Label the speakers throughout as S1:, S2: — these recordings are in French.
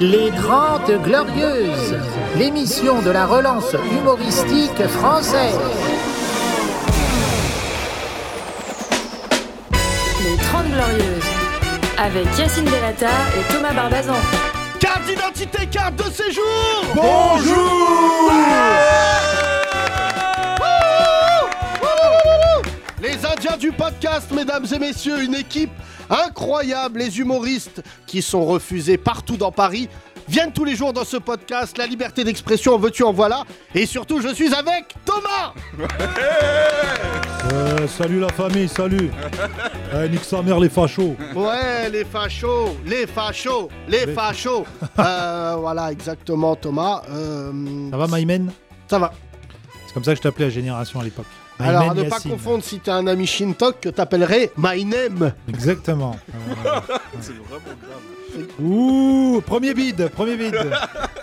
S1: Les Grandes Glorieuses, l'émission de la relance humoristique française.
S2: Les 30 Glorieuses, avec Yacine Delata et Thomas Barbazan.
S3: Carte d'identité, carte de séjour
S4: Bonjour
S3: Les Indiens du podcast, mesdames et messieurs, une équipe incroyable. Les humoristes qui sont refusés partout dans Paris viennent tous les jours dans ce podcast. La liberté d'expression, en veux-tu, en voilà. Et surtout, je suis avec Thomas
S4: Euh, Salut la famille, salut Eh, Nique sa mère les fachos
S3: Ouais, les fachos, les fachos, les
S4: Mais-
S3: fachos. Euh, voilà, exactement, Thomas. Euh,
S4: Ça va Maïmen
S3: ça va.
S4: C'est comme ça que je t'appelais à Génération à l'époque. Maïmen
S3: Alors, à ne pas
S4: Yacine.
S3: confondre si t'es un ami Shintok que t'appellerais My Name.
S4: Exactement. C'est vraiment Ouh Premier bide Premier bide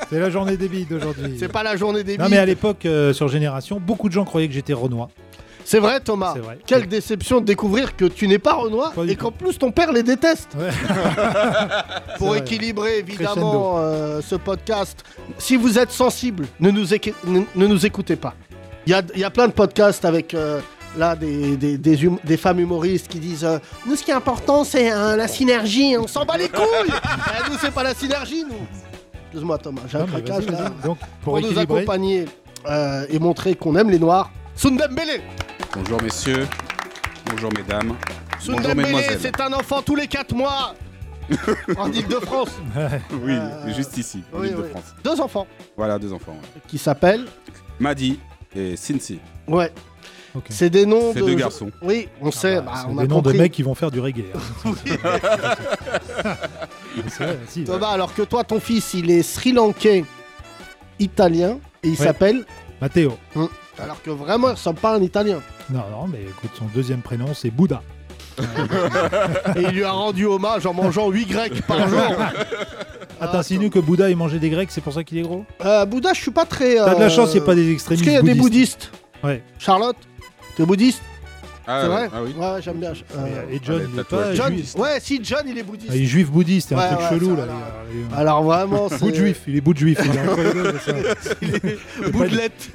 S4: C'est la journée des bides aujourd'hui.
S3: C'est pas la journée des
S4: Non
S3: bides.
S4: mais à l'époque, euh, sur Génération, beaucoup de gens croyaient que j'étais Renoir.
S3: C'est vrai, Thomas.
S4: C'est vrai.
S3: Quelle déception de découvrir que tu n'es pas Renoir
S4: Pas du
S3: et qu'en plus ton père les déteste.
S4: Ouais.
S3: Pour
S4: vrai.
S3: équilibrer évidemment euh, ce podcast, si vous êtes sensible, ne nous, équi- ne, ne nous écoutez pas. Il y a, il y a plein de podcasts avec euh, là des, des, des hum- des femmes humoristes qui disent euh, Nous, ce qui est important, c'est euh, la synergie. On s'en bat les couilles Eh, Nous, c'est pas la synergie, nous. Excuse-moi, Thomas, j'ai un
S4: Non, mais
S3: craquage
S4: vas-y,
S3: là.
S4: vas-y. Donc, pour,
S3: Pour, nous
S4: équilibrer,
S3: accompagner euh, et montrer qu'on aime les Noirs, Sundembele
S5: Bonjour messieurs, bonjour mesdames, bonjour
S3: Sundembele,
S5: mesdemoiselles.
S3: c'est un enfant tous les 4 mois en Ile-de-France.
S5: Oui,
S3: Euh,
S5: juste ici, en
S3: oui,
S5: Ile de
S3: oui.
S5: France.
S3: Deux enfants
S5: Voilà, deux enfants. ouais.
S3: qui s'appellent.
S5: Maddy et Cincy,
S3: Ouais,
S4: ok.
S3: c'est des noms
S5: c'est
S3: de.
S5: deux garçons.
S3: Oui, on sait,
S4: Ah bah,
S3: bah,
S4: c'est
S3: on
S4: des
S3: a
S4: noms de
S3: compris.
S4: mecs qui vont faire du reggae. hein. C'est vrai, si.
S3: Thomas, alors que toi, ton fils, il est Sri Lankais, italien, et il
S4: Ouais.
S3: s'appelle. Hum.
S4: Matteo.
S3: Alors que vraiment, il ressemble pas à un italien.
S4: Non, non, mais écoute, son deuxième prénom, c'est Bouddha.
S3: et il lui a rendu hommage en mangeant 8 grecs par jour.
S4: Ah, t'insinues que Bouddha ait mangé des Grecs, c'est pour ça qu'il est gros
S3: Euh, Bouddha, je suis pas très.
S4: T'as de la
S3: euh,
S4: chance, il n'y a pas des
S3: Parce
S4: extrémistes.
S3: qu'il y a des bouddhistes.
S4: Ouais.
S3: Charlotte, t'es bouddhiste
S5: Ah,
S3: C'est
S5: oui,
S3: vrai
S5: ah oui.
S3: Ouais, j'aime bien. euh,
S4: Et et John,
S5: Ah, les
S4: il est pas
S5: tatouages.
S3: John
S4: juif.
S3: Ouais, si, John, il est bouddhiste.
S4: Ah, il est juif bouddhiste, c'est un
S3: Ouais,
S4: truc
S3: ouais,
S4: chelou
S3: ça,
S4: là.
S3: alors.
S4: il est- il est-
S3: Alors vraiment, c'est.
S4: Bout de juif, il est bout de juif. il est incroyable, c'est un-
S3: Boudelette.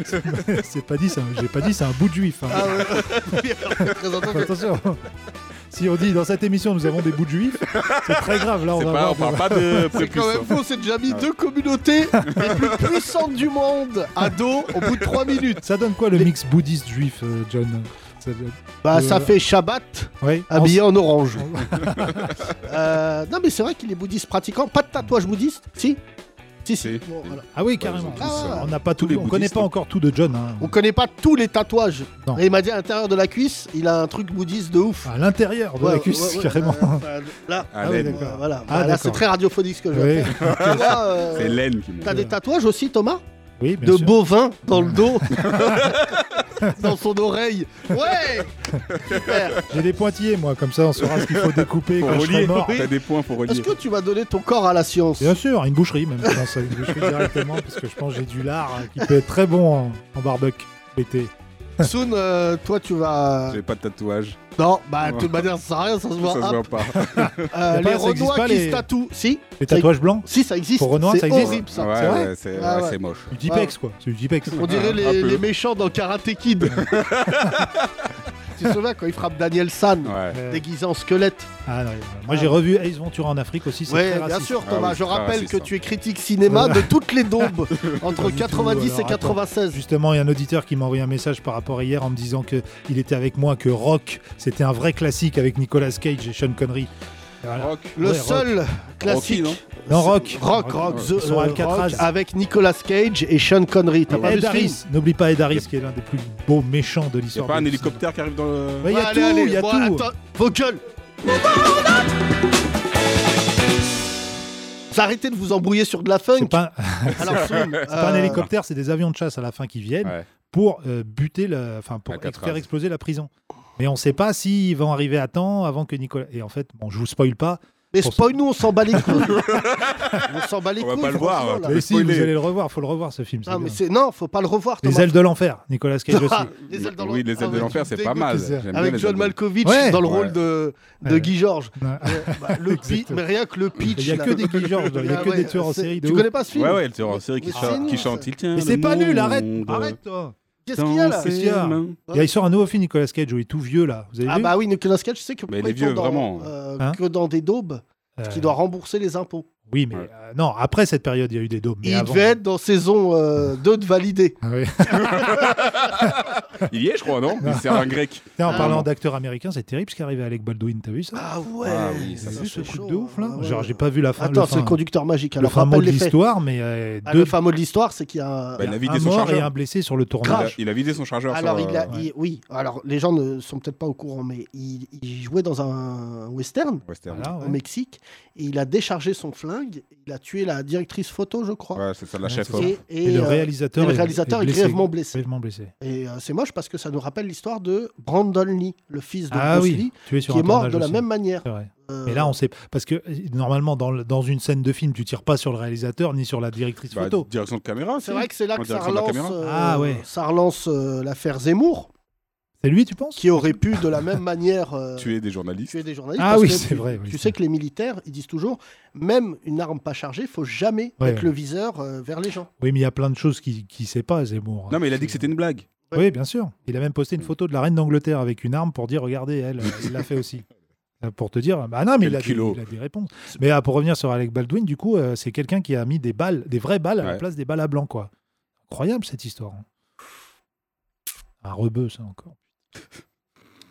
S4: C'est pas dit, c'est un- j'ai pas dit, c'est un bout de juif. hein.
S3: Ah ouais. Très
S4: Faut
S3: entendu.
S4: Attention. Si on dit dans cette émission nous avons des bouts de juifs, c'est très grave là. On
S5: C'est
S4: va
S5: pas, on
S4: avoir
S5: parle pas de
S3: C'est quand même
S5: prépuce. hein. Ah
S3: faux, c'est déjà mis deux communautés les plus puissantes du monde à dos au bout de 3 minutes.
S4: Ça donne quoi le mix bouddhiste juif, euh, John Ça donne-
S3: Bah,
S4: Euh,
S3: ça fait Shabbat
S4: Ouais.
S3: habillé en orange. Euh, non, mais c'est vrai qu'il est bouddhiste pratiquant. Pas de tatouage bouddhiste Si Si, si.
S5: Si.
S3: Bon, voilà.
S4: Ah oui, carrément.
S3: ils ont tous, euh,
S4: on n'a pas tout,
S5: tous les
S4: on connaît
S5: bouddhistes.
S4: pas encore tout de John. hein.
S3: On connaît pas tous les tatouages.
S4: Non.
S3: Et il m'a dit à l'intérieur de la cuisse, il a un truc bouddhiste de ouf.
S4: À l'intérieur de
S3: Ouais,
S4: la cuisse,
S3: ouais, ouais,
S4: carrément.
S3: euh, enfin, là,
S5: Ah,
S4: Ah oui,
S5: laine.
S4: d'accord.
S3: euh, voilà.
S4: Ah,
S3: là, c'est
S4: d'accord.
S3: très radiophonique ce que je vais
S4: Oui.
S3: faire. Là, euh,
S5: C'est laine qui monte.
S3: T'as des tatouages aussi, Thomas
S4: Oui, bien
S3: de
S4: sûr.
S3: bovin dans le dos, dans son oreille. Ouais Eh, Super.
S4: J'ai des pointillés, moi, comme ça on saura ce qu'il faut découper
S5: Faut
S4: quand je
S5: relier,
S4: serai mort.
S5: t'as des points pour relier.
S3: Est-ce que tu vas donner ton corps à la science
S4: Bien sûr, une boucherie même, je pense à une boucherie directement, parce que je pense que j'ai du lard euh, qui peut être très bon en, en barbecue l'été.
S3: Soon, euh, toi, tu vas.
S5: J'ai pas de tatouage,
S3: Non, bah, de toute manière, ça sert à rien, ça se
S5: ça
S3: voit.
S5: se
S3: Hop.
S5: voit pas.
S3: Euh,
S4: Y a pas-
S3: les
S4: ça existe
S3: Renois
S4: pas,
S3: qui
S4: les-
S3: se tatouent. Si,
S4: Les tatouages blancs
S3: si, ça existe.
S4: Pour Renoir,
S3: C'est
S4: ça existe
S3: horrible, ça.
S5: ouais,
S3: C'est vrai
S5: ouais, c'est
S3: Ah
S5: ouais,
S3: ouais.
S5: c'est moche.
S4: Du Dipex, quoi. C'est du Dipex.
S3: On dirait
S5: Un
S3: les,
S5: peu.
S3: les méchants dans Karate Kid. tu te souviens quand il frappe Daniel San
S5: Ouais.
S4: Euh,
S3: Déguisé en squelette.
S4: ah, non, moi j'ai revu Ace Ventura en Afrique aussi, c'est très
S3: Ouais, bien
S4: raciste.
S3: sûr,
S5: Ah
S3: Thomas.
S5: oui,
S3: je
S5: c'est très
S3: rappelle
S5: raciste,
S3: que
S5: ça.
S3: tu es critique cinéma de toutes les daubes
S4: Pas
S3: entre
S4: du tout,
S3: 90 et
S4: alors, attends.
S3: 96.
S4: Justement, il y a un auditeur qui m'a envoyé un message par rapport à hier en me disant que il était avec moi, que Rock, c'était un vrai classique avec Nicolas Cage et Sean Connery. Et voilà.
S5: Rock.
S3: Le
S4: Ouais,
S3: seul
S5: Rocky,
S3: classique.
S5: non
S4: Non, Rock.
S3: Rock, rock,
S4: Ils
S3: The
S4: sont
S3: euh,
S4: Alcatraz.
S3: Rock avec Nicolas Cage et Sean Connery. T'as
S5: Ouais.
S3: pas vu
S4: Ed
S3: ce film
S4: Harris, n'oublie pas Ed Harris, qui est l'un des plus beaux méchants de
S5: Y'a
S4: l'histoire.
S5: pas un
S4: du
S5: hélicoptère qui arrive dans le.
S4: cinéma. Ouais, il y a
S3: Ouais, allez,
S4: tout,
S3: allez,
S4: il y a
S3: bon,
S4: tout.
S3: attends, vos gueules. Vous Arrêtez de vous embrouiller sur de la funk.
S4: C'est pas,
S3: Alors, Soum,
S4: c'est pas un
S3: euh,
S4: hélicoptère, c'est des avions de chasse à la fin qui viennent
S5: Ouais.
S4: pour euh, buter, le, enfin pour
S5: Alcatraz.
S4: faire exploser la prison. Mais on ne sait pas s'ils vont arriver à temps avant que Nicolas. Et en fait, bon, je vous spoil pas,
S3: Mais
S4: Pour-
S3: spoil nous, on s'en bat les couilles. on s'en bat les
S5: On
S3: couilles.
S5: va pas le voir,
S3: franchement, là.
S5: hein, on va
S4: Mais
S5: pas
S4: si, vous
S5: spoiler.
S4: allez le revoir, faut le revoir ce film. c'est
S3: Non, mais
S4: bien.
S3: c'est- non, faut pas le revoir.
S4: Les
S3: Thomas.
S4: ailes de l'enfer, Nicolas Cage aussi.
S3: Ah, les ailes dans
S5: Oui, les ailes de
S3: Ah,
S5: l'enfer, c'est pas
S3: dégoûte.
S5: mal.
S4: c'est ça.
S5: J'aime bien
S3: Avec
S5: les
S3: John
S5: ailes de-
S3: Malkovich
S4: Ouais.
S3: dans le rôle
S5: Ouais.
S3: de, de
S4: Ouais.
S3: Guy Georges.
S4: Ouais.
S3: Euh, bah, le pi-
S4: Exactement.
S3: mais rien que le pitch.
S4: Il y a
S3: là.
S4: que des Guy Georges, il y a
S3: Ah
S4: que
S3: ouais,
S4: des tueurs en
S3: c'est-
S4: série. de
S3: Tu
S4: ouf.
S3: connais pas ce film
S5: Ouais, ouais, le tueur en série qui
S3: Mais c'est
S5: chante-
S3: nul,
S5: qui
S3: ça.
S5: chante. Il tient.
S4: Mais c'est
S5: le
S4: pas nul,
S5: monde
S4: arrête,
S5: dans
S4: arrête toi.
S3: Qu'est-ce qu'il y a là
S5: ses
S4: Qu'est-ce qu'il y a
S5: mains.
S4: Il y a- Il sort un nouveau film Nicolas Cage où il est tout vieux là. Vous avez
S3: Ah
S4: vu
S3: bah oui, Nicolas Cage, je sais que
S5: Mais
S3: pourquoi
S5: les
S3: il tombe
S5: vieux,
S3: dans,
S5: vraiment.
S3: euh,
S4: Hein
S3: que dans des daubes, parce qu'il
S4: Euh,
S3: doit rembourser les impôts.
S4: Oui, mais
S5: Ouais.
S4: euh, non, après cette période, il y a eu des dômes. mais
S3: il
S4: avant-
S3: devait être dans saison euh, 2 de validé.
S4: Ah oui.
S5: Il y est, je crois, non Il sert un grec.
S4: Tiens, en
S5: Ah,
S4: parlant
S5: non.
S4: d'acteurs américains, c'est terrible ce qui est arrivé à Alec Baldwin, t'as vu ça
S3: Ah ouais.
S5: Ah oui,
S4: T'as
S5: ça,
S4: vu ce
S3: c'est
S4: truc
S3: chaud,
S4: de ouf
S3: hein.
S4: là
S3: Ouais,
S4: Genre,
S3: ouais.
S4: j'ai pas vu la fin.
S3: Attends,
S4: le
S3: c'est le
S4: fin,
S3: conducteur magique.
S4: le
S3: Alors,
S4: fin mot
S3: rappelle
S4: de
S3: les faits.
S4: l'histoire, mais euh,
S3: Ah,
S4: deux,
S3: Le fin mot de l'histoire, c'est qu'il y a.
S5: Bah, il a vidé
S4: un
S5: son
S4: mort et
S5: chargeur.
S4: un blessé sur le
S5: Il a-
S4: tournage.
S5: Il a vidé son chargeur.
S3: Alors,
S5: sur,
S3: il a,
S5: euh,
S3: il- oui. Alors, les gens ne sont peut-être pas au courant, mais il, il jouait dans un western
S5: Western.
S4: Voilà,
S3: au
S4: ouais.
S3: Mexique et il a déchargé son flingue. Il a tué la directrice photo, je crois.
S5: Ouais, c'est ça, la
S4: Ouais,
S5: chef.
S4: c'est ça.
S5: hein.
S3: Et, et,
S4: Et le
S3: euh,
S4: réalisateur,
S3: et le
S4: est-
S3: réalisateur est,
S4: blessé.
S3: grièvement blessé.
S4: Grièvement blessé.
S3: Et euh, c'est moche parce que ça nous rappelle l'histoire de Brandon Lee, le fils de
S4: Ah
S3: Bruce
S4: oui,
S3: Lee,
S4: tué sur
S3: qui
S4: un
S3: est mort
S4: tournage
S3: de la
S4: aussi.
S3: même manière.
S4: C'est vrai.
S3: Euh,
S4: Mais là, on sait parce que euh, normalement, dans, le- dans une scène de film, tu tires pas sur le réalisateur ni sur la directrice
S5: Bah,
S4: photo.
S5: Direction de caméra,
S3: c'est vrai que c'est là
S5: en
S3: que ça
S5: direction de la
S3: relance,
S5: caméra.
S3: euh,
S4: Ah ouais.
S3: ça relance euh, l'affaire Zemmour,
S4: C'est lui, tu penses
S3: qui aurait pu de la même manière euh,
S5: Tuer des journalistes.
S3: tuer des journalistes.
S4: Ah
S3: parce
S4: oui,
S3: que
S4: c'est
S3: tu-
S4: vrai. oui,
S3: Tu
S4: c'est-
S3: sais que les militaires, ils disent toujours, même une arme pas chargée, faut jamais
S4: Ouais,
S3: mettre
S4: ouais.
S3: le viseur euh, vers les gens.
S4: Oui, mais il y a plein de choses qu'il ne sait pas, Zemmour.
S5: Non, mais il a dit que c'était une blague.
S4: Oui, bien sûr. Il a même posté une photo de la reine d'Angleterre avec une arme pour dire regardez, elle, il l'a fait aussi. Euh, Pour te dire, bah non, mais
S5: Quel
S4: il a, des,
S5: culot.
S4: il a des réponses. Mais ah, pour revenir sur Alec Baldwin, du coup, euh, c'est quelqu'un qui a mis des balles, des vraies balles à la
S5: Ouais.
S4: place des balles à blanc, quoi. Incroyable cette histoire. hein. Un rebeu, ça encore.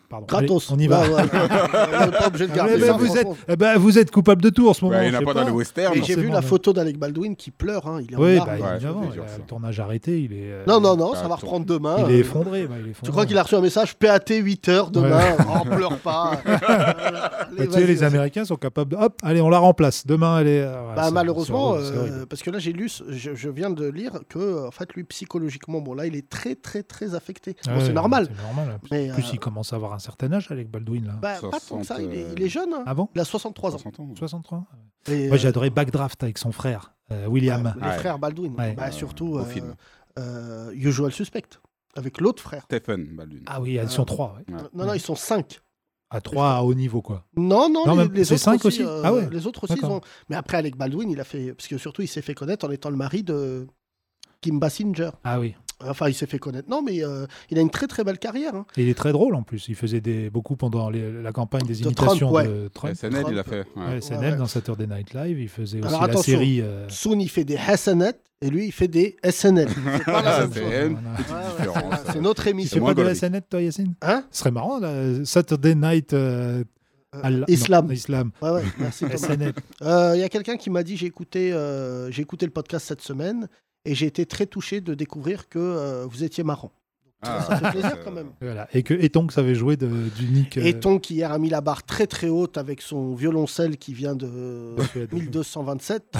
S4: Pardon. Allez,
S3: Gratos.
S4: on y va.
S3: Ouais, ouais. on n'est pas obligé de
S4: Ah,
S3: garder
S4: mais
S3: ça en
S4: vous, êtes,
S3: France.
S4: eh ben, vous êtes coupable de tout en ce moment.
S5: Bah, Il
S4: je
S5: n'y en a
S4: sais
S5: pas dans le western.
S3: Et j'ai vu
S4: forcément,
S3: la
S4: mais-
S3: photo d'Alec Baldwin qui pleure, hein, il est en
S4: Oui,
S3: larmes.
S4: bah,
S5: Ouais,
S4: évidemment,
S5: c'est
S4: il
S5: dur,
S4: a
S5: ça.
S4: le tournage arrêté, il est. euh,
S3: Non, non, non, ça
S5: Bah,
S3: va
S5: ton-
S3: reprendre demain.
S4: Il est
S3: Euh,
S4: effondré. bah, il est
S3: Tu
S4: effondré.
S3: crois qu'il a reçu un message PAT 8h demain On pleure pas. Euh,
S4: Bah, tu sais, les Américains sont capables de. Hop, allez, on la remplace. Demain, elle est. Ah, ouais,
S3: Bah,
S4: c'est-
S3: malheureusement,
S4: c'est horrible, c'est
S3: euh,
S4: horrible.
S3: parce que là j'ai lu, je, je viens de lire que en fait lui psychologiquement, bon là il est très très très affecté. Bon,
S4: Ah Ouais,
S3: c'est normal.
S4: C'est normal. En
S3: Mais,
S4: plus,
S3: euh,
S4: il commence à avoir un certain âge avec Baldwin, là.
S3: bah, pas tant que ça, il est, il est jeune. hein.
S4: Avant
S3: Il a 63 ans.
S5: 60 euh, ans.
S4: 63
S3: Et,
S4: Moi,
S3: euh,
S4: j'ai adoré Backdraft avec son frère, euh, William.
S3: les
S5: Ouais.
S3: frères Baldwin.
S4: Ouais.
S3: Bah,
S5: Euh,
S3: surtout
S5: au
S3: euh,
S5: film.
S3: euh, Usual Suspect avec l'autre frère.
S5: Stephen Baldwin.
S4: Ah
S3: euh,
S4: oui, elles sont trois. ouais.
S3: Non, non, ils sont 5.
S4: À trois à haut niveau, quoi.
S3: Non, non,
S4: Non,
S3: les,
S4: même-
S3: les
S4: c'est
S3: autres
S4: cinq aussi Ah ouais.
S3: Les autres aussi, euh, ils
S4: D'accord.
S3: ont. Mais après, Alec Baldwin, il a fait. Parce que surtout, il s'est fait connaître en étant le mari de Kim Basinger.
S4: Ah oui.
S3: Enfin, il s'est fait connaître. Non, mais euh, il a une très très belle carrière. hein.
S4: Et il est très drôle, en plus. Il faisait des... beaucoup pendant les- la campagne des
S3: De
S4: imitations
S3: Trump,
S4: de Trump.
S5: SNL, il a fait. ouais.
S4: Ouais, SNL
S3: ouais.
S4: dans Saturday Night Live. Il faisait aussi
S3: Alors,
S4: la
S3: attention.
S4: série. euh,
S3: Soon, il fait des Hassanet et lui, il fait des SNL. C'est pas la
S5: Ah,
S3: même
S5: c'est
S3: chose.
S5: une
S4: Voilà.
S5: petite
S3: Ouais, ouais,
S5: différence.
S3: c'est- c'est notre
S4: Tu fais
S5: C'est moins
S3: émission.
S4: pas de la
S5: gaulerie.
S4: SNL, toi, Yacine
S3: Hein
S4: Ce serait marrant, là. Saturday Night euh, Al- non,
S3: Islam.
S4: Islam.
S3: Ouais, ouais, merci Thomas.
S4: SNL.
S3: Euh, Il y a quelqu'un qui m'a dit j'ai écouté, euh, j'ai écouté le podcast cette semaine et j'ai été très touché de découvrir que euh, vous étiez marrant.
S5: Ah,
S3: ça fait plaisir
S5: c'est-
S3: quand même.
S4: Voilà. Et que Etong savait jouer de, du Nick. euh,
S3: Et Tonk hier a mis la barre très très haute avec son violoncelle qui vient de
S4: de Suède.
S3: 1227.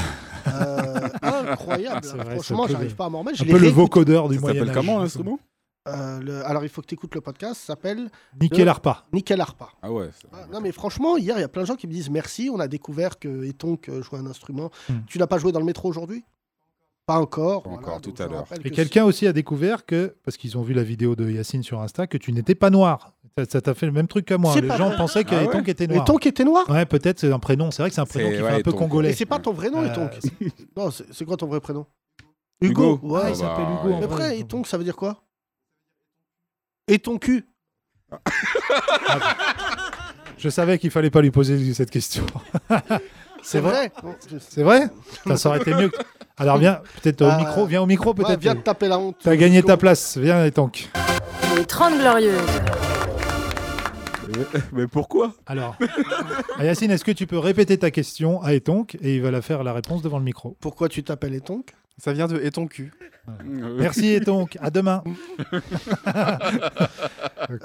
S3: Euh, incroyable.
S4: C'est vrai,
S3: Franchement,
S4: c'est un peu
S3: j'arrive
S4: le-
S3: pas à m'en remettre. Je
S4: Un
S3: l'ai
S4: peu le
S3: réécouté.
S4: vocodeur du
S5: Ça
S4: Moyen
S5: s'appelle
S4: Âge.
S5: comment l'instrument
S3: Euh, le- Alors, il faut que tu écoutes le podcast. Ça s'appelle
S4: Nickel Arpa.
S3: Nickel Harpa.
S5: Ah ouais. c'est-
S3: Ah, non, mais franchement, hier, il y a plein de gens qui me disent merci. On a découvert que Etonk euh, jouait un instrument.
S4: Hmm.
S3: Tu l'as pas joué dans le métro aujourd'hui Pas encore.
S5: Pas encore,
S3: donc
S5: tout à
S3: je
S5: l'heure.
S3: rappelle
S4: Et
S3: que
S4: quelqu'un aussi a découvert que, parce qu'ils ont vu la vidéo de Yacine sur Insta, que tu n'étais pas noir. Ça- Ça t'a fait le même truc qu'à moi.
S3: C'est
S4: Les
S3: pas
S4: gens
S3: vrai.
S4: pensaient que
S5: Ah ouais
S4: Etong était
S3: c'est-
S4: noir.
S3: Etonk était noir
S4: Ouais, peut-être c'est un prénom. C'est vrai que c'est un prénom
S5: C'est-
S4: qui fait
S5: ouais,
S4: un peu
S5: Etong.
S4: congolais.
S3: Mais c'est pas ton vrai nom,
S4: Euh,
S3: Etonk.
S4: c'est-
S3: Non, c'est c'est quoi ton vrai prénom
S5: Hugo.
S3: Ouais.
S4: Ah,
S5: Ah
S4: il s'appelle
S5: bah,
S4: Hugo. en
S3: Mais
S4: vrai.
S3: après, Etonk, ça veut dire quoi Et ton cul
S4: Je savais qu'il fallait pas lui poser cette question.
S3: C'est vrai,
S4: C'est vrai Ça ça aurait été mieux. que- Alors viens, peut-être au
S3: Euh,
S4: micro. Viens au micro
S3: Ouais,
S4: peut-être.
S3: Viens te taper la honte.
S4: T'as gagné
S3: Hugo.
S4: ta place. Viens Etong.
S2: Les 30 Glorieuses.
S4: Euh,
S5: Mais pourquoi
S4: Alors, Ah, Yacine, est-ce que tu peux répéter ta question à Etonk et il va la faire la réponse devant le micro.
S3: Pourquoi tu t'appelles Etonk
S6: Ça vient de Et ton cul. Euh.
S5: Euh,
S4: Merci Etonk, à demain.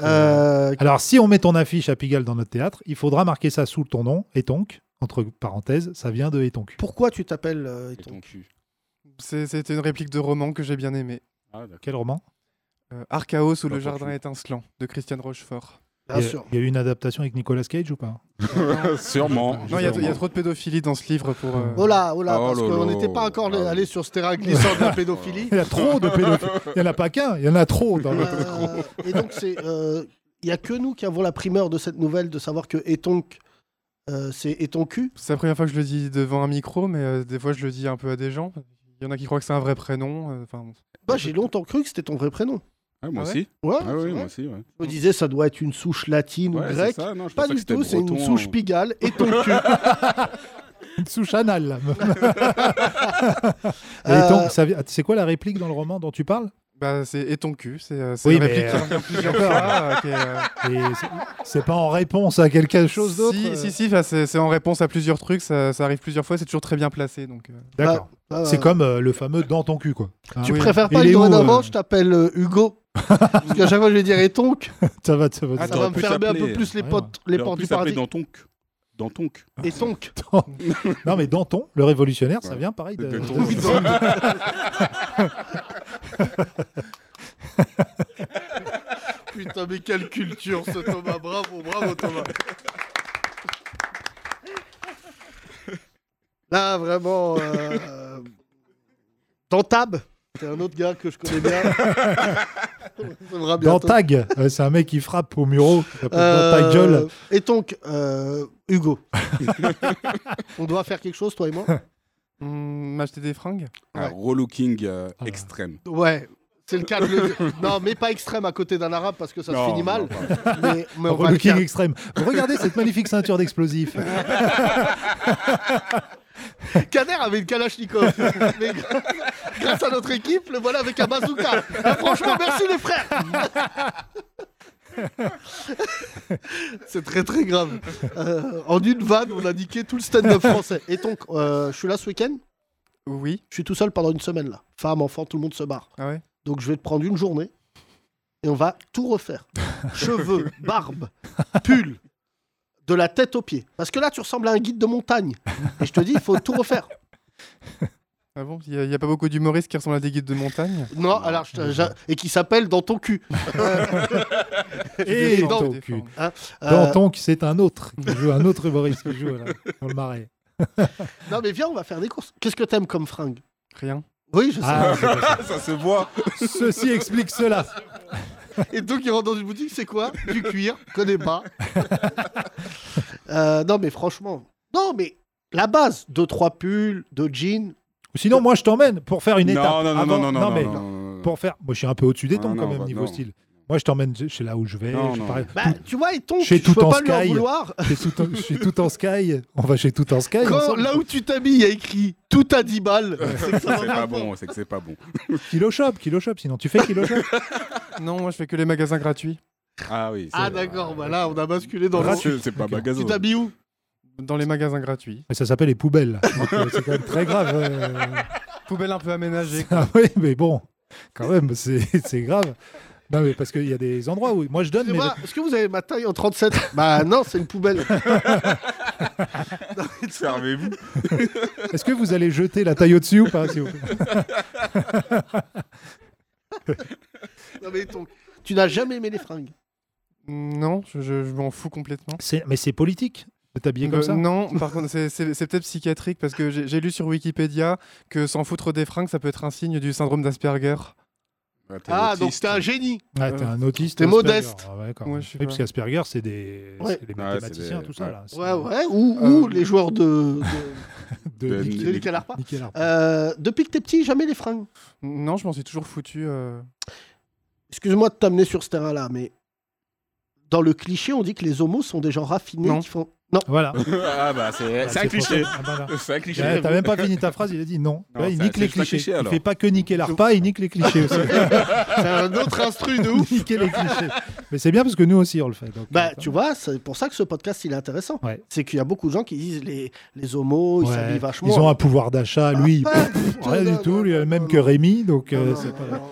S3: Euh,
S4: Alors, si on met ton affiche à Pigalle dans notre théâtre, il faudra marquer ça sous ton nom, Etonk, entre parenthèses, ça vient de Etonk.
S3: Pourquoi tu t'appelles euh,
S5: Et ton
S3: Etonk
S5: cul.
S6: C'est- C'était une réplique de roman que j'ai bien aimé.
S5: Ah, d'accord.
S4: Quel roman
S6: Euh, Archaos ou
S5: Pas
S6: le
S5: pour euh,
S6: jardin
S5: cul.
S6: étincelant de Christiane Rochefort.
S3: Bien
S4: Il y a-
S3: sûr.
S4: Il y a eu une adaptation avec Nicolas Cage ou pas
S5: Sûrement.
S6: Non, il y, a- il y a
S5: sûrement.
S6: trop de pédophilie dans ce livre pour. euh,
S3: Oh là, oh là,
S5: Oh
S3: parce
S5: là
S3: qu'on
S5: là.
S3: n'était pas encore
S5: Ah oui.
S3: allé sur ce terrain glissant de la pédophilie.
S4: Il y a trop de pédophiles. Il n'y en a pas qu'un, il y en a trop. Dans le...
S3: Euh, et donc, c'est, euh, il n'y a que nous qui avons la primeur de cette nouvelle de savoir que Etonk, euh, c'est Etonku.
S6: C'est la première fois que je le dis devant un micro, mais euh, des fois je le dis un peu à des gens. Il y en a qui croient que c'est un vrai prénom. euh, Enfin, bon.
S3: Bah, j'ai longtemps cru que c'était ton vrai prénom.
S5: Ah, moi
S6: Ah ouais
S5: aussi.
S3: Ouais,
S5: Ah
S3: c'est
S5: oui,
S3: vrai.
S5: moi aussi. ouais.
S3: Je me disais, ça doit être une souche latine
S5: Ouais,
S3: ou
S5: c'est
S3: grecque.
S5: ça, non, je
S3: Pas
S5: pensais
S3: du
S5: que c'était
S3: tout, c'est une
S5: breton,
S3: souche
S5: ou-
S3: pigale et ton cul.
S4: Une souche anale. là.
S5: Ah,
S4: Et
S3: Euh,
S4: donc, ça vient- c'est quoi la réplique dans le roman dont tu parles
S6: Bah, c'est et ton cul, c'est euh, c'est
S4: Oui,
S6: une
S4: mais,
S6: réplique
S4: euh, hein.
S6: qui revient plusieurs fois. euh, qui est, euh,
S4: Et c'est- C'est pas en réponse à quelque chose d'autre
S6: si,
S4: euh
S6: si, si, enfin, c'est c'est en réponse à plusieurs trucs, ça, ça arrive plusieurs fois, c'est toujours très bien placé. Donc, euh,
S4: D'accord.
S3: Ah,
S4: C'est
S3: euh,
S4: comme euh, le fameux dans ton cul, quoi. Hein,
S3: Tu
S6: Oui.
S3: préfères
S4: Il
S3: pas
S4: est
S3: que
S4: où,
S3: dorénavant,
S4: euh
S3: je t'appelle euh, Hugo Parce qu'à chaque fois, je vais dire Etonk.
S4: Ça va, ça va.
S5: Ah,
S4: ça va.
S3: Ça va
S5: t'aurais
S3: me
S5: pu
S3: fermer un peu
S5: t'appeler-
S3: plus les
S4: Ouais,
S3: portes, les
S5: J'aurais
S3: portes
S5: pu
S3: du
S5: s'appeler
S3: paradis.
S5: Dantonc. Dantonc.
S3: Etonk.
S4: Non, mais Danton, le révolutionnaire, ça
S5: Ouais.
S4: vient pareil. de-
S5: De Danton.
S4: de-
S3: Putain, mais quelle culture ce Thomas. Bravo, bravo Thomas. Là, vraiment. Euh... Dans Tab, c'est un autre gars que je connais bien. On verra
S4: Dans
S3: bientôt.
S4: Tag, euh, c'est un mec qui frappe au muro. qui s'appelle Dans
S3: Euh,
S4: ta gueule.
S3: Et donc, euh, Hugo, on doit faire quelque chose, toi et moi
S6: hum, m'acheter des fringues
S5: Un
S3: Ouais.
S5: relooking euh, extrême.
S3: Ouais, c'est le cas de le dire. Non, mais pas extrême à côté d'un arabe parce que ça
S5: Non,
S3: se finit mal.
S5: non, pas.
S3: mais, mais on va le
S4: Relooking
S3: faire.
S4: extrême. Regardez cette magnifique ceinture d'explosifs. Ah,
S3: Kader avait une Kalachnikov. Mais grâce- grâce à notre équipe, le voilà avec un bazooka. Ah, franchement, merci les frères. C'est très très grave. Euh, en une vanne, on a niqué tout le stand-up français. Et donc, euh, je suis là ce week-end.
S6: Oui.
S3: Je suis tout seul pendant une semaine là. Femme, enfant, tout le monde se barre.
S6: Ah ouais
S3: Donc je vais te prendre une journée et on va tout refaire. Cheveux, barbe, pull, de la tête aux pieds. Parce que là, tu ressembles à un guide de montagne. Et je te dis, il faut tout refaire.
S6: Ah bon Il n'y a, pas beaucoup d'humoristes qui ressemblent à des guides de montagne
S3: Non, alors, je te- j'a- et qui s'appelle Dans ton cul.
S4: Et
S6: Des
S4: dans
S6: formes,
S4: ton
S6: des
S4: cul.
S6: formes.
S3: Euh,
S4: Danton, qui c'est un autre, qui joue un autre humoriste qui joue là, dans le marais.
S3: Non, mais viens, on va faire des courses. Qu'est-ce que t'aimes comme fringue
S6: Rien.
S3: Oui, je sais.
S4: Ah, c'est pas ça.
S5: Ça se voit.
S4: ceci explique cela.
S3: Et donc, il rentre dans une boutique, c'est quoi Du cuir, connais pas. Euh, non, mais franchement. Non, mais la base, deux, trois pulls, deux jeans. Euh,
S4: Sinon, moi, je t'emmène pour faire une
S5: Non,
S4: étape.
S5: non, non,
S4: Avant-
S5: non, non, non,
S4: mais
S5: non, non, non.
S4: pour faire. Moi, je suis un peu au-dessus des
S5: Non,
S4: tons
S5: non,
S4: quand même
S5: bah,
S4: niveau
S5: non.
S4: style. Moi, je t'emmène chez là où je vais.
S5: Non,
S4: je
S5: non.
S4: parais-
S3: Bah, tu vois, et ton
S4: Chez
S3: je peux
S4: Tout en
S3: pas lui en
S4: Sky.
S3: vouloir.
S4: Chez tout en- chez tout en sky, on va chez tout en sky. Euh,
S3: Quand
S4: ensemble.
S3: là où tu t'habilles, il y a écrit tout à 10 balles. C'est que ça
S5: C'est
S3: va
S5: pas bon, c'est que c'est pas bon.
S4: Kilo shop, kilo shop. Sinon, tu fais kilo shop.
S6: Non, moi je fais que les magasins gratuits.
S5: Ah oui.
S3: Ah
S5: c'est-
S3: d'accord, bah là on a basculé dans le.
S5: C'est c'est pas
S4: Ok.
S5: bagazo.
S3: Tu t'habilles où
S6: Dans les magasins gratuits.
S4: Mais ça s'appelle les poubelles. là. Donc, euh, c'est quand même très grave. euh.
S6: Poubelle un peu aménagée.
S4: Ah oui, mais bon, quand même, c'est c'est grave. Non, mais parce qu'il y a des endroits où. Moi, je donne.
S3: Tu
S4: Mais
S3: vois, Est-ce que vous avez ma taille en 37 Bah non, c'est une poubelle.
S5: Servez-vous.
S4: est-ce que vous allez jeter la taille au-dessus ou pas Ah, s'il vous plaît
S3: Non, mais ton- Tu n'as jamais aimé les fringues.
S6: Non, je, je- je m'en fous complètement.
S4: C'est- Mais c'est politique de t'habiller comme
S6: Euh,
S4: ça.
S6: Non, par contre, c'est- c'est c'est peut-être psychiatrique parce que j'ai j'ai lu sur Wikipédia que s'en foutre des fringues, ça peut être un signe du syndrome d'Asperger.
S3: Ah donc t'es un génie.
S4: Ah, t'es un autiste.
S3: t'es
S4: Asperger.
S3: modeste.
S4: Ah ouais, quand
S6: Ouais,
S4: même.
S6: je sais
S4: oui,
S6: pas.
S4: parce qu'Asperger, c'est des...
S3: Ouais.
S4: c'est des
S5: Ouais,
S4: mathématiciens,
S5: c'est des-
S4: tout ça.
S5: ouais.
S4: Là. C'est
S3: Ouais ouais. Ou, ou
S6: Euh,
S3: les joueurs de.
S4: De...
S5: De-
S3: de,
S4: Nick-
S3: de Nicolas Harpa.
S4: Nicolas Harper.
S3: Euh, depuis que t'es petit, jamais les fringues.
S6: Non, je m'en suis toujours foutu. euh.
S3: Excuse-moi de t'amener sur ce terrain-là, mais dans le cliché, on dit que les homos sont des gens raffinés
S6: Non.
S3: qui font. Non.
S4: Voilà.
S5: Ah bah c'est
S4: Ah,
S5: c'est un
S4: pour ça.
S5: cliché.
S4: Ah, bah, là.
S5: C'est un cliché.
S4: Ouais, T'as même pas fini ta phrase, il a dit non.
S5: Non,
S4: Ouais, il
S5: ça-
S4: nique
S5: c'est
S4: les
S5: juste un
S4: clichés.
S5: cliché,
S4: il
S5: alors.
S4: fait pas que niquer l'arpa, il nique les clichés aussi.
S3: C'est un autre instru de ouf.
S4: niquer les clichés. Mais c'est bien parce que nous aussi on le fait. donc,
S3: Bah,
S4: euh,
S3: tu vois, c'est pour ça que ce podcast, il est intéressant.
S4: Ouais.
S3: C'est qu'il y a beaucoup de gens qui disent les, les homos, ils
S4: ouais,
S3: s'habillent vachement.
S4: ils ont un pouvoir d'achat, lui,
S3: Ah,
S4: pff,
S3: tout,
S4: rien
S3: non,
S4: du tout,
S3: non,
S4: lui, le
S3: non,
S4: même
S3: non,
S4: que
S3: non.
S4: Rémi. Donc, euh,
S3: Non,
S4: c'est
S3: non,
S4: pas-
S3: non, non.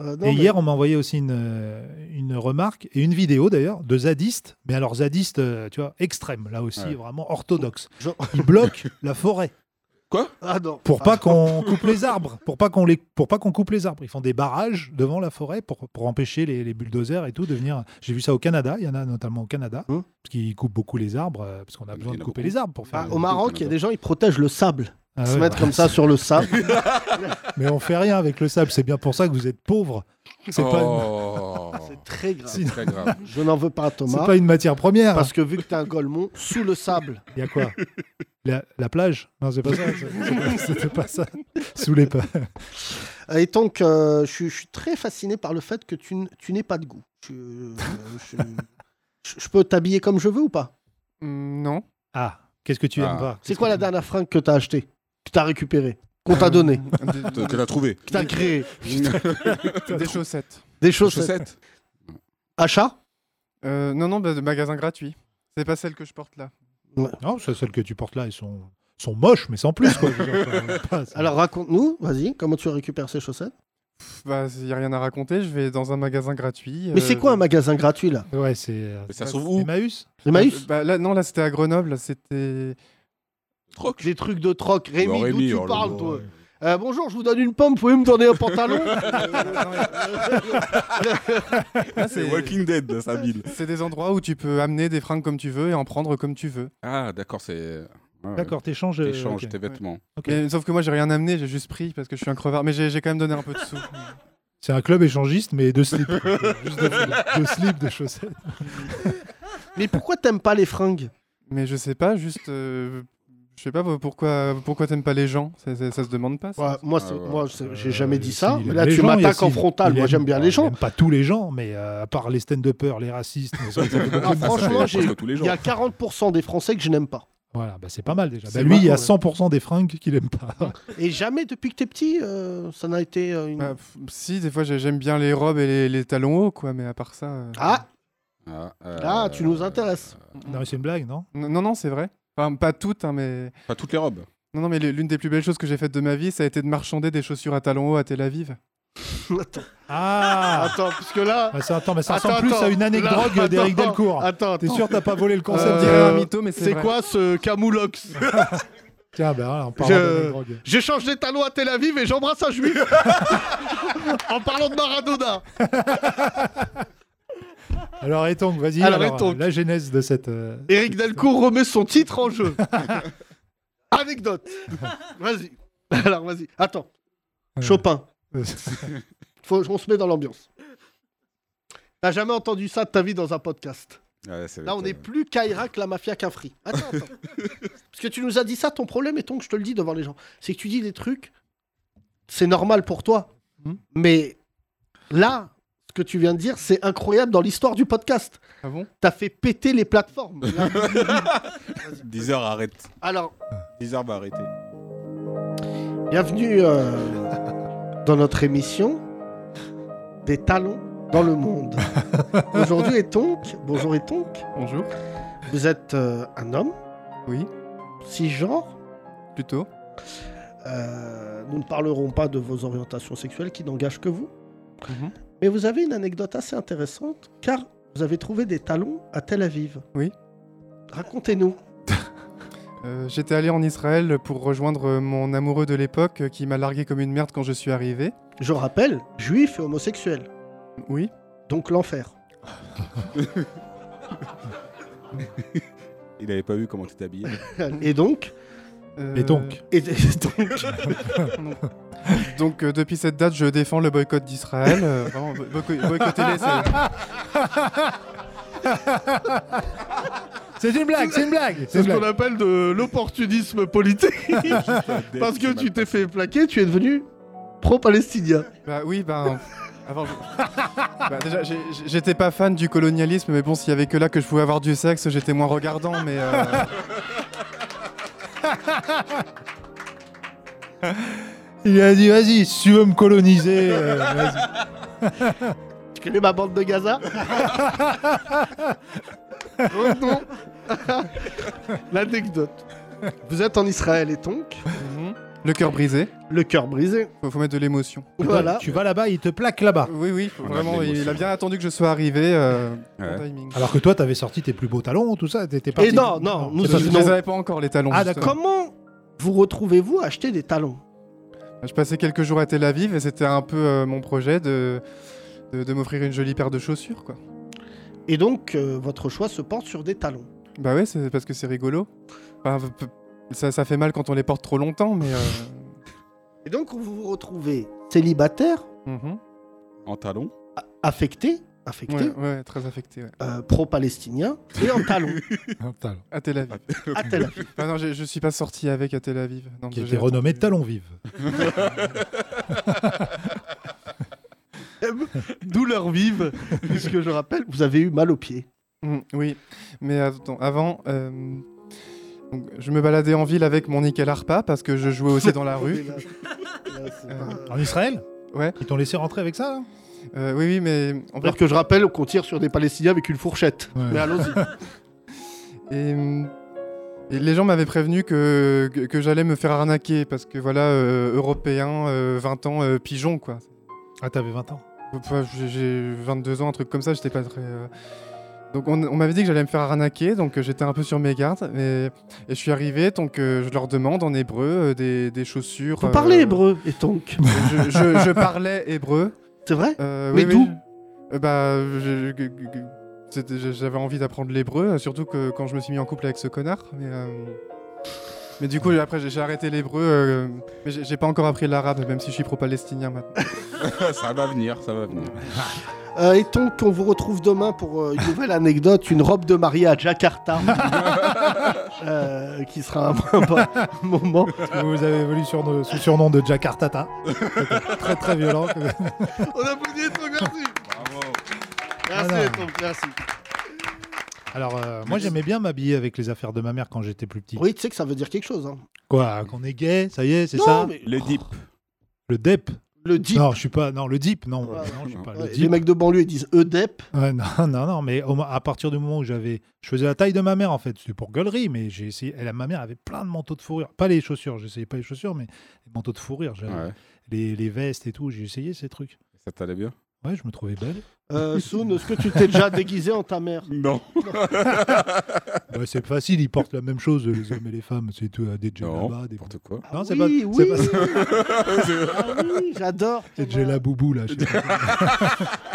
S3: Euh, non,
S4: Et
S3: mais-
S4: hier, on m'a envoyé aussi une, euh, une remarque et une vidéo d'ailleurs de zadistes, mais alors zadistes, euh, tu vois, extrêmes, là aussi,
S5: Ouais.
S4: vraiment orthodoxes.
S3: Genre-
S4: Ils bloquent la forêt.
S3: Ah non.
S4: Pour
S3: Ah,
S4: pas qu'on coupe les arbres, pour pas qu'on les, pour pas qu'on coupe les arbres, ils font des barrages devant la forêt pour, pour empêcher les, les bulldozers et tout de venir. J'ai vu ça au Canada, il y en a notamment au Canada,
S3: Hmm.
S4: parce qu'ils coupent beaucoup les arbres, euh, parce qu'on a
S5: Il
S4: besoin
S5: y en
S4: de
S5: a
S4: couper
S5: beaucoup.
S4: les arbres pour faire.
S3: ah,
S4: les-
S3: au Maroc, il y a des gens, ils protègent le sable.
S4: Ah
S3: Ils se
S4: ouais,
S3: mettre
S4: bah,
S3: comme ça sur le sable.
S4: Mais on fait rien avec le sable, c'est bien pour ça que vous êtes pauvres. C'est pas, une-
S5: Oh,
S3: C'est très grave.
S5: c'est très grave.
S3: Je n'en veux pas à
S4: c'est
S3: Thomas.
S4: pas une matière première.
S3: Parce que vu que t'es un golemon, sous le sable.
S4: Il y a quoi la, la plage Non, c'est pas ça. c'est- c'est pas- C'était pas ça. Soulez pas.
S3: Et donc, euh, je, suis- je suis très fasciné par le fait que tu, n- tu n'aies pas de goût. Je, euh, je- je- je peux t'habiller comme je veux ou pas
S6: Hmm, non.
S4: Ah, qu'est-ce que tu
S5: Ah.
S4: aimes pas
S3: C'est
S4: Qu'est-ce
S3: quoi
S4: que
S3: la
S4: tu-
S3: dernière fringue que t'as achetée Que t'as récupérée Qu'on
S5: Euh,
S3: t'a donnée
S6: Des-
S5: Tu tu l'as trouvé.
S3: Que t'as créée
S6: Des chaussettes.
S3: Des chaussettes.
S5: Chaussettes.
S3: Achat
S6: Euh, non, non, bah, de magasins gratuits. C'est pas celle que je porte là.
S4: Non, c'est celles que tu portes là, elles sont, sont moches, mais sans plus. Quoi. Je veux dire, enfin, pas- ça-
S3: Alors raconte-nous, vas-y, comment tu récupères ces chaussettes
S6: Pff, Bah, il n'y a rien à raconter, je vais dans un magasin gratuit. euh,
S3: Mais c'est quoi un
S6: magasin
S3: magasin gratuit là
S4: ouais, c'est euh,
S5: Mais ça se trouve où
S4: Emmaüs.
S3: Emmaüs
S6: bah, là, Non, là c'était à Grenoble, c'était...
S5: Troc.
S3: Des trucs de troc. Rémi,
S5: Bah,
S3: d'où
S5: Rémi,
S3: tu
S5: oh, le
S3: parles
S5: bon,
S3: toi
S5: ouais.
S3: Euh, Bonjour, je vous donne une pomme, vous pouvez me donner un pantalon
S6: là,
S5: C'est
S6: c'est-
S5: Walking Dead, sa ville.
S6: C'est des endroits où tu peux amener des fringues comme tu veux et en prendre comme tu veux.
S5: Ah, d'accord, c'est. Ah,
S4: D'accord, t'échanges. euh,
S5: T'échanges
S4: ok.
S5: tes vêtements.
S4: Ok.
S6: Mais- sauf que moi j'ai rien amené, j'ai juste pris parce que je suis un crevard. Mais j'ai j'ai quand même donné un peu de sous.
S4: C'est un club échangiste, mais de slip. Juste de, de slip, de chaussettes.
S3: Mais pourquoi t'aimes pas les fringues
S6: Mais je sais pas, juste. euh, je sais pas pourquoi, pourquoi t'aimes pas les gens. Ça, ça- ça se demande pas. ça.
S3: Ouais, Moi, c'est-
S5: Ah, ouais.
S3: moi c'est- j'ai
S4: Euh,
S3: jamais dit
S4: Yacine,
S3: ça.
S4: il
S3: mais
S4: aime
S3: là,
S4: les
S3: tu
S4: gens,
S3: m'attaques en
S4: Yacine.
S3: frontal.
S4: Il
S3: Moi,
S4: aime-
S3: j'aime bien
S4: ah,
S3: les
S4: il
S3: gens.
S4: aime pas tous les gens, mais euh, à part les de peur, les racistes. mais ça, il aime beaucoup
S3: Ah,
S4: les gens.
S3: franchement,
S5: Ça, c'est
S3: j'ai-
S5: presque tous les
S3: Il y
S5: gens.
S3: a 40% des Français que je n'aime pas.
S4: Voilà, bah, c'est pas mal déjà. Bah,
S6: C'est
S4: lui, il y a
S6: marrant,
S4: 100% des fringues qu'il aime pas.
S3: Et jamais depuis que t'es petit, euh, ça n'a été euh, une.
S6: Bah, pff, si, des fois j'ai- j'aime bien les robes et les, les talons hauts, quoi, mais à part ça. euh,
S3: Ah,
S5: Ah, euh,
S3: là, tu nous intéresses.
S4: non, mais c'est une blague, non
S6: n- Non, non, c'est vrai. Enfin, pas toutes, hein, mais.
S5: Pas toutes les robes.
S6: Non, non, mais l'une des plus belles choses que j'ai faites de ma vie, ça a été de marchander des chaussures à talons hauts à Tel Aviv.
S3: Attends,
S4: Ah
S3: attends, parce que là.
S4: Bah, ça- Attends, mais ça
S3: Attends,
S4: ressemble plus
S3: attends.
S4: à une anecdote
S3: Là,
S4: d'Éric
S3: attends,
S4: Delcourt.
S3: Attends,
S4: T'es
S3: attends.
S4: sûr que t'as pas volé le concept
S3: Euh,
S6: On dirait un mytho, mais
S3: C'est
S6: vrai.
S3: quoi ce camoulox
S4: Tiens, bah voilà, on parle
S3: Je-
S4: d'anecdote.
S3: J'échange des talons à Tel Aviv et j'embrasse un juif En parlant de Maradona
S4: Alors, et donc, vas-y,
S3: Alors,
S4: alors,
S3: et donc.
S4: la genèse de cette. euh,
S3: Eric
S4: cette-
S3: Delcourt remet son titre en jeu Anecdote Vas-y Alors vas-y, attends
S4: Ouais.
S3: Chopin, Faut, on se met dans l'ambiance. T'as jamais entendu ça de ta vie dans un podcast
S5: Ouais, c'est-
S3: Là, on
S5: t'as-
S3: n'est plus Kaira que la mafia qu'un free. Attends, attends. Parce que tu nous as dit ça, ton problème, et donc je te le dis devant les gens, c'est que tu dis des trucs, c'est normal pour toi.
S6: Hmm.
S3: Mais là, ce que tu viens de dire, c'est incroyable dans l'histoire du podcast.
S6: Ah bon
S3: T'as fait péter les plateformes. Là,
S5: 10 heures arrête.
S3: Alors,
S5: 10 heures bah, va arrêter.
S3: bienvenue euh, dans notre émission des talons dans le monde. Aujourd'hui, et donc, bonjour et donc,
S6: Bonjour.
S3: vous êtes euh, un homme,
S6: Oui,
S3: cisgenre,
S6: plutôt.
S3: Euh, nous ne parlerons pas de vos orientations sexuelles qui n'engagent que vous.
S6: Mhm.
S3: Mais vous avez une anecdote assez intéressante, car vous avez trouvé des talons à Tel Aviv.
S6: Oui.
S3: Racontez-nous.
S6: Euh, J'étais allé en Israël pour rejoindre euh, mon amoureux de l'époque euh, qui m'a largué comme une merde quand je suis arrivé.
S3: Je rappelle, juif et homosexuel,
S6: Oui.
S3: donc l'enfer.
S5: Il avait pas vu comment t'étais habillé.
S3: Et donc,
S6: euh,
S4: Et donc
S3: et, et donc,
S6: Donc euh, depuis cette date, je défends le boycott d'Israël. Euh, vraiment, boy- boyco- boycottez-les, c'est-
S4: C'est une blague, c'est une blague C'est une blague.
S3: appelle de l'opportunisme politique,
S5: Parce
S3: fait plaquer, tu es devenu pro-palestinien.
S6: Bah oui, bah... avant, je- Bah, déjà, j'ai- j'ai- j'étais pas fan du colonialisme, mais bon, s'il y avait que là que je pouvais avoir du sexe, j'étais moins regardant, mais... euh,
S4: Il a dit, vas-y, si tu veux me coloniser, euh, vas-y.
S3: Tu connais ma bande de Gaza
S4: Oh
S3: Revenons à L'anecdote. Vous êtes en Israël et donc,
S6: mhm. Le cœur brisé,
S3: le cœur brisé.
S6: faut, faut mettre de l'émotion.
S3: Voilà.
S4: Tu vas là-bas, il te plaque là-bas.
S6: Oui, oui, faut
S5: On a de
S6: vraiment, il
S5: l'émotion.
S6: a bien attendu que je sois arrivé. euh,
S5: Ouais.
S6: bon timing.
S4: Alors que toi, t'avais sorti tes plus beaux talons, tout ça, t'étais parti.
S3: Et non, non, nous
S4: c'est pas-
S6: Je
S3: non.
S6: les avais pas encore, les talons.
S4: Ah,
S6: justement.
S3: Comment vous retrouvez-vous à acheter des talons
S6: Je passais quelques jours à Tel Aviv et c'était un peu euh, mon projet de, de, de m'offrir une jolie paire de chaussures, quoi.
S3: Et donc, euh, votre choix se porte sur des talons.
S6: Bah ouais, c'est parce que c'est rigolo. Enfin, v- p- ça, ça fait mal quand on les porte trop longtemps, mais... euh,
S3: Et donc, vous vous retrouvez célibataire,
S6: mhm.
S5: En talon
S3: a- affecté, affecté,
S6: ouais, ouais, très affecté, ouais.
S3: euh, pro-palestinien et en talons
S4: Un talon.
S6: À Tel Aviv.
S3: à Tel Aviv.
S6: Ah non, je, je suis pas sorti avec à Tel Aviv. Non,
S4: Qui a
S6: j'ai
S4: été renommé
S6: attendu.
S4: Talon Vive.
S3: Douleur vive, puisque je rappelle, vous avez eu mal aux pieds.
S6: Mm, oui, mais attends, avant, euh, donc, je me baladais en ville avec mon nickel harpa parce que je jouais aussi dans la rue.
S3: Là, là, c'est
S6: Euh,
S3: pas-
S4: En Israël
S6: Ouais.
S4: Ils t'ont laissé rentrer avec ça là
S6: Euh, oui, oui, mais en
S3: Alors que je rappelle qu'on tire sur des Palestiniens avec une fourchette.
S4: Ouais.
S3: Mais allons-y.
S6: Et, hum, et les gens m'avaient prévenu que, que, que j'allais me faire arnaquer parce que voilà, euh, européen, euh, 20 ans, euh, pigeon quoi.
S4: Ah, t'avais 20 ans.
S6: Enfin, j'ai- J'ai 22 ans, un truc comme ça, j'étais pas très. euh, Donc on, on m'avait dit que j'allais me faire arnaquer, donc euh, j'étais un peu sur mes gardes. mais- Et je suis arrivé, donc euh, je leur demande en hébreu euh, des, des chaussures.
S3: Vous
S6: euh,
S3: parlez hébreu, et donc
S6: je, je- je parlais hébreu.
S3: C'est vrai
S6: euh,
S3: Mais
S6: oui,
S3: d'où
S6: oui, je- euh, Bah, je- je- je- je- c'était- je- j'avais envie d'apprendre l'hébreu, euh, surtout que quand je me suis mis en couple avec ce connard. Mais, euh, mais du coup, après, j'ai j'ai arrêté l'hébreu. euh, Mais j'ai j'ai pas encore appris l'arabe, même si je suis pro-palestinien maintenant.
S5: Ça va venir, ça va venir.
S3: Euh, Et donc, on vous retrouve demain pour euh, une nouvelle anecdote, une robe de mariée à Jakarta. Euh, qui sera un, bon moment.
S4: Parce que vous avez évolué sur le sous le surnom de Jakartata. C'était très très violent.
S3: On applaudit Tom, merci
S5: Bravo.
S4: Voilà.
S3: Tom, merci.
S4: Alors, euh, moi j'aimais bien m'habiller avec les affaires de ma mère quand j'étais plus petit.
S3: Oui, tu sais que ça veut dire quelque chose. hein.
S4: Quoi Qu'on est gay, Eh, ça y est, c'est
S3: Non,
S4: ça Oh,
S3: mais
S5: Le dip.
S4: Le DEP
S3: le dit.
S4: Non, je suis pas. Non, le DIP, non.
S3: Ouais.
S4: Non, je suis pas.
S3: Ouais,
S4: Le
S3: les
S4: DIP.
S3: mecs de banlieue, ils disent EDEP.
S4: Ouais, non, non, non, mais au mo- à partir du moment où j'avais. Je faisais la taille de ma mère, en fait. C'était pour gueulerie, mais j'ai essayé. Elle, ma mère avait plein de manteaux de fourrure. Pas les chaussures, j'essayais pas les chaussures, mais les manteaux de fourrure. j'avais-
S5: Ouais.
S4: Les, les vestes et tout, j'ai essayé ces trucs.
S5: Ça t'allait bien
S4: Ouais, je me trouvais belle.
S3: Euh, Soun, est-ce que tu t'es déjà déguisé en ta mère
S5: Non.
S4: Ouais, c'est facile, ils portent la même chose, les hommes et les femmes. C'est tout, euh, des djellabas,
S5: Non,
S4: des.
S5: n'importe quoi.
S4: Non, c'est
S3: oui,
S4: pas-
S3: Ah oui,
S4: c'est pas
S3: Ah oui, j'adore.
S4: C'est djellaboubou, là. je sais pas.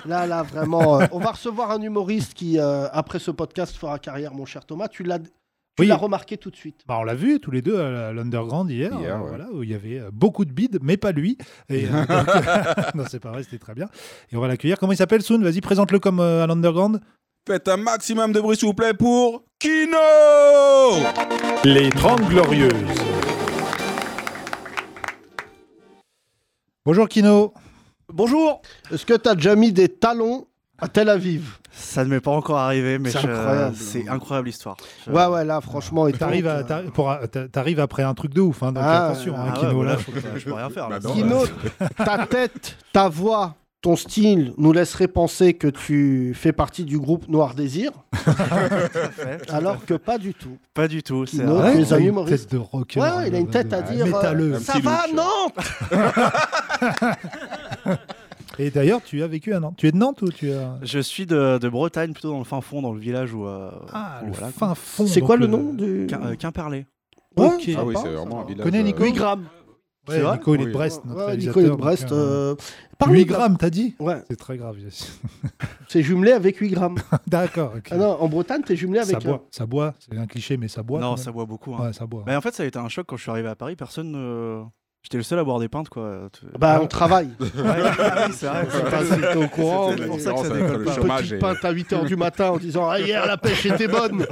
S3: Là, là, vraiment. euh, on va recevoir un humoriste qui, euh, après ce podcast, fera carrière, mon cher Thomas. Tu l'as tu
S4: Oui.
S3: l'as remarqué tout de suite.
S4: Bah, on l'a vu tous les deux euh, à la- à l'Underground hier,
S5: Hier,
S4: euh,
S5: ouais.
S4: voilà, où il y avait euh, beaucoup de bides, mais pas lui. Et, euh, donc- non, c'est pas vrai, c'était très bien. Et on va l'accueillir. Comment il s'appelle, Soon Vas-y, présente-le comme euh, à l'Underground.
S5: Faites un maximum de bruit, s'il vous plaît, pour Kino
S4: Les 30 Glorieuses. Bonjour Kino.
S7: Bonjour
S3: Est-ce que tu as déjà mis des talons à Tel Aviv
S7: Ça ne m'est pas encore arrivé, mais
S3: C'est
S7: je-
S3: incroyable.
S7: c'est incroyable l'histoire. Je-
S3: Ouais, ouais, là, franchement. et
S4: T'arrives, à-
S3: donc, euh,
S4: t'arri- pour à- t'a- t'arrives après un truc de ouf, hein, donc
S3: Ah,
S4: attention,
S3: ouais,
S4: hein,
S7: Ah ouais,
S4: Kino.
S7: bah là,
S4: là.
S7: faut que- je peux rien faire. là.
S5: Bah non,
S3: Kino, ta tête, ta voix, ton style nous laisserait penser que tu fais partie du groupe Noir Désir,
S7: Fait.
S3: alors que pas du tout.
S7: Pas du tout. C'est
S3: Kino,
S7: un-
S3: Ouais, tu
S4: il
S3: les as
S4: a une
S3: humoristes.
S4: tête de rocker. hein,
S3: Ouais, ouais, il a une tête à
S4: de-
S3: dire, euh,
S4: métalleux.
S5: Un
S3: Ça
S5: petit
S3: va,
S5: look.
S3: Nantes
S4: Et d'ailleurs, tu as vécu à Nantes. Tu es de Nantes ou tu as
S7: Je suis de, de Bretagne, plutôt dans le fin fond, dans le village où. euh,
S4: Ah,
S7: où
S4: le
S7: voilà,
S4: fin fond.
S3: C'est
S4: donc
S3: quoi le nom du.
S7: Quin- euh, Quimperlé.
S3: Ouais,
S4: Ok.
S5: Ah oui,
S3: sympa,
S5: c'est vraiment
S3: sympa.
S5: un village.
S4: Connais
S5: euh,
S4: Nico
S3: Huit grammes.
S4: Ouais,
S3: C'est vrai
S4: Nico, il est de
S5: Oui.
S4: Brest. Notre
S3: Ouais, Nico,
S4: réalisateur,
S3: il est de
S4: donc,
S3: Brest.
S4: euh,
S3: euh, parle-nous
S4: 8
S3: de la-
S4: grammes, t'as dit
S3: Ouais,
S4: C'est très grave. Yassine.
S3: c'est jumelé avec 8 grammes.
S4: D'accord. ok.
S3: Ah non, en Bretagne, t'es jumelé avec.
S4: ça boit. Ça boit. C'est un cliché, mais ça boit.
S7: non,
S4: quand
S7: ça boit beaucoup.
S4: même.
S7: hein.
S4: Ouais, ça boit.
S7: Mais en fait, ça a été un choc quand je suis arrivé à Paris. Personne. ne- J'étais le seul à boire des pintes, quoi. Tu- euh,
S3: un- Bah, on travaille.
S7: Ouais, ah oui, c'est vrai.
S3: Je sais pas si t'es au courant.
S5: C'était la
S3: mais-
S7: pour ça que
S5: différence
S7: ça
S5: entre
S7: décolle
S5: le
S7: pas.
S5: chômage
S3: Petite
S5: et-
S3: pinte à 8h du matin en disant Ah, hier la pêche était bonne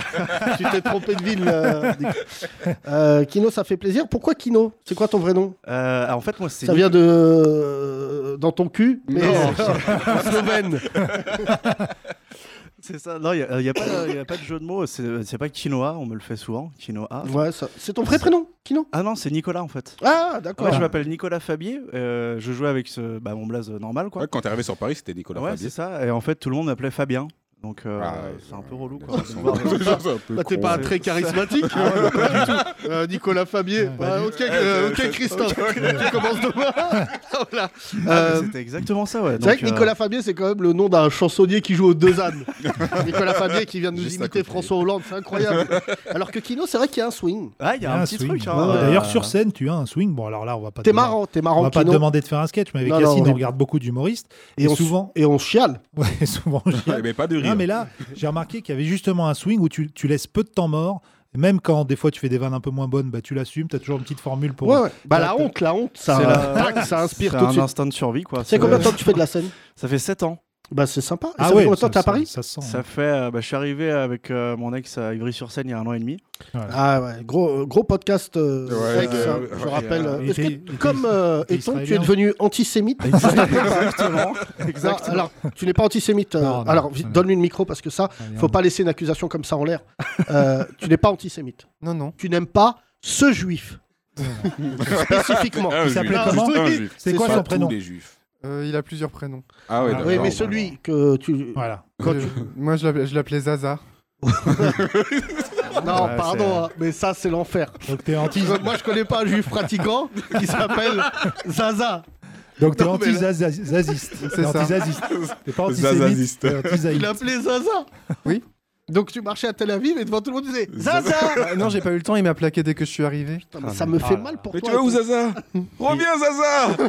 S3: Tu t'es trompé de ville. euh, Nico. Euh, Kino, ça fait plaisir. Pourquoi Kino C'est quoi ton vrai nom
S7: Euh, alors, en fait, moi, c'est.
S3: Ça vient de. euh, dans ton cul mais
S5: Oh, Non.
S3: en slovène.
S7: C'est ça. Non, il n'y a, pas de- y a pas de jeu de mots. C'est c'est pas quinoa, on me le fait souvent. Quinoa.
S3: Ouais, ça- c'est ton vrai prénom, Kino
S7: Ah non, c'est Nicolas, en fait.
S3: Ah,
S7: Ouais,
S3: d'accord.
S7: je m'appelle Nicolas Fabier. euh, je jouais avec ce, bah, mon blaze euh, normal, quoi.
S5: Ouais, quand t'es arrivé sur Paris, c'était Nicolas
S7: ouais,
S5: Fabier.
S7: c'est ça. Et en fait, tout le monde m'appelait Fabien. Donc euh,
S5: Ah,
S7: c'est
S5: euh,
S7: un peu relou. Quoi,
S5: Ça,
S7: de
S5: c'est un
S7: voir-
S5: peu- ça, c'est un peu
S3: Bah, t'es
S5: con.
S3: pas très charismatique,
S7: Ah
S3: hein, bah, pas du tout. Euh, Nicolas Fabier.
S4: Ouais,
S3: Ah, ok, euh, ok, Christophe, tu commences demain. Voilà.
S7: Ah, mais
S3: Euh,
S7: C'était exactement ça, ouais.
S3: C'est vrai
S7: Donc,
S3: que
S7: euh,
S3: Nicolas Fabier, c'est quand même le nom d'un chansonnier qui joue aux deux ânes. Nicolas Fabier qui vient de nous
S5: Juste à
S3: imiter
S5: côté.
S3: François Hollande, c'est incroyable. Alors que Kino, c'est vrai qu'il y a un swing.
S7: Ah, il y a un, petit
S4: swing.
S7: truc. hein,
S4: Ouais, ouais.
S7: euh,
S4: D'ailleurs, sur scène, tu as un swing. Bon, alors là, on va pas. te
S3: T'es
S4: demander-
S3: marrant, t'es
S4: On
S3: marrant,
S4: va pas te
S3: Kino.
S4: demander de faire un sketch, mais avec
S3: Non, non,
S4: Yacine,
S3: on est-
S4: on regarde beaucoup d'humoristes.
S3: Et
S4: Et,
S3: on s-
S4: souvent,
S3: Et on chiale.
S4: ouais, souvent, je-
S5: Ouais, mais pas de rire.
S4: Non, mais là, j'ai remarqué qu'il y avait justement un swing où tu, tu laisses peu de temps mort. Même quand des fois tu fais des vannes un peu moins bonnes, bah, tu l'assumes, tu as toujours une petite formule pour.
S3: Ouais, ouais. Bah, la
S4: t'as-
S3: honte, la honte, ça,
S7: C'est la-
S3: tac, ça inspire
S7: C'est
S3: tout de
S7: un
S3: suite.
S7: instinct de survie, quoi.
S3: C'est combien de temps que tu fais de la scène
S7: Ça fait 7 ans.
S3: Bah, c'est sympa. Et
S7: Ah
S3: ça fait combien de temps que t'es à
S4: ça-
S3: Paris
S4: Ça se sent.
S5: hein.
S7: Ça fait. euh, bah, je suis arrivé avec euh, mon ex à Ivry-sur-Seine il y a un an et demi.
S3: Ah ouais, gros, euh, gros podcast euh,
S5: Ouais,
S3: sexe,
S5: de-
S3: hein,
S5: ouais,
S3: je rappelle.
S4: euh,
S3: euh, Est-ce
S4: et
S3: que,
S4: t'es- et
S3: comme
S4: t'es-
S3: euh,
S4: t'es
S3: Eton, tu es
S4: israélien
S3: devenu antisémite
S7: Exactement.
S3: Non,
S7: Exactement.
S3: Alors, tu n'es pas antisémite. euh,
S4: Non, non,
S3: alors,
S4: non.
S3: vite, donne-lui le micro parce que ça, faut pas laisser une accusation comme ça en l'air. Euh, tu n'es pas antisémite.
S6: Non, non.
S3: Tu n'aimes pas ce juif. Spécifiquement.
S5: Un
S4: Il s'appelait
S5: juif.
S4: comment
S5: Un Ah, juif.
S4: C'est quoi
S5: Pas
S4: son
S5: tous
S4: prénom
S5: les juifs.
S6: Euh, il a plusieurs prénoms.
S5: Ah ouais,
S4: Ah,
S5: d'accord.
S3: Oui, mais
S4: Vraiment,
S3: celui que tu.
S4: Voilà.
S3: Quand
S6: Euh,
S3: tu-
S6: Moi, je l'appelais- je l'appelais Zaza.
S3: Non,
S7: Ouais, c'est-
S3: pardon, hein, mais ça, c'est l'enfer.
S4: Ah,
S3: Euh,
S4: Donc t'es anti,
S3: Moi, je connais pas un juif pratiquant qui s'appelle Zaza.
S4: donc t'es
S3: Non, mais
S4: anti
S3: là-
S4: zaziste.
S6: C'est
S4: T'es
S6: ça.
S4: anti zaziste. T'es pas antisémite.
S5: Zazaziste.
S4: T'es anti
S3: Il l'appelait Zaza.
S6: Oui.
S3: Donc, tu marchais à Tel Aviv et devant tout le monde, tu disais Zaza
S6: Ah, non, j'ai pas eu le temps, il m'a plaqué dès que je suis arrivé.
S3: Putain, mais Ça me
S4: Ah
S3: fait
S4: là
S3: mal
S4: là.
S3: pour
S5: Mais tu
S3: toi.
S5: vas où,
S3: et tout.
S5: Zaza Reviens, Zaza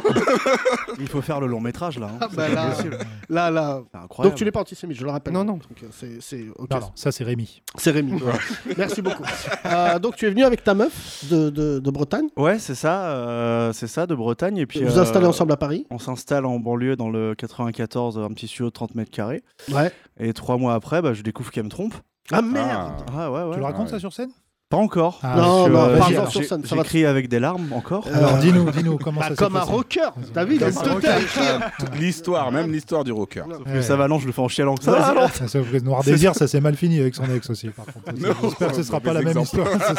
S7: Il faut faire le long métrage là. hein.
S3: Ah, bah
S7: C'est
S3: là.
S7: impossible.
S3: Là, là.
S7: C'est incroyable.
S3: Donc, tu n'es pas antisémite, je le rappelle.
S6: Non, non.
S3: Donc, euh, c'est- C'est ok,
S4: Non, non, ça c'est Rémi.
S3: C'est Rémi. Merci beaucoup. Euh, donc, tu es venu avec ta meuf de, de- de Bretagne.
S7: Ouais, c'est ça, euh, c'est ça, de Bretagne. Et puis,
S3: vous
S7: euh,
S3: vous installez ensemble à Paris.
S7: On s'installe en banlieue dans le 94, un petit studio de 30 mètres carrés.
S3: Ouais.
S7: Et trois mois après, bah, je découvre qu'elle me trompe.
S3: Ah merde
S7: Ah ouais, ouais.
S4: Tu le racontes
S5: ouais.
S4: ça sur scène
S7: Pas encore.
S4: Ah,
S3: Non,
S7: Parce que,
S3: non,
S7: euh,
S3: pas
S7: j'ai-
S3: encore sur
S7: j'ai-
S3: scène, ça
S7: J'ai
S3: va.
S7: crié avec des larmes encore.
S3: Euh,
S4: Alors dis-nous, dis-nous comment
S3: Bah,
S4: ça
S3: comme un
S4: rock.
S3: rocker, David,
S5: Comme
S3: il
S5: un
S3: te
S5: rocker.
S3: tait à écrire.
S5: L'histoire, même l'histoire du rocker.
S7: Le Savalan, je le fais en chialant que ça.
S4: Ça, c'est- sauf que Noir Désir, ça s'est mal fini avec son ex aussi. Par contre,
S5: Non,
S4: j'espère que ce sera
S5: mauvais
S4: pas la même
S5: exemple.
S4: histoire.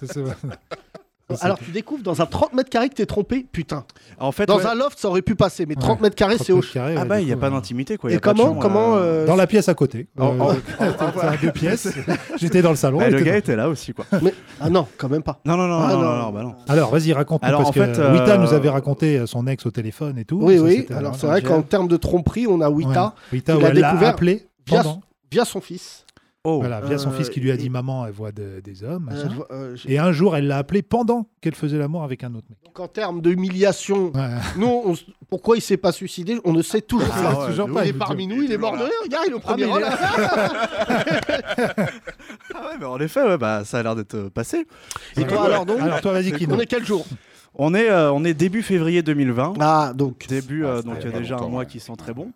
S4: c'est ça. C'est ça.
S3: Alors tu découvres dans un 30 mètres carrés que t'es trompé, putain.
S7: En fait,
S3: Dans
S7: ouais.
S3: un loft ça aurait pu passer, mais 30
S4: Ouais.
S3: mètres carrés c'est au
S4: Carré,
S7: ah
S4: ouais,
S7: bah,
S4: du
S7: il n'y a
S4: coup,
S7: pas
S4: euh,
S7: d'intimité quoi. y
S3: Et
S7: a pas de
S3: comment
S7: chambre,
S3: comment
S7: euh,
S3: euh,
S4: Dans la pièce à côté.
S7: En- en-
S4: Euh, c'est un deux pièces. J'étais dans le salon.
S7: bah,
S4: il
S7: le
S4: était
S7: gars
S4: dans-
S7: était là aussi quoi.
S3: mais- ah non, quand même pas.
S7: Non non non
S3: Ah,
S7: non,
S3: non.
S7: non, non, bah non.
S4: Alors, vas-y, raconte.
S7: Alors,
S4: Parce
S7: en
S4: que
S7: fait, euh,
S4: Wita nous avait raconté euh, son ex au téléphone et tout.
S3: Oui
S4: Ça,
S3: oui,
S4: c'était-
S3: alors c'est
S4: voilà.
S3: vrai qu'en termes de tromperie, on a Wita
S4: Ouais. Wita,
S3: il
S4: ouais,
S3: a
S4: elle l'a
S3: découvert
S4: appelé
S3: via
S4: pendant.
S3: via son fils.
S7: Oh.
S4: Voilà, via son
S3: Euh,
S4: fils qui lui a dit
S3: et-
S4: Maman, elle voit de- des hommes.
S3: Euh,
S4: machin.
S3: euh, j'ai-
S4: Et un jour, elle l'a appelé pendant qu'elle faisait l'amour avec un autre mec.
S3: donc, en termes de humiliation,
S4: Ouais.
S3: nous on s- pourquoi il s'est pas suicidé, on ne sait toujours
S4: Ah,
S3: pas.
S4: ouais, toujours
S3: il
S4: pas,
S3: est
S4: il est
S3: parmi
S5: toujours-
S3: nous,
S5: il
S3: il
S5: est
S3: est mort de
S5: toujours
S3: rire, regarde, il est au
S7: Ah, mais
S3: premier
S7: il
S3: rang
S7: est-
S3: là.
S7: Ah ouais, mais en effet, ouais, bah, ça a l'air d'être euh, passé.
S3: Et toi alors donc
S4: Alors, toi, vas-y, Kino.
S3: on est quel jour
S7: On est, euh, on est début février 2020.
S3: Ah donc
S7: Début,
S5: Ah,
S7: euh,
S5: c'était
S7: donc il y
S5: il y
S7: a
S5: a
S7: déjà un
S5: longtemps,
S7: mois
S5: ouais.
S7: qui sent très bon.
S4: Ouais.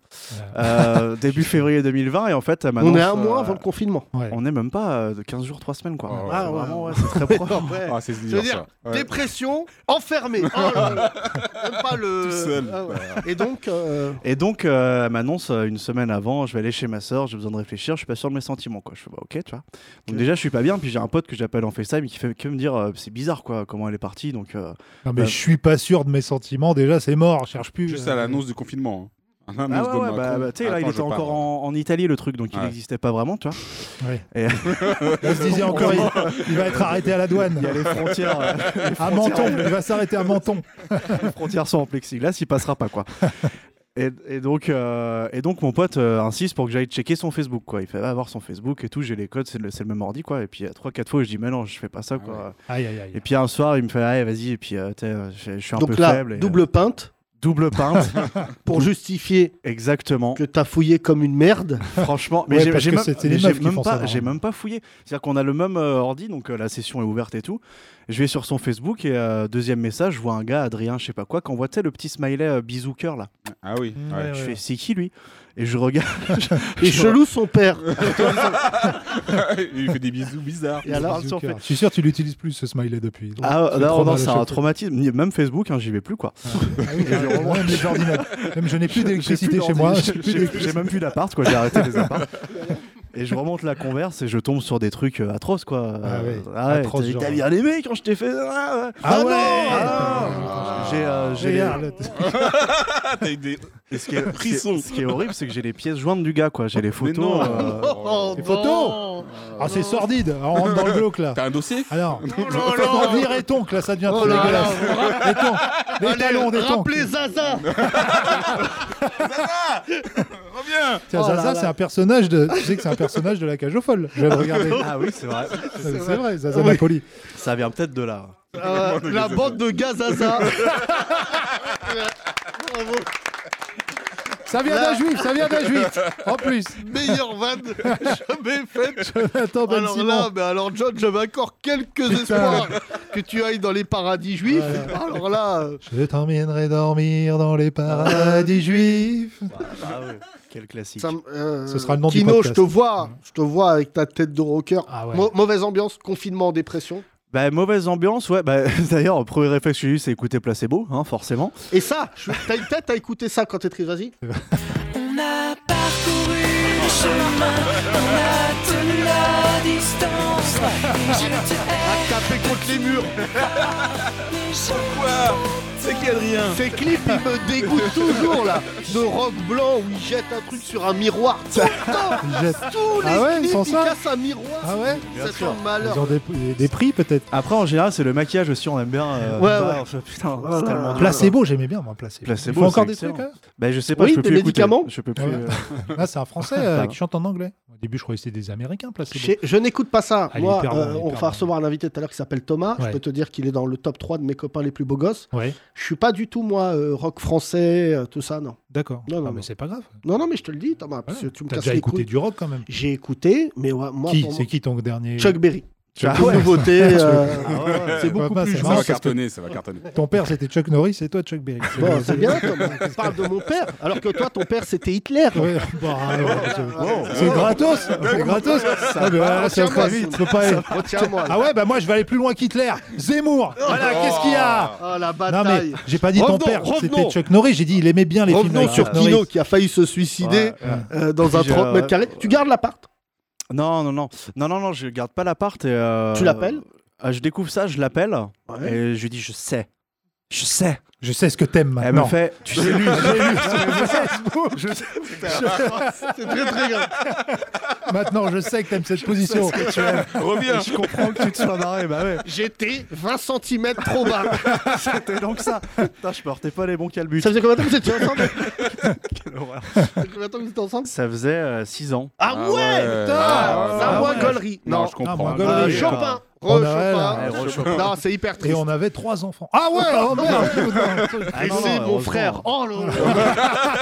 S7: Euh, début février 2020 et en fait, elle m'annonce,
S3: on est un mois
S7: euh,
S3: avant le confinement.
S4: Ouais.
S7: On est même pas euh, de 15 jours, 3 semaines quoi.
S5: Ah,
S7: C'est
S3: ouais.
S7: vraiment, ouais, c'est très proche.
S3: Ouais.
S5: Ah, c'est
S3: Je veux
S5: bizarre,
S3: dire,
S5: ça. Ouais.
S3: dépression, enfermé. Oh là là. Même pas le.
S5: Tout seul.
S3: Ah ouais. Et donc, euh,
S7: Et donc, euh, elle m'annonce euh, une semaine avant, je vais aller chez ma soeur, j'ai besoin de réfléchir, je suis pas sûr de mes sentiments quoi. Je fais bah ok, tu vois. Donc déjà, je suis pas bien, puis j'ai un pote que j'appelle en FaceTime qui fait que me dire euh, c'est bizarre quoi, comment elle est partie. Donc euh,
S4: Non, mais je suis pas sûr de mes sentiments. Déjà, c'est mort. Je cherche plus.
S5: Juste
S4: Euh,
S5: à l'annonce du confinement. hein. À
S7: ah
S5: l'annonce
S7: ouais,
S5: de
S7: ouais,
S5: Macron.
S7: bah, bah, tu sais là, il
S5: Attends,
S7: était
S5: je
S7: encore
S5: pars.
S7: en, en Italie le truc, donc il
S5: Ouais.
S7: n'existait pas vraiment, tu vois.
S4: ouais.
S7: Et-
S4: On se disait encore, il, il va être arrêté à la douane.
S7: Il y a les frontières, euh,
S4: À Menton. Il va s'arrêter à Menton.
S7: les frontières sont en plexiglas, il passera pas quoi. Et, et donc, euh, et donc mon pote euh, insiste pour que j'aille checker son Facebook quoi. Il fait va voir son Facebook et tout, j'ai les codes, c'est le, c'est le même ordi quoi. Et puis euh, trois quatre fois je dis mais non je fais pas
S5: Ah
S7: ça quoi.
S4: Aïe, aïe, aïe.
S7: Et puis un soir il me fait allez vas-y et puis euh, t'es, euh, je je suis un
S3: donc
S7: peu
S3: là,
S7: faible. et, euh,
S3: double peinte
S7: double peinte
S3: pour justifier
S7: exactement.
S3: que t'as fouillé comme une merde.
S7: Franchement, mais
S4: Oh, Ouais,
S7: j'ai-
S4: parce
S7: j'ai
S4: que
S7: même,
S4: c'est- c'est
S7: mais
S4: les
S7: j'ai
S4: meufs qui
S7: même
S4: font ça, hein.
S3: hein.
S7: pas,
S4: vraiment.
S7: j'ai même pas fouillé. C'est-à-dire qu'on a le même euh, ordi, donc euh, la session est ouverte et tout. Je vais sur son Facebook et euh, deuxième message, je vois un gars, Adrien, je sais pas quoi, qui envoie tu sais, le petit smiley euh, bisou cœur là.
S5: Ah oui.
S4: Mm,
S5: ouais.
S4: ouais,
S7: Je
S4: ouais.
S7: fais c'est qui lui Et je regarde.
S3: Et chelou son père.
S5: il fait des bisous bizarres.
S3: Et alors
S7: sur
S4: Je suis sûr que tu l'utilises plus ce smiley depuis.
S7: Ah
S4: Ce
S7: non,
S4: trauma
S7: non,
S4: l'a
S7: c'est un
S4: chopé.
S7: traumatisme. Ni- Même Facebook, hein, j'y vais plus quoi.
S4: Ah oui, ah oui, même les ordinateurs. Même je n'ai plus
S7: J'ai plus
S4: d'électricité chez
S7: d'ordi,
S4: moi.
S7: j'ai-
S4: j'ai plus
S7: J'ai
S4: d'électricité.
S7: j'ai même plus d'appart quoi, j'ai arrêté les apparts. Et je remonte la converse et je tombe sur des trucs euh, atroces, quoi.
S4: Ah ouais,
S7: Euh, ah ouais,
S4: atroces,
S7: t'as-
S4: genre.
S7: T'as bien aimé quand je t'ai fait. Ah, ouais.
S4: Ah ouais
S7: Ah J'ai, euh, j'ai les-
S4: Regarde,
S5: Ah, t'as eu des
S7: et ce, qui est, ce qui est-
S5: frissons.
S7: ce qui est horrible, c'est que j'ai les pièces jointes du gars, quoi. J'ai les
S5: Mais
S7: photos.
S5: non.
S7: euh,
S3: Oh,
S4: Les
S3: non.
S4: photos Ah, c'est sordide. On rentre dans le glauque là.
S5: T'as un dossier
S3: Oh,
S4: Alors, on dire et donc là, ça devient trop
S3: là là.
S4: dégueulasse. Et donc, des
S3: Allez,
S4: talons, des tongs.
S3: Rappelez Zaza
S5: Reviens
S4: Tiens,
S3: Oh là
S4: Zaza,
S3: là.
S4: c'est un personnage de. Tu sais que c'est un personnage de la cage aux folles. Je vais le regarder.
S7: Ah oui, c'est vrai.
S4: C'est vrai.
S3: Ah
S4: Zaza Napoli.
S7: Ça vient peut-être de là.
S3: Euh, La bande de Gazaza Bravo
S4: Ça vient d'un juif, ça vient d'un juif. En plus,
S3: Meilleure vanne jamais faite
S4: attends, Ben
S3: Alors
S4: Simon.
S3: là, mais alors John, je m'accorde quelques espoirs que tu ailles dans les paradis juifs. Alors là, euh,
S4: Je t'emmènerai dormir dans
S3: Ah.
S4: les paradis juifs.
S7: Ah ouais. Quel classique.
S3: ça me- euh,
S4: Ce sera le nom du
S3: Kino,
S4: podcast.
S3: je te vois, je te vois avec ta tête de rocker.
S4: Ah ouais.
S3: Mau- mauvaise ambiance, confinement, dépression.
S7: Bah, mauvaise ambiance, ouais. Bah, D'ailleurs, le premier réflexe que j'ai eu, c'est écouter Placebo, hein, forcément.
S3: Et ça, je- t'as une tête à écouter ça quand t'es triste, vas-y.
S8: On a parcouru le chemin, on a tenu la distance. Et je te hais,
S3: Taper contre les murs.
S8: mais je
S5: Quoi C'est qui Adrien
S3: Ces clips, ils me dégoûtent toujours là. De rock blanc où ils jettent un truc sur un miroir. Tout le temps.
S4: Ils jettent-
S3: Tous les
S4: Ah ouais, ils
S3: clips,
S4: font
S3: ils
S4: ça
S3: cassent un miroir.
S4: Ah ouais
S3: ça fait
S7: sûr.
S3: un malheur.
S4: Ils ont des, des prix peut-être.
S7: Après, en général, c'est le maquillage aussi, on aime bien. euh,
S3: Ouais,
S7: bah, Putain, c'est
S3: Ah.
S7: tellement dur.
S4: Placebo, j'aimais bien moi Placebo.
S7: Placebo,
S4: Ils font encore
S7: c'est
S4: des
S7: excellent.
S4: trucs. hein
S7: Bah, je sais pas,
S3: Oui,
S7: je peux
S3: des
S7: plus écouter.
S3: médicaments.
S7: Je peux plus.
S4: Ah ouais.
S7: euh,
S4: Là, c'est un Français euh, qui chante en anglais. Au début, je croyais que c'était des Américains Ah, Placebo.
S3: Je, je n'écoute pas ça.
S4: Ah, il est
S3: Moi,
S4: hyper bon, il est
S3: euh, on
S4: hyper
S3: va
S4: bon.
S3: recevoir un invité tout à l'heure qui s'appelle Thomas. Je
S4: Ouais.
S3: peux te dire qu'il est dans le top 3 de mes copains les plus beaux gosses.
S4: Ouais,
S3: Je suis pas du tout, moi, euh, rock français, euh, tout ça, non.
S4: d'accord.
S3: Non, non,
S4: Ah,
S3: non.
S4: mais c'est pas grave.
S3: Non, non, mais je te le dis, Thomas, parce que
S4: Voilà.
S3: tu me
S4: T'as
S3: casses
S4: déjà
S3: les
S4: écouté
S3: couilles.
S4: du rock quand même.
S3: J'ai écouté, mais ouais, moi,
S4: Qui
S3: pour
S4: C'est qui ton dernier
S3: moi, Chuck Berry. Ah,
S4: Chuck
S3: C'est une
S4: Berry.
S3: nouveauté. euh,
S7: Ah,
S4: C'est beaucoup plus.
S5: Ça va cartonner, ça va cartonner.
S4: Ton père, c'était Chuck Norris et toi, Chuck Berry.
S3: bon, c'est bien, Thomas. Tu parles de mon père, alors que toi, ton père, c'était Hitler.
S4: Ouais, bah, ouais, c'est c'est gratos, c'est gratos. Ah, mais voilà,
S3: va,
S4: ça
S3: tiens-moi,
S4: va
S3: ça.
S4: vite, faut pas-
S3: Retiens-moi. là.
S4: Ah ouais, bah moi je vais aller plus loin qu'Hitler. Zemmour, voilà, qu'est-ce qu'il y a
S3: Ah, la
S4: Non mais
S3: bataille.
S4: j'ai pas dit ton
S3: Revenons,
S4: père,
S3: revenons.
S4: c'était Chuck Norris. J'ai dit il aimait bien les films.
S3: Revenons
S4: avec
S3: sur
S4: Chuck Norris.
S3: Kino qui a failli se suicider
S7: Ouais, ouais.
S3: euh, dans un
S7: Puis,
S3: 30
S7: euh,
S3: mètres carrés. Tu gardes l'appart
S7: Non, non, non. Non, non, non, je garde pas l'appart. et, euh,
S3: Tu l'appelles
S7: euh, Je découvre ça, je l'appelle.
S3: Ouais.
S7: Et je lui dis, je sais. Je sais.
S4: Je sais ce que t'aimes
S7: Elle
S4: maintenant.
S7: me fait, tu sais, lui,
S3: C'est très très grave.
S4: Maintenant je sais que t'aimes cette position.
S5: Reviens
S7: je comprends que tu te sois marré. Bah ouais,
S3: J'étais 20 cm trop bas.
S7: c'était donc ça. Putain, je portais pas les bons calbutes.
S3: Ça faisait combien de temps que vous étiez ensemble
S7: Quelle horreur.
S3: Ça faisait combien de temps que vous étiez ensemble
S7: Ça faisait 6 ans.
S3: Ah,
S5: Ah
S3: ouais,
S5: ouais.
S3: Putain
S5: Ah ouais.
S3: Ça,
S5: Ah
S3: moi,
S4: ouais.
S3: gaulerie.
S5: Non,
S3: Non,
S5: je comprends.
S4: Ah,
S3: Euh,
S4: gaulerie.
S5: Chopin.
S3: Chopin.
S4: On
S3: Re
S4: a-
S3: Chopin.
S7: Ouais, re-
S3: Non, c'est hyper
S4: Et
S3: triste.
S4: on avait trois enfants. Ah ouais, oh merde.
S7: Ah
S3: Et
S7: non,
S3: c'est
S7: non,
S3: mon
S7: heureusement.
S3: frère. Oh là là.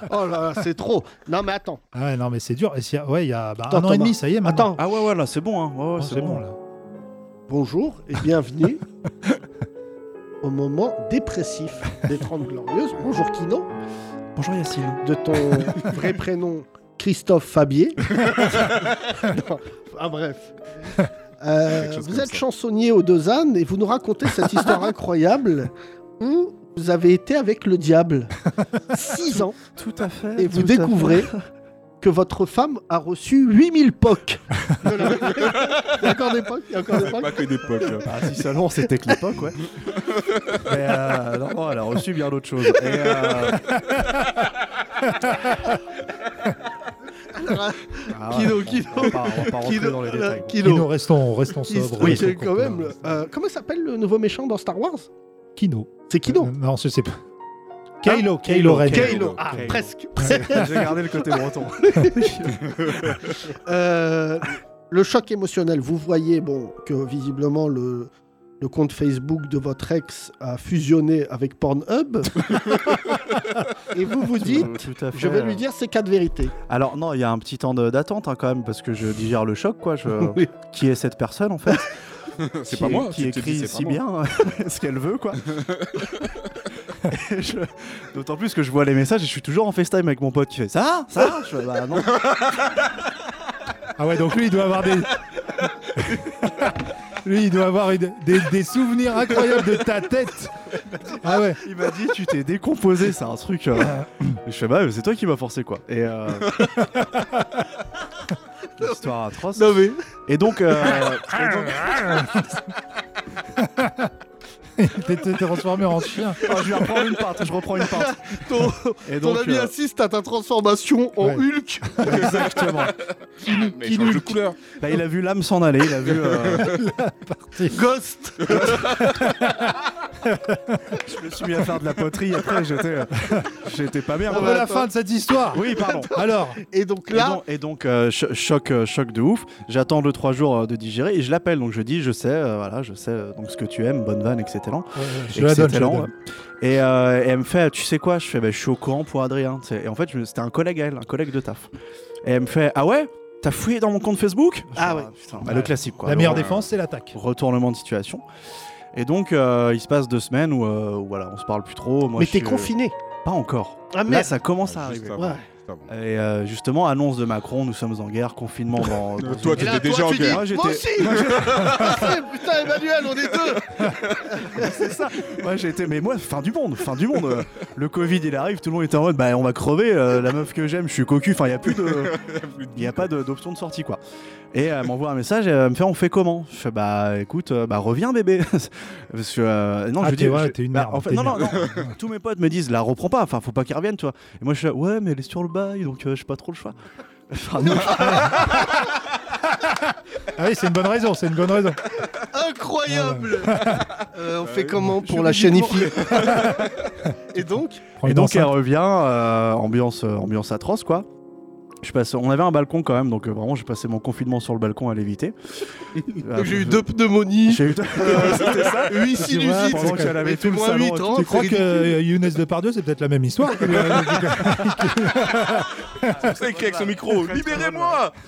S3: oh là là, c'est trop. Non, mais attends.
S4: Ah ouais, non mais c'est dur. Et si- ouais, il y a bah,
S3: Attends,
S4: un an et
S3: Thomas.
S4: demi, ça y est. Maintenant.
S3: Attends.
S7: Ah ouais, ouais, là, c'est bon, hein. Ouais, ouais,
S4: Oh,
S7: c'est bon.
S4: là.
S3: Bonjour et bienvenue au moment dépressif des 30 Glorieuses. Bonjour, Kino.
S7: Bonjour Yacine.
S3: de ton vrai prénom Christophe Fabier. Non, ah bref. Euh,
S5: Quelque chose
S3: vous
S5: comme
S3: êtes
S5: ça.
S3: chansonnier aux deux ânes et vous nous racontez cette histoire incroyable où vous avez été avec le diable six ans
S7: Tout à fait.
S3: et vous découvrez que votre femme a reçu 8000 POC. Il y a encore des POC, il y a encore des
S5: Pas
S3: POC.
S5: que des hein. pocs.
S7: Ah, si seulement c'était que l'époque, ouais. Mais euh, non, non, elle a reçu bien d'autres choses. Et, euh, ah ouais,
S3: Kino,
S7: on-
S3: Kino,
S7: On va pas, on va pas rentrer
S3: Kino,
S7: dans les
S3: euh,
S7: détails.
S4: Kino,
S3: Kino.
S4: restons, restons
S3: Il se
S4: sobres.
S3: trouve
S4: restons
S3: que
S4: contents.
S3: quand même. euh, comment s'appelle le nouveau méchant dans Star Wars
S4: Kino.
S3: C'est Kino.
S4: Euh, Non, je sais pas. Kylo, Kylo Ren.
S3: Kylo. Ah,
S7: Kylo.
S3: presque.
S7: J'ai gardé le côté breton.
S3: Euh, le choc émotionnel, vous voyez bon, que visiblement le, le compte Facebook de votre ex a fusionné avec Pornhub. et vous vous dites,
S7: Tout à fait.
S3: je vais lui dire ces quatre vérités.
S7: Alors non, il y a un petit temps de- d'attente hein, quand même parce que je digère le choc, quoi. Je... Qui est cette personne en fait
S5: C'est
S7: Qui
S5: pas
S7: est-
S5: moi.
S7: Qui
S5: tu te dis,
S7: écrit
S5: c'est
S7: si
S5: pas moi.
S7: bien hein, ce qu'elle veut, quoi. Et je- D'autant plus que je vois les messages et je suis toujours en FaceTime avec mon pote qui fait ça, ça. Je fais, bah non.
S4: Ah ouais, donc lui, il doit avoir des. lui, il doit avoir une- des, des souvenirs incroyables de ta tête. Ah ouais.
S7: Il m'a dit tu t'es décomposé, c'est un truc. euh. Et Je fais bah c'est toi qui m'as forcé quoi. Et euh, Quelle Histoire atroce.
S3: Non mais.
S7: Et donc, euh,
S5: Ah,
S7: et donc-
S4: Il était transformé en chien.
S7: Oh, je vais reprendre une part. Je reprends une part.
S3: Ton,
S7: Et
S3: ton
S7: donc,
S3: ami
S7: euh,
S3: assiste à ta transformation en
S4: ouais.
S3: Hulk.
S7: exactement.
S5: Mais il change de couleur.
S7: Bah, il a vu l'âme s'en aller. Il a vu. euh,
S3: Ghost.
S7: je me suis mis à faire de la poterie. Après, j'étais, euh, j'étais pas bien.
S4: On
S7: quoi.
S4: veut la fin de cette histoire.
S7: Oui, pardon.
S4: Alors,
S3: Et donc
S7: Et
S3: là,
S7: donc, et donc, euh, cho- choc, euh, choc de ouf. J'attends deux trois jours euh, de digérer et je l'appelle. Donc je dis, je sais, euh, voilà, je sais euh, donc ce que tu aimes, bonne vanne, etc.
S4: je la donne. Je la
S7: Excellent.
S4: donne.
S7: Et, euh, et elle me fait, tu sais quoi Je fais, bah, je suis au courant pour Adrien. tu sais. Et en fait, je me- c'était un collègue à elle, un collègue de taf. Et elle me fait, ah ouais T'as fouillé dans mon compte Facebook Je fais,
S3: Ah ouais.
S7: putain, bah, le classique quoi.
S4: La meilleure
S7: Le
S4: défense, c'est l'attaque.
S7: Retournement de situation. Et donc, euh, il se passe deux semaines où, euh, où, voilà, on se parle plus trop. Moi,
S3: mais
S7: je
S3: t'es
S7: suis- euh,
S3: confiné.
S7: Pas encore.
S3: Ah
S7: Là,
S3: merde.
S7: ça commence à
S5: Juste avant,
S7: arriver.
S3: Ouais.
S5: juste avant.
S7: Et euh, justement, annonce de Macron, nous sommes en guerre, confinement dans. dans
S5: Euh, Toi,
S7: une-
S5: t'étais déjà en
S3: tu dis,
S5: guerre.
S7: Moi, j'étais-
S3: Moi aussi. Ah, Putain, Emmanuel, on est deux.
S7: C'est ça. Moi j'ai été, mais moi, fin du monde, fin du monde. Euh, Le Covid il arrive, tout le monde est en mode, bah on va crever. euh, la meuf que j'aime, je suis cocu. Enfin, il y a plus de, il y a pas de- d'option de sortie quoi. Et elle m'envoie un message, elle me fait, on fait comment Je fais, bah écoute, euh, bah reviens bébé. Parce que euh, non,
S4: Ah,
S7: je lui
S4: t'es-
S7: dis,
S4: ouais,
S7: je-
S4: t'es une
S7: bah,
S4: merde,
S7: en fait,
S4: t'es
S7: non,
S4: une
S7: non, non. Tous mes potes me disent, la reprends pas. Enfin, faut pas qu'elle revienne, toi. Et moi je suis là, ouais, mais elle est sur le bail, donc euh, je j'ai pas trop le choix. Enfin, non,
S4: Ah oui, c'est une bonne raison, c'est une bonne raison.
S3: Incroyable. Euh,
S7: Bah
S3: on fait
S5: oui.
S3: comment pour la chaîne IFI Et donc,
S4: Prends
S7: Et
S4: une
S7: donc elle
S4: enceinte.
S7: revient, euh, ambiance, euh, ambiance atroce quoi. Je passe, on avait un balcon quand même, donc euh, vraiment j'ai passé mon confinement sur le balcon à l'éviter. Euh,
S3: j'ai eu deux pneumonies,
S7: J'ai eu deux.
S3: euh, huit sinusites,
S7: pendant qu'elle avait
S3: mais
S7: tout le
S3: moins
S7: salon
S3: huit,
S7: et tout,
S3: hein,
S4: tu crois
S3: c'est
S4: que euh, Younes Depardieu, c'est peut-être la même histoire que le-
S5: Ah, C'est qui avec son micro Libérez-moi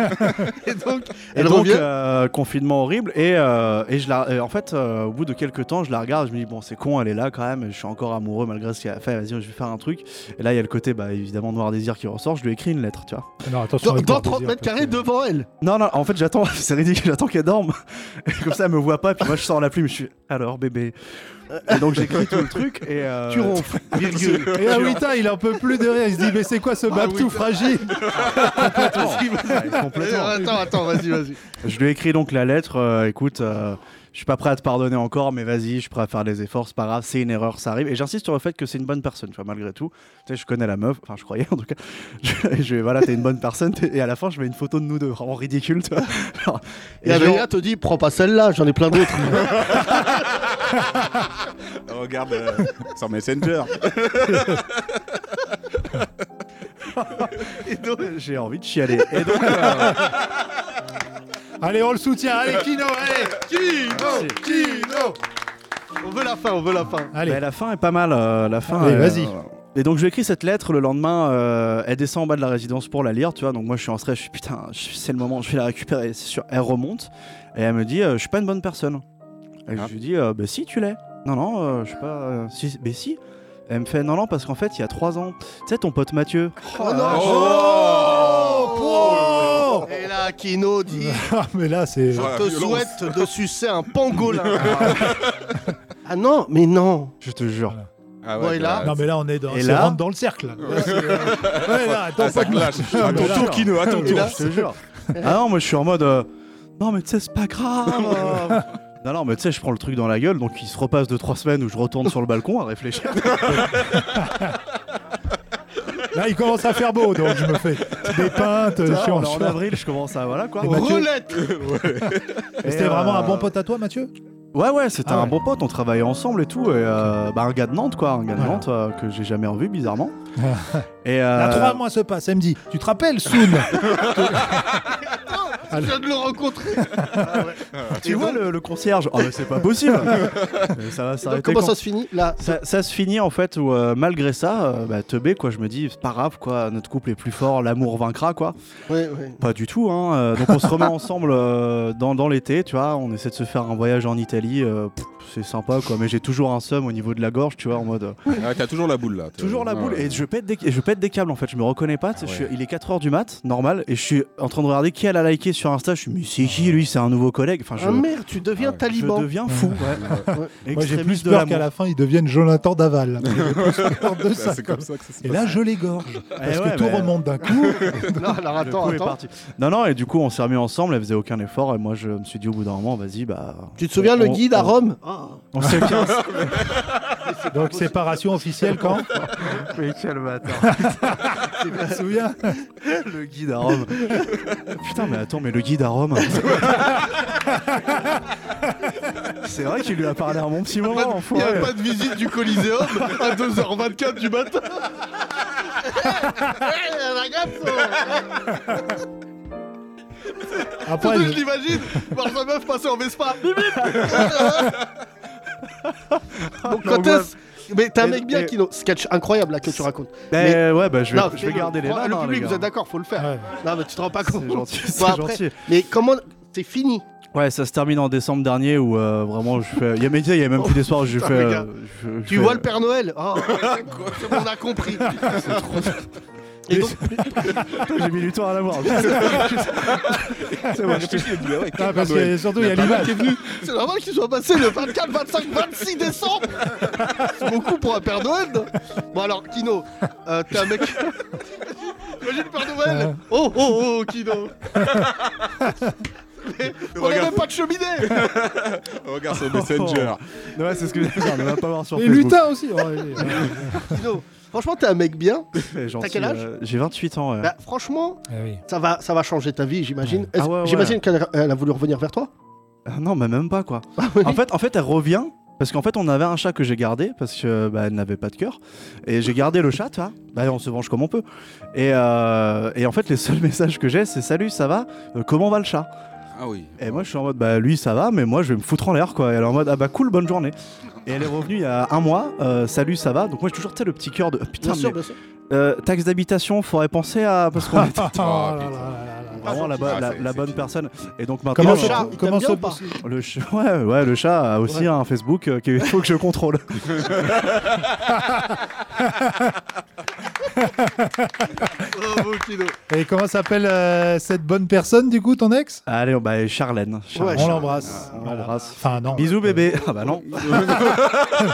S3: Et donc,
S7: Et
S3: Elle
S7: donc,
S3: revient.
S7: euh, confinement horrible. Et, euh, et je la, et en fait, euh, au bout de quelques temps, je la regarde. Je me dis, bon, c'est con, elle est là quand même. Je suis encore amoureux malgré ce qu'elle a fait. Vas-y, je vais faire un truc. Et là, il y a le côté, bah, évidemment, Noir Désir qui ressort. Je lui écris une lettre, tu vois.
S4: Non, attention.
S3: dans,
S4: avec
S3: dans
S4: leur
S3: 30
S4: désir,
S3: mètres
S4: parce que-
S3: carrés devant elle.
S7: Non, non, en fait, j'attends, c'est ridicule, j'attends qu'elle dorme. Comme ça, elle me voit pas, puis moi, je sors la plume, je suis alors bébé. Et donc, j'écris tout le truc et. euh,
S3: Tu ronfles, virgule.
S4: Et ah oui, tain, il en peut plus de rire. Il se dit, mais c'est quoi ce
S3: Ah,
S4: bab
S3: oui,
S4: tout fragile
S7: Complètement. Ouais, complètement.
S3: Euh, attends, attends, vas-y, vas-y.
S7: Je lui écris donc la lettre, euh, écoute. euh, Je suis pas prêt à te pardonner encore, mais vas-y, je suis prêt à faire des efforts, c'est pas grave, c'est une erreur, ça arrive. Et j'insiste sur le fait que c'est une bonne personne, tu vois, malgré tout. Tu sais, je connais la meuf, enfin, je croyais en tout cas. Je, je- voilà, t'es une bonne personne. t'es- Et à la fin, je mets une photo de nous deux, vraiment ridicule, tu vois. Genre,
S3: Et
S7: genre-
S3: Adrien te dit, prends pas celle-là, j'en ai plein d'autres.
S5: Regarde, euh, sur Messenger.
S7: et donc, j'ai envie de chialer. Et donc, euh,
S4: Allez, on le soutient. Allez, Kino, allez.
S3: Kino, Kino On veut la fin, on veut la fin.
S7: Mais
S4: Allez.
S7: la fin est pas mal. euh, la fin.
S4: Allez,
S7: euh,
S4: vas-y.
S7: Et donc je lui écris cette lettre le lendemain. euh, elle descend en bas de la résidence pour la lire, tu vois. Donc moi je suis en stress. Je suis putain, je- c'est le moment. Je vais la récupérer. C'est sûr. Elle remonte et elle me dit, euh, je suis pas une bonne personne. Et
S3: Ah.
S7: je lui dis, euh, bah si tu l'es. Non non, euh, je suis pas. euh, si, mais si. Elle me fait non non parce qu'en fait il y a trois ans, tu sais ton pote Mathieu.
S3: Oh non Oh,
S4: Oh, pro
S3: Et là, Kino dit,
S4: oh, Ah, mais là, c'est.
S5: Ah, la
S3: je te
S5: violence.
S3: souhaite de sucer un pangolin. ah non, mais non.
S7: Je te jure.
S5: Ah
S3: Bon, et là
S5: bah,
S4: Non, mais là, on est dans.
S7: Et
S4: on
S7: là
S4: rentre dans le cercle. là. Ouais, là, attends,
S5: Ah, ça
S4: pas-
S5: clash.
S4: Non,
S5: À
S4: mais
S5: ton
S4: là-
S5: tour, Kino, à ton
S7: Je
S5: tour.
S7: te jure. ah non moi je suis en mode. euh, non mais tu sais c'est pas grave. euh. Non, non, mais tu sais, je prends le truc dans la gueule, donc il se repasse de trois semaines où je retourne sur le balcon à réfléchir.
S4: Là, il commence à faire beau, donc je me fais des pintes. Je
S7: Tu
S4: suis en
S7: vois, on est en
S4: short.
S7: avril, je commence à voilà quoi. Oh.
S4: Et Mathieu-
S3: Roulette
S7: Et,
S4: C'était
S7: euh,
S4: vraiment un bon pote à toi, Mathieu
S7: Ouais ouais, c'était
S4: Ah
S7: un
S4: ouais.
S7: bon pote, on travaillait ensemble et tout. Et euh, bah, un gars de Nantes quoi, un gars de
S4: Voilà.
S7: Nantes euh, que j'ai jamais revu bizarrement. et euh,
S4: Là, trois mois se passent. Elle me dit Tu te rappelles, Soon
S7: Ah
S3: Je viens de le rencontrer. Euh,
S7: tu vois le, le concierge Oh mais c'est pas possible. Euh, ça va
S3: Donc,
S7: s'arrêter.
S3: comment
S7: quand
S3: ça se finit Là,
S7: ça, ça se finit en fait où euh, malgré ça, euh, bah, teubé quoi, je me dis c'est pas grave quoi, notre couple est plus fort, l'amour vaincra quoi.
S3: ouais, ouais.
S7: Pas du tout, hein. euh, donc on se remet ensemble euh, dans, dans l'été, tu vois. On essaie de se faire un voyage en Italie. euh, pff, c'est sympa quoi, mais j'ai toujours un somme au niveau de la gorge, tu vois, en mode. euh,
S5: Ah, T'as toujours la boule là. t'as-
S7: Toujours la boule
S5: Ouais.
S7: et je pète des et je pète des câbles en fait, je me reconnais pas, tu sais,
S5: Ah
S7: je suis-
S5: ouais.
S7: il est 4h du mat, normal et je suis en train de regarder qui elle a liké sur Insta, je suis mais c'est qui lui, c'est un nouveau collègue, enfin je,
S3: Ah merde, tu deviens
S5: Ah ouais.
S7: je
S3: taliban.
S7: deviens fou.
S4: Moi, j'ai plus
S7: Extrémiste de
S4: peur
S7: l'amour.
S4: qu'à la fin, ils deviennent Jonathan Daval. J'ai plus peur de
S5: Bah,
S4: ça,
S5: C'est
S4: quoi.
S5: comme ça que ça se
S4: Et
S5: passe.
S4: là, je l'égorge. Parce
S7: Eh ouais,
S4: que tout
S7: mais-
S4: remonte d'un coup.
S3: Non, alors
S7: Le
S3: attends,
S7: coup est
S3: attends.
S7: parti. Non non, et du coup on s'est remis ensemble, elle faisait aucun effort et moi je me suis dit au bout d'un moment, vas-y bah
S3: Tu te souviens
S7: on-
S3: le guide à
S7: on-
S3: Rome
S7: On s'est
S4: Donc, séparation officielle quand
S7: Mais quel bâtard.
S4: Tu te souviens
S7: Le guide à Rome. Putain, mais attends, mais le guide à Rome. C'est vrai qu'il lui a parlé à mon petit moment,
S3: Il n'y
S7: enfoiré.
S3: a pas de visite du Coliseum à 2h24 du matin. hein.
S4: Après, je-
S3: l'imagine voir sa meuf passer en Vespa. Donc quand est-ce mais t'as un mec bien
S7: Et-
S3: qui sketch incroyable là que tu racontes.
S7: Mais,
S3: Mais-
S7: ouais, bah je vais,
S3: Non,
S7: je vais garder les
S3: le-
S7: vannes, hein,
S3: Le public,
S7: les
S6: gars.
S3: vous êtes d'accord, faut le faire.
S4: Ouais.
S3: Non mais tu te rends pas
S7: gars.
S3: compte.
S7: C'est gentil,
S3: Bon,
S7: c'est
S3: après,
S7: gentil.
S3: Mais comment c'est fini
S7: Ouais, ça se termine en décembre dernier où euh, vraiment je fais. Il y a média, il y a même plus des soirs où je fais.
S3: Putain, les gars.
S7: euh, je- je
S3: Tu
S7: fais-
S3: vois le Père Noël Oh, c'est bon, On a compris. Et donc,
S7: J'ai mis du temps à l'avoir.
S5: C'est vrai, je réfléchis, il me dit, ah ouais,
S4: Ah,
S5: quel
S4: parce
S5: Noël.
S4: que surtout, il y a l'image.
S3: c'est normal qu'il soit passé le 24, 25, 26 décembre. C'est beaucoup pour un Père Noël. Bon alors, Kino, euh, t'es un mec. Imagine le Père Noël.
S7: Ah.
S3: Oh oh oh, Kino. Mais on n'a
S5: Regarde.
S3: même pas de cheminée.
S5: Regarde son messenger.
S7: ouais, c'est ce que j'ai fait. On va pas voir sur
S4: Et
S7: Facebook.
S4: lutin aussi. Oh, ouais, ouais.
S3: Kino, franchement, t'es un mec bien.
S7: Eh, gentil,
S3: quel âge
S7: euh, J'ai 28 ans. ouais.
S3: Bah, franchement,
S4: Ah oui.
S3: ça va, ça va changer ta vie, j'imagine.
S7: Ah
S3: Est-ce-
S7: ouais, ouais.
S3: J'imagine qu'elle elle a voulu revenir vers toi.
S7: Ah non, mais même pas quoi.
S3: oui.
S7: en, fait, en fait, elle revient. Parce qu'en fait, on avait un chat que j'ai gardé parce que bah, elle n'avait pas de cœur. Et j'ai gardé le chat, tu vois. Bah, on se venge comme on peut. Et, euh, et en fait, les seuls messages que j'ai, c'est Salut, ça va Euh, Comment va le chat
S5: Ah oui.
S7: Et moi, je suis en mode Bah, lui, ça va, mais moi, je vais me foutre en l'air, quoi. Et elle est en mode Ah, bah, cool, bonne journée. Et elle est revenue il y a un mois. euh, Salut, ça va Donc, moi, j'ai toujours, tu sais, le petit cœur de oh, Putain, mais,
S3: bien sûr.
S7: euh, taxe d'habitation, faudrait penser à. Parce qu'on était
S4: Oh là là là là.
S5: putain.
S7: vraiment la, bo-
S5: Ah,
S7: la-
S5: c'est-
S7: la
S5: c'est
S7: bonne
S5: fini.
S7: personne. Et donc, maintenant.
S4: Comment
S3: le chat,
S4: se-
S3: il
S4: comment
S3: t'aime bien
S4: se
S3: ou pas
S4: poursuit
S7: Le ch- ouais, ouais, le chat a aussi un Facebook euh, qu'il faut que je contrôle.
S3: Bravo, Kino.
S4: Et comment s'appelle euh, cette bonne personne, du coup, ton ex
S7: Allez, on- bah, Charlène. Charlène.
S3: Ouais,
S4: On l'embrasse.
S7: On
S4: Voilà.
S7: l'embrasse.
S4: Enfin, non.
S7: Bisous bébé. Ah bah non. Ah,
S4: Non,
S7: non, il y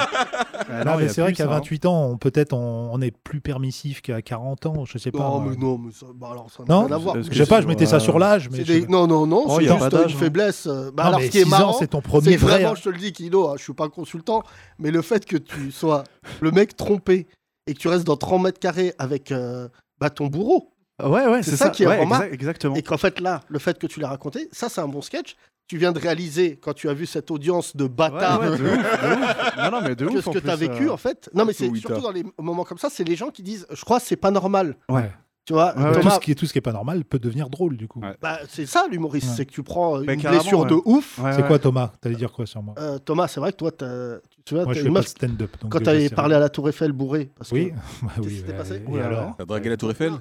S4: Ah, mais
S7: a
S4: c'est vrai
S7: plus,
S4: qu'à
S7: hein.
S4: 28 ans, on- peut-être on, on est plus permissif qu'à 40 ans, je sais pas.
S3: Non,
S4: moi.
S3: mais non, mais ça, bah alors, ça n'a
S4: Non
S3: rien à voir.
S7: Parce que
S4: Je sais pas,
S7: c'est-
S4: je mettais ça
S7: ouais.
S4: sur l'âge, mais
S3: C'est
S4: je-
S3: des- Non, non, non,
S7: Oh,
S3: c'est
S7: y a
S3: juste
S7: pas d'âge,
S3: une
S7: hein.
S3: faiblesse. euh, Bah,
S4: Non,
S3: alors,
S4: mais
S3: ce qui est
S4: 6 ans,
S3: marrant,
S4: c'est ton
S3: c'est
S4: premier vrai.
S3: vraiment, je te le dis, Kino, hein, je suis pas consultant, mais le fait que tu sois le mec trompé et que tu restes dans 30 mètres carrés avec euh, bah, ton bourreau,
S7: Ouais ouais,
S3: C'est
S7: c'est
S3: ça
S7: ça,
S3: qui est
S7: ouais,
S3: remarque-
S7: exa- exactement.
S3: et qu'en fait, là, le fait que tu l'as raconté, ça, c'est un bon sketch. Tu viens de réaliser, quand tu as vu cette audience de bâtards,
S7: Ouais, ouais, de ouf, de ouf. Non non mais de
S3: que
S7: ouf.
S3: ce
S7: en
S3: que tu as
S7: plus,
S3: vécu,
S7: euh.
S3: en fait. Non, mais c'est
S5: oui,
S3: surtout
S5: t'as-
S3: dans les moments comme ça, c'est les gens qui disent, je crois, que c'est pas normal.
S7: Ouais.
S3: Tu vois,
S7: Ouais, ouais.
S4: tout,
S3: Ah, Thomas,
S4: ce qui est, tout ce qui est pas normal peut devenir drôle, du coup.
S5: Ouais.
S3: bah, c'est ça l'humoriste,
S4: Ouais.
S3: c'est que tu prends euh,
S7: Mais
S3: une
S7: Bah, carrément,
S3: blessure de ouf.
S7: Ouais,
S4: C'est
S7: ouais.
S4: quoi, Thomas T'allais dire quoi sur moi
S3: Euh, Thomas, c'est vrai que toi, t'as- tu te souviens,
S4: Moi,
S3: t'as
S4: je fais
S3: une
S4: pas
S3: meuf
S4: de stand-up. donc
S3: Quand
S4: déjà,
S3: t'avais
S4: c'est
S3: parlé à la Tour Eiffel bourré. Parce
S4: Oui,
S3: que-
S4: bah
S3: Qu'est-ce qui
S4: oui.
S3: s'était
S4: bah,
S3: passé
S4: et
S7: Ouh là là.
S4: alors
S5: T'as dragué la tour Eiffel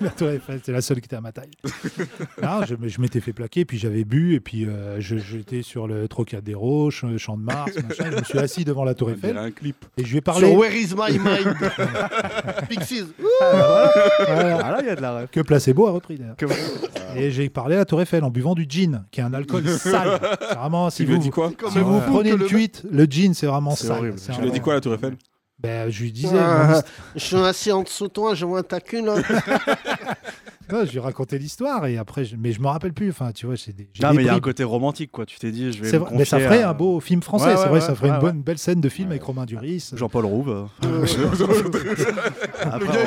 S4: La Tour Eiffel, c'est la seule qui était à ma taille. Non, je, me- je m'étais fait plaquer, puis j'avais bu, et puis euh, je- j'étais sur le Trocadéro, ch- Champ de Mars, machin. Je me suis assis devant la Tour
S5: On dirait
S4: Eiffel
S5: un clip.
S4: et je lui ai
S3: Sur
S4: parlé.
S3: Where is my mind Pixies. Ouh,
S4: Voilà.
S7: Ah là, il y a de la ref.
S4: Que placebo a repris d'ailleurs.
S7: Que-
S4: Et j'ai parlé à la Tour Eiffel en buvant du gin, qui est un alcool sale. C'est Vraiment, si
S5: Tu lui as
S4: vous,
S5: dit quoi
S3: comme
S4: si vous
S3: fou
S4: prenez
S3: que
S4: le
S3: mec-
S4: tweet, le gin, c'est vraiment
S7: C'est
S4: sale.
S7: horrible.
S4: C'est
S5: Tu
S4: un-
S5: lui as dit quoi la tour Eiffel
S4: Ben, je lui disais,
S3: Ah.
S4: mon hist-
S3: Je suis assis en dessous de toi, je vois ta cul. là. Ah.
S4: non, je lui racontais l'histoire et après, je- mais je me rappelle plus. Enfin, tu vois, j'ai des, j'ai
S7: Non
S4: des
S7: mais il y a un
S4: bribes.
S7: côté romantique quoi. Tu t'es dit je vais.
S4: C'est
S7: me
S4: vrai, mais ça
S7: confier
S4: ferait
S7: à-
S4: un beau film français,
S7: Ouais,
S4: c'est
S7: ouais,
S4: vrai, ça
S7: ouais,
S4: ferait une
S7: ouais,
S4: bonne belle scène de film avec Romain Duris.
S7: Jean-Paul Rouve. euh. Après,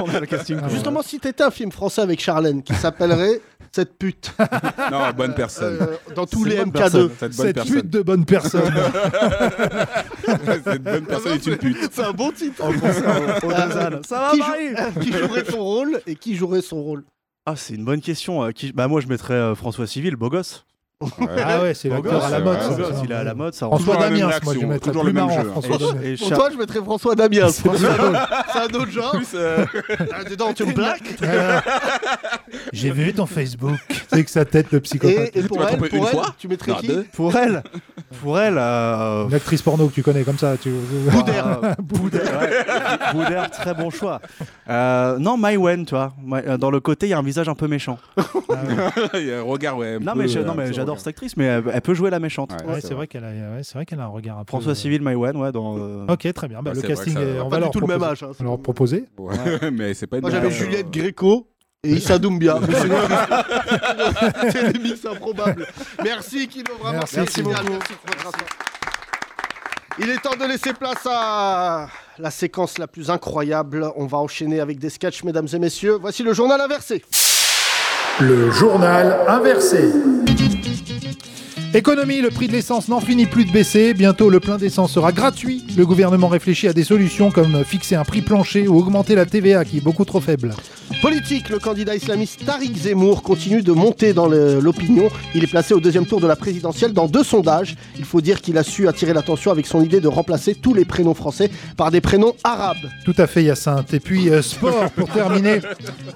S7: on- on a le casting.
S4: Ah,
S3: Justement, si t'étais un film français avec Charlène qui s'appellerait Cette pute,
S5: Non, bonne personne.
S3: euh, dans tous
S7: C'est
S3: les
S7: bonne
S3: MK2.
S5: Cette bonne
S4: Cette pute
S5: personne.
S4: de bonne personne.
S5: Cette bonne personne est une pute.
S3: C'est un bon titre. Euh,
S7: Ozan. Ça va
S3: qui,
S7: Marie
S3: jou- qui jouerait son rôle et qui jouerait son rôle
S7: Ah, c'est une bonne question. euh, qui... Bah, moi, je mettrais euh, François Civil, beau gosse.
S4: Ah ouais, c'est
S5: Beau
S4: l'acteur
S5: gosse,
S4: à la mode.
S5: ouais,
S4: ça,
S5: beau
S4: c'est
S5: gosse,
S4: un-
S7: il est à la mode, ça rend
S4: François
S5: Toujours la même
S4: Damiens, moi je
S5: réaction,
S4: vais mettre
S5: toujours
S4: plus
S5: le même
S4: marrant.
S5: jeu.
S4: François Damiens.
S7: et
S3: Pour
S7: Cha-
S3: toi, je mettrais François Damiens.
S4: C'est
S3: François-
S4: pas drôle.
S3: C'est un autre genre.
S5: Plus, euh,
S3: Ah, Dedans, tu me plaques.
S4: Alors, J'ai vu ton Facebook. C'est que sa tête, le psychopathe.
S3: Et, et
S5: Tu
S3: pour
S5: m'as
S3: elle,
S5: trompé
S3: pour
S5: une
S3: elle,
S5: fois
S3: tu mettrais
S5: Non,
S3: qui
S5: deux.
S7: pour elle, pour elle, euh,
S4: Une actrice porno que tu connais comme ça. Tu...
S7: Boudère. euh, Boudère, ouais. Boudère, très bon choix. Euh, non, Mywen, tu vois. My- euh, Dans le côté, il y a un visage un peu méchant.
S3: Ah
S5: il y a un regard, ouais. un
S7: Non,
S5: peu,
S7: mais, je-
S5: euh,
S7: non, mais
S5: ce
S7: j'adore
S5: regard.
S7: cette actrice, mais elle, elle peut jouer la méchante.
S5: Ouais,
S4: Ouais, c'est vrai qu'elle a, ouais, c'est vrai qu'elle a un regard un peu. euh,
S7: François Civil, Mywen, ouais, dans. euh,
S4: Ok, très bien. Bah,
S5: Ouais,
S4: le
S5: c'est vrai
S4: casting,
S5: que ça-
S4: est- on
S3: Pas
S4: va
S3: du
S4: leur
S3: tout le même
S4: proposer.
S3: âge. hein.
S4: On va leur proposer.
S5: Ouais, mais c'est pas une
S3: Moi, j'avais
S5: blague, euh,
S3: Juliette Gréco et Issa Doumbia. Mais sinon, C'est des mix improbables. Merci, Kino, vraiment.
S4: Merci,
S3: Merci
S4: Kino.
S3: beaucoup. Merci pour votre attention. Il est temps de laisser place à la séquence la plus incroyable. On va enchaîner avec des sketchs, mesdames et messieurs. Voici le journal inversé.
S1: Le journal inversé.
S4: Économie, le prix de l'essence n'en finit plus de baisser. Bientôt, le plein d'essence sera gratuit. Le gouvernement réfléchit à des solutions comme fixer un prix plancher ou augmenter la TVA qui est beaucoup trop faible.
S3: Politique, le candidat islamiste Tariq Zemmour continue de monter dans le- l'opinion. Il est placé au deuxième tour de la présidentielle dans deux sondages. Il faut dire qu'il a su attirer l'attention avec son idée de remplacer tous les prénoms français par des prénoms arabes.
S4: Tout à fait, Hyacinthe. Et puis, euh, sport pour terminer.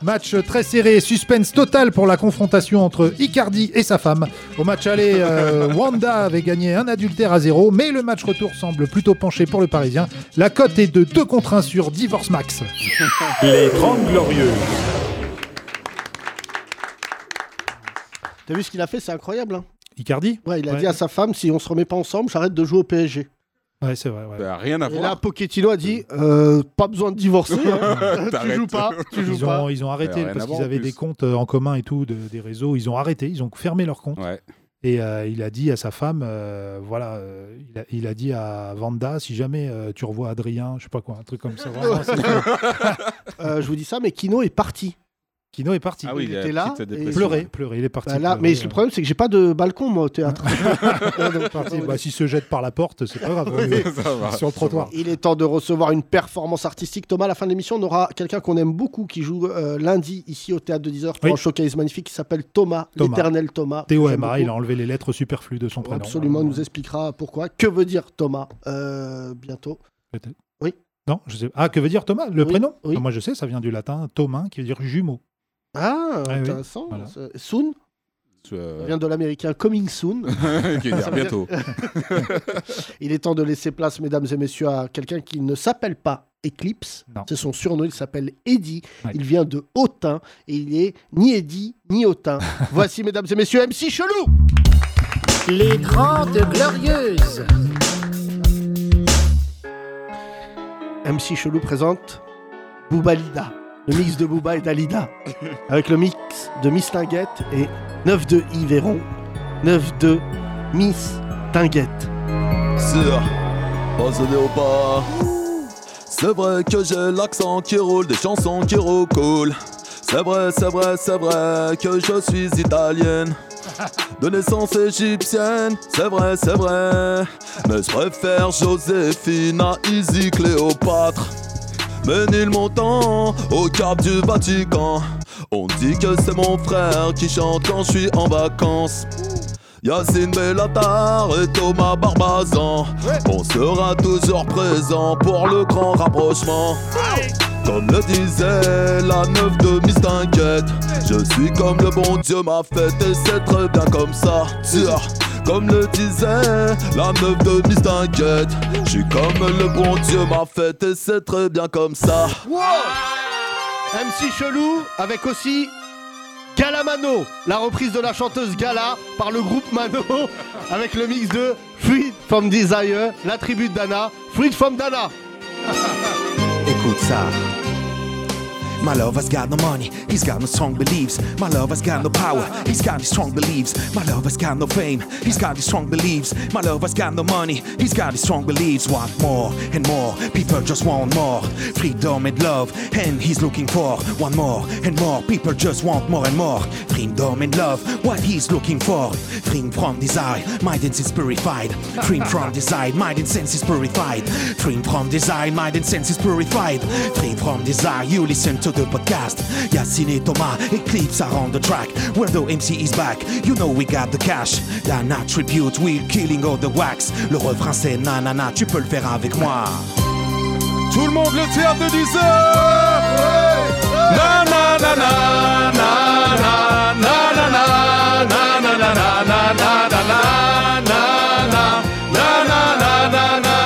S4: Match très serré, suspense total pour la confrontation entre Icardi et sa femme. Au match aller, euh, Wanda avait gagné un adultère à zéro, mais le match retour semble plutôt penché pour le Parisien. La cote est de 2 contre 1 sur Divorce Max.
S9: Les 30 Glorieux.
S3: T'as vu ce qu'il a fait C'est incroyable. hein
S4: Icardi
S3: Ouais, il a
S4: Ouais.
S3: dit à sa femme si on se remet pas ensemble, j'arrête de jouer au PSG.
S4: Ouais, c'est vrai. ouais.
S5: bah, rien à
S3: Et là,
S5: voir.
S3: Pochettino a dit euh, pas besoin de divorcer. hein. tu
S5: T'arrêtes.
S3: joues pas, tu joues
S4: Ils
S3: pas.
S4: ont, ils ont
S5: Ouais,
S4: arrêté
S5: rien à
S4: parce
S5: voir
S4: qu'ils
S5: en
S4: avaient
S5: plus.
S4: des comptes euh, en commun et tout, de- des réseaux. Ils ont arrêté, ils ont fermé leurs comptes.
S5: Ouais.
S4: Et euh, il a dit à sa femme, euh, voilà, euh, il, a, il a dit à Vanda, si jamais euh, tu revois Adrien, je sais pas quoi, un truc comme ça. Vraiment, c'est-
S3: Euh, je vous dis ça, mais Kino est parti.
S4: Kino est parti.
S5: Ah oui,
S3: Il
S5: il a
S3: était
S5: une
S3: là
S5: petite
S3: et
S5: dépression.
S4: Pleurer, pleurer, il est parti.
S3: Bah, là, mais
S4: pleurer,
S3: le problème, c'est que j'ai pas de balcon moi au théâtre.
S4: euh, il est
S3: Ah
S4: parti. Bah, S'il se jette par la porte, c'est pas grave. euh,
S5: Ça va.
S4: Sur le trottoir.
S3: Il est temps de recevoir une performance artistique. Thomas, à la fin de l'émission, on aura quelqu'un qu'on aime beaucoup qui joue euh, lundi ici au théâtre de 10h pour
S4: Oui.
S3: un showcase magnifique qui s'appelle Thomas,
S4: Thomas.
S3: l'éternel Thomas. J'aime
S4: TOMA,
S3: beaucoup.
S4: il a enlevé les lettres superflues de son prénom.
S3: Absolument, il nous expliquera pourquoi. Que veut dire Thomas euh, bientôt
S4: Non, je sais. Ah, que veut dire Thomas Le
S3: Oui,
S4: prénom
S3: oui.
S4: Ah, Moi, je sais, ça vient du latin Thomas, qui veut dire jumeau.
S3: Ah,
S4: Ah oui,
S3: intéressant.
S4: voilà.
S3: Soon,
S5: Euh,
S3: vient de l'américain Coming Soon.
S5: qui est bientôt.
S3: Il est temps de laisser place, mesdames et messieurs, à quelqu'un qui ne s'appelle pas Eclipse.
S4: Non.
S3: C'est son surnom, il s'appelle Eddy.
S4: Ouais.
S3: Il vient de Autun et il est ni Eddy ni Autun. Voici, mesdames et messieurs, MC Chelou
S1: Les Grandes Glorieuses.
S3: MC Chelou présente Boobalida, le mix de Booba et d'Alida, avec le mix de Miss Tinguette et 9 de Yveron, 9 de Miss Tinguette.
S10: sûr, pas ce léopard. C'est vrai que j'ai l'accent qui roule, des chansons qui roucoulent. C'est vrai, c'est vrai, c'est vrai que je suis italienne. De naissance égyptienne, c'est vrai, c'est vrai. Mais je préfère Joséphine à Izzy Cléopâtre. Ménilmontant, au cap du Vatican. On dit que c'est mon frère qui chante quand je suis en vacances. Yacine Bellatar et Thomas Barbazan. On sera toujours présent pour le grand rapprochement. Comme le disait la neuf de Miss T'inquiète, je suis comme le bon Dieu m'a fait et c'est très bien comme ça. Sûr. Comme le disait la meuf de Miss T'inquiète, je suis comme le bon Dieu m'a fait et c'est très bien comme ça.
S3: MC Chelou avec aussi Gala Mano, la reprise de la chanteuse Gala par le groupe Mano avec le mix de Fruit from Desire, la tribu de Dana, Fruit from Dana.
S10: Écoute ça. My lover's got no money, he's got no strong beliefs. My lover's got no power, he's got his strong beliefs. My lover's got no fame, he's got his strong beliefs. My lover's got no money, he's got his strong beliefs. Want more and more, people just want more. Freedom and love, and he's looking for one more and more. People just want more and more. Freedom and love, what he's looking for. Freedom from desire, mind and sense purified. Freedom from desire, mind and sense is purified. Freedom from desire, mind and sense is purified. Freedom from desire, you listen to
S11: de podcast. Yacine et Thomas, Eclipse are on the track. Weirdo MC is back, you know we got the cash. Lana tribute, we're killing all the wax. Le refrain c'est nanana, tu peux le faire avec moi.
S5: Tout le monde le théâtre de 10 heures Na na na na na na na na na na na na na na na na na na na na na na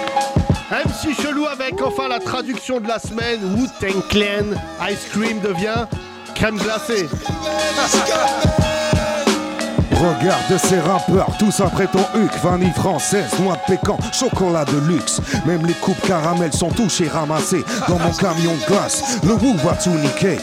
S5: na na
S3: MC Chelou avec enfin la traduction de la semaine. Wu-Tang Clan, Ice Cream devient crème glacée.
S12: Regarde ces rappeurs, tous un prétend huc, vanille française, noix de pécan, chocolat de luxe. Même les coupes caramel sont touchées, ramassées dans mon camion de glace. Le Wu va tout niquer.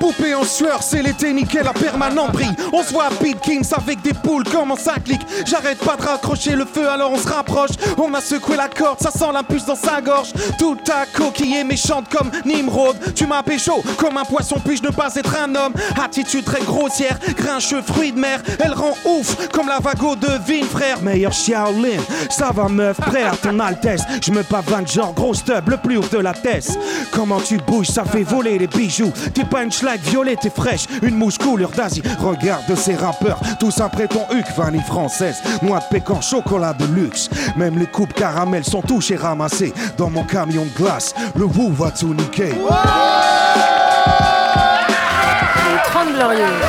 S11: Poupée en sueur, c'est l'été nickel, la permanent brille. On se voit à Kings avec des poules, comment ça clique J'arrête pas de raccrocher le feu, alors on se rapproche. On a secoué la corde, ça sent l'impulse dans sa gorge. Tout ta coquille est méchante comme Nimrod. Tu m'as pécho comme un poisson, puis-je ne pas être un homme Attitude très grossière, grincheux, fruit de mer. Elle rend ouf comme la vago de Vin, frère. Meilleur Shaolin, ça va meuf, prêt à ton altesse. Je me pavane genre gros stub, le plus haut de la tête. Comment tu bouges, ça fait voler les bijoux. T'es pas une schlag violette et fraîche, une mouche couleur d'Asie.
S12: Regarde ces rappeurs, tous un prétend huc, vanille française, noix de pécan, chocolat de luxe. Même les coupes caramel sont touchées, ramassées dans mon camion de glace. Le Wu va tout niquer.
S4: Ah,
S13: Ah,
S2: Les 30 Glorieuses.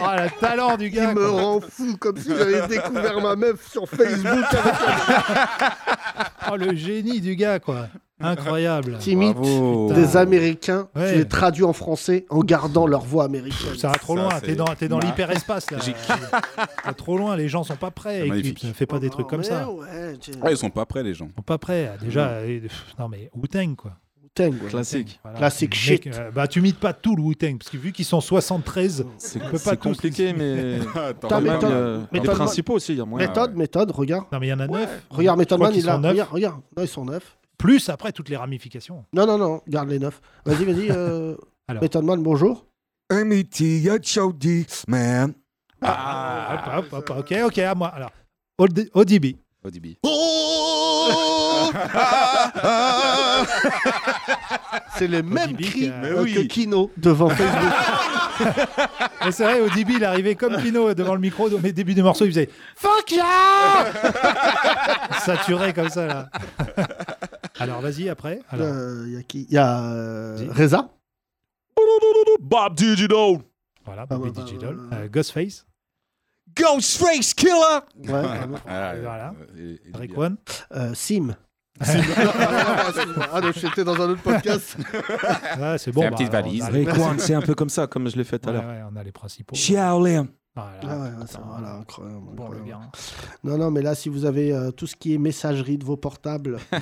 S3: Oh, le talent du gars Il me rend fou comme si j'avais découvert ma meuf sur Facebook.
S4: Oh, le génie du gars, quoi. Incroyable.
S3: Timide
S4: Putain.
S3: des Américains,
S4: Ouais.
S3: tu les traduis en français en gardant leur voix américaine.
S4: Ça va trop
S3: Ça,
S4: loin,
S3: c'est
S4: t'es dans, t'es
S13: bah,
S4: dans
S3: ma-
S4: l'hyperespace là. T'es trop loin, les gens sont pas prêts.
S5: magnifique.
S4: Eclipse, ne fais pas des
S3: Oh,
S4: trucs comme ça.
S5: Ah, ils sont pas prêts, les gens.
S4: Ils sont pas prêts. Déjà, euh, pff, non mais Wu-Tang quoi.
S3: Wu-Tang,
S5: Classique.
S4: Classique
S5: shit.
S4: bah tu mites pas tout le Wu-Tang parce que vu qu'ils sont 73, c'est
S13: c'est compliqué, mais- Attends, T'as
S4: les
S13: même, méthode- euh, les méthode- principaux aussi, il y a moyen.
S3: Méthode, méthode, regarde.
S4: Non mais il y en a 9.
S3: Regarde, Method Man, il a.
S4: neuf.
S3: Regarde, regarde. Non, ils sont neuf.
S4: Plus après toutes les ramifications.
S3: Non, non, non, garde les neuf. Vas-y, vas-y. Euh...
S4: Alors.
S3: Method Man, bonjour.
S12: M.E.T. ya chaudi, man.
S4: Ah, hop, hop, hop, ok, ok, à moi. Alors, OD- ODB.
S5: ODB.
S3: C'est les mêmes
S4: Bic,
S3: cris
S4: euh,
S3: euh,
S4: oui.
S3: que Kino devant Facebook.
S4: Et c'est vrai, ODB, il arrivait comme Pino devant le micro, mais début du morceau, il faisait Fuck yeah saturé comme ça là. Alors vas-y après.
S3: Il
S4: Alors,
S3: y a qui Il y a euh, Reza.
S5: Bob Digital.
S4: Voilà,
S3: Ah,
S4: Bobby
S3: bah,
S4: Digital. Euh, Ghostface.
S11: Ghostface Killer
S4: Voilà. Rick One.
S3: Euh, Sim.
S4: Sim.
S3: ah non, j'étais dans un autre podcast.
S4: Ah, c'est bon.
S13: la
S4: bah,
S13: petite
S4: on a
S13: valise.
S4: les-
S13: Rayquan, c'est un peu comme ça, comme je l'ai fait tout à l'heure.
S4: Ouais, on a les principaux.
S13: Shaolin.
S4: Voilà.
S3: Ah ouais, ça, voilà, incroyable. incroyable.
S4: gars, hein.
S3: Non, non, mais là, si vous avez euh, tout ce qui est messagerie de vos portables, euh,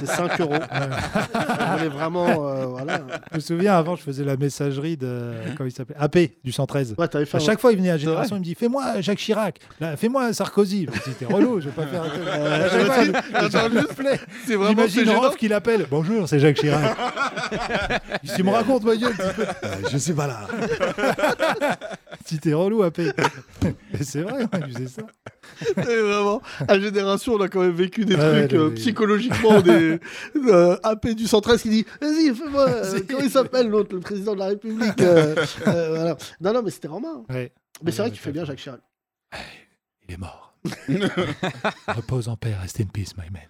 S3: c'est 5 euros. Vous voulez vraiment. euh, voilà.
S4: Je me souviens, avant, je faisais la messagerie de. Comment il s'appelait AP du 113.
S3: Ouais, t'avais fait
S4: à
S3: un-
S4: chaque fois, il venait à
S3: C'est
S4: Génération, il me dit Fais-moi Jacques Chirac, Là, fais-moi Sarkozy. Je me dis, C'était relou, je vais pas faire.
S3: Euh,
S4: À chaque fois,
S3: Mathilde,
S4: je-
S3: attends,
S4: je-
S3: juste, c'est vraiment-
S4: J'imagine
S3: c'est gênant.
S4: Rof qui l'appelle Bonjour, c'est Jacques Chirac. Qu'est-ce que
S3: euh,
S4: tu me racontes, ma gueule
S12: Je sais pas là.
S4: Si t'es relou, AP. Mais c'est vrai, ouais, il faisait ça.
S3: Et vraiment, à Génération, on a quand même vécu des
S4: Ah ouais,
S3: trucs
S4: non,
S3: euh,
S4: mais-
S3: psychologiquement. Des, euh, AP du 113 qui dit Vas-y, fais-moi. euh, comment il s'appelle l'autre, le président de la République euh, euh, voilà. Non, non, mais c'était vraiment.
S4: Ouais.
S3: Mais c'est vrai que tu fais bien, Jacques Chirac.
S4: Il est mort. Repose en paix, rest in peace, my man.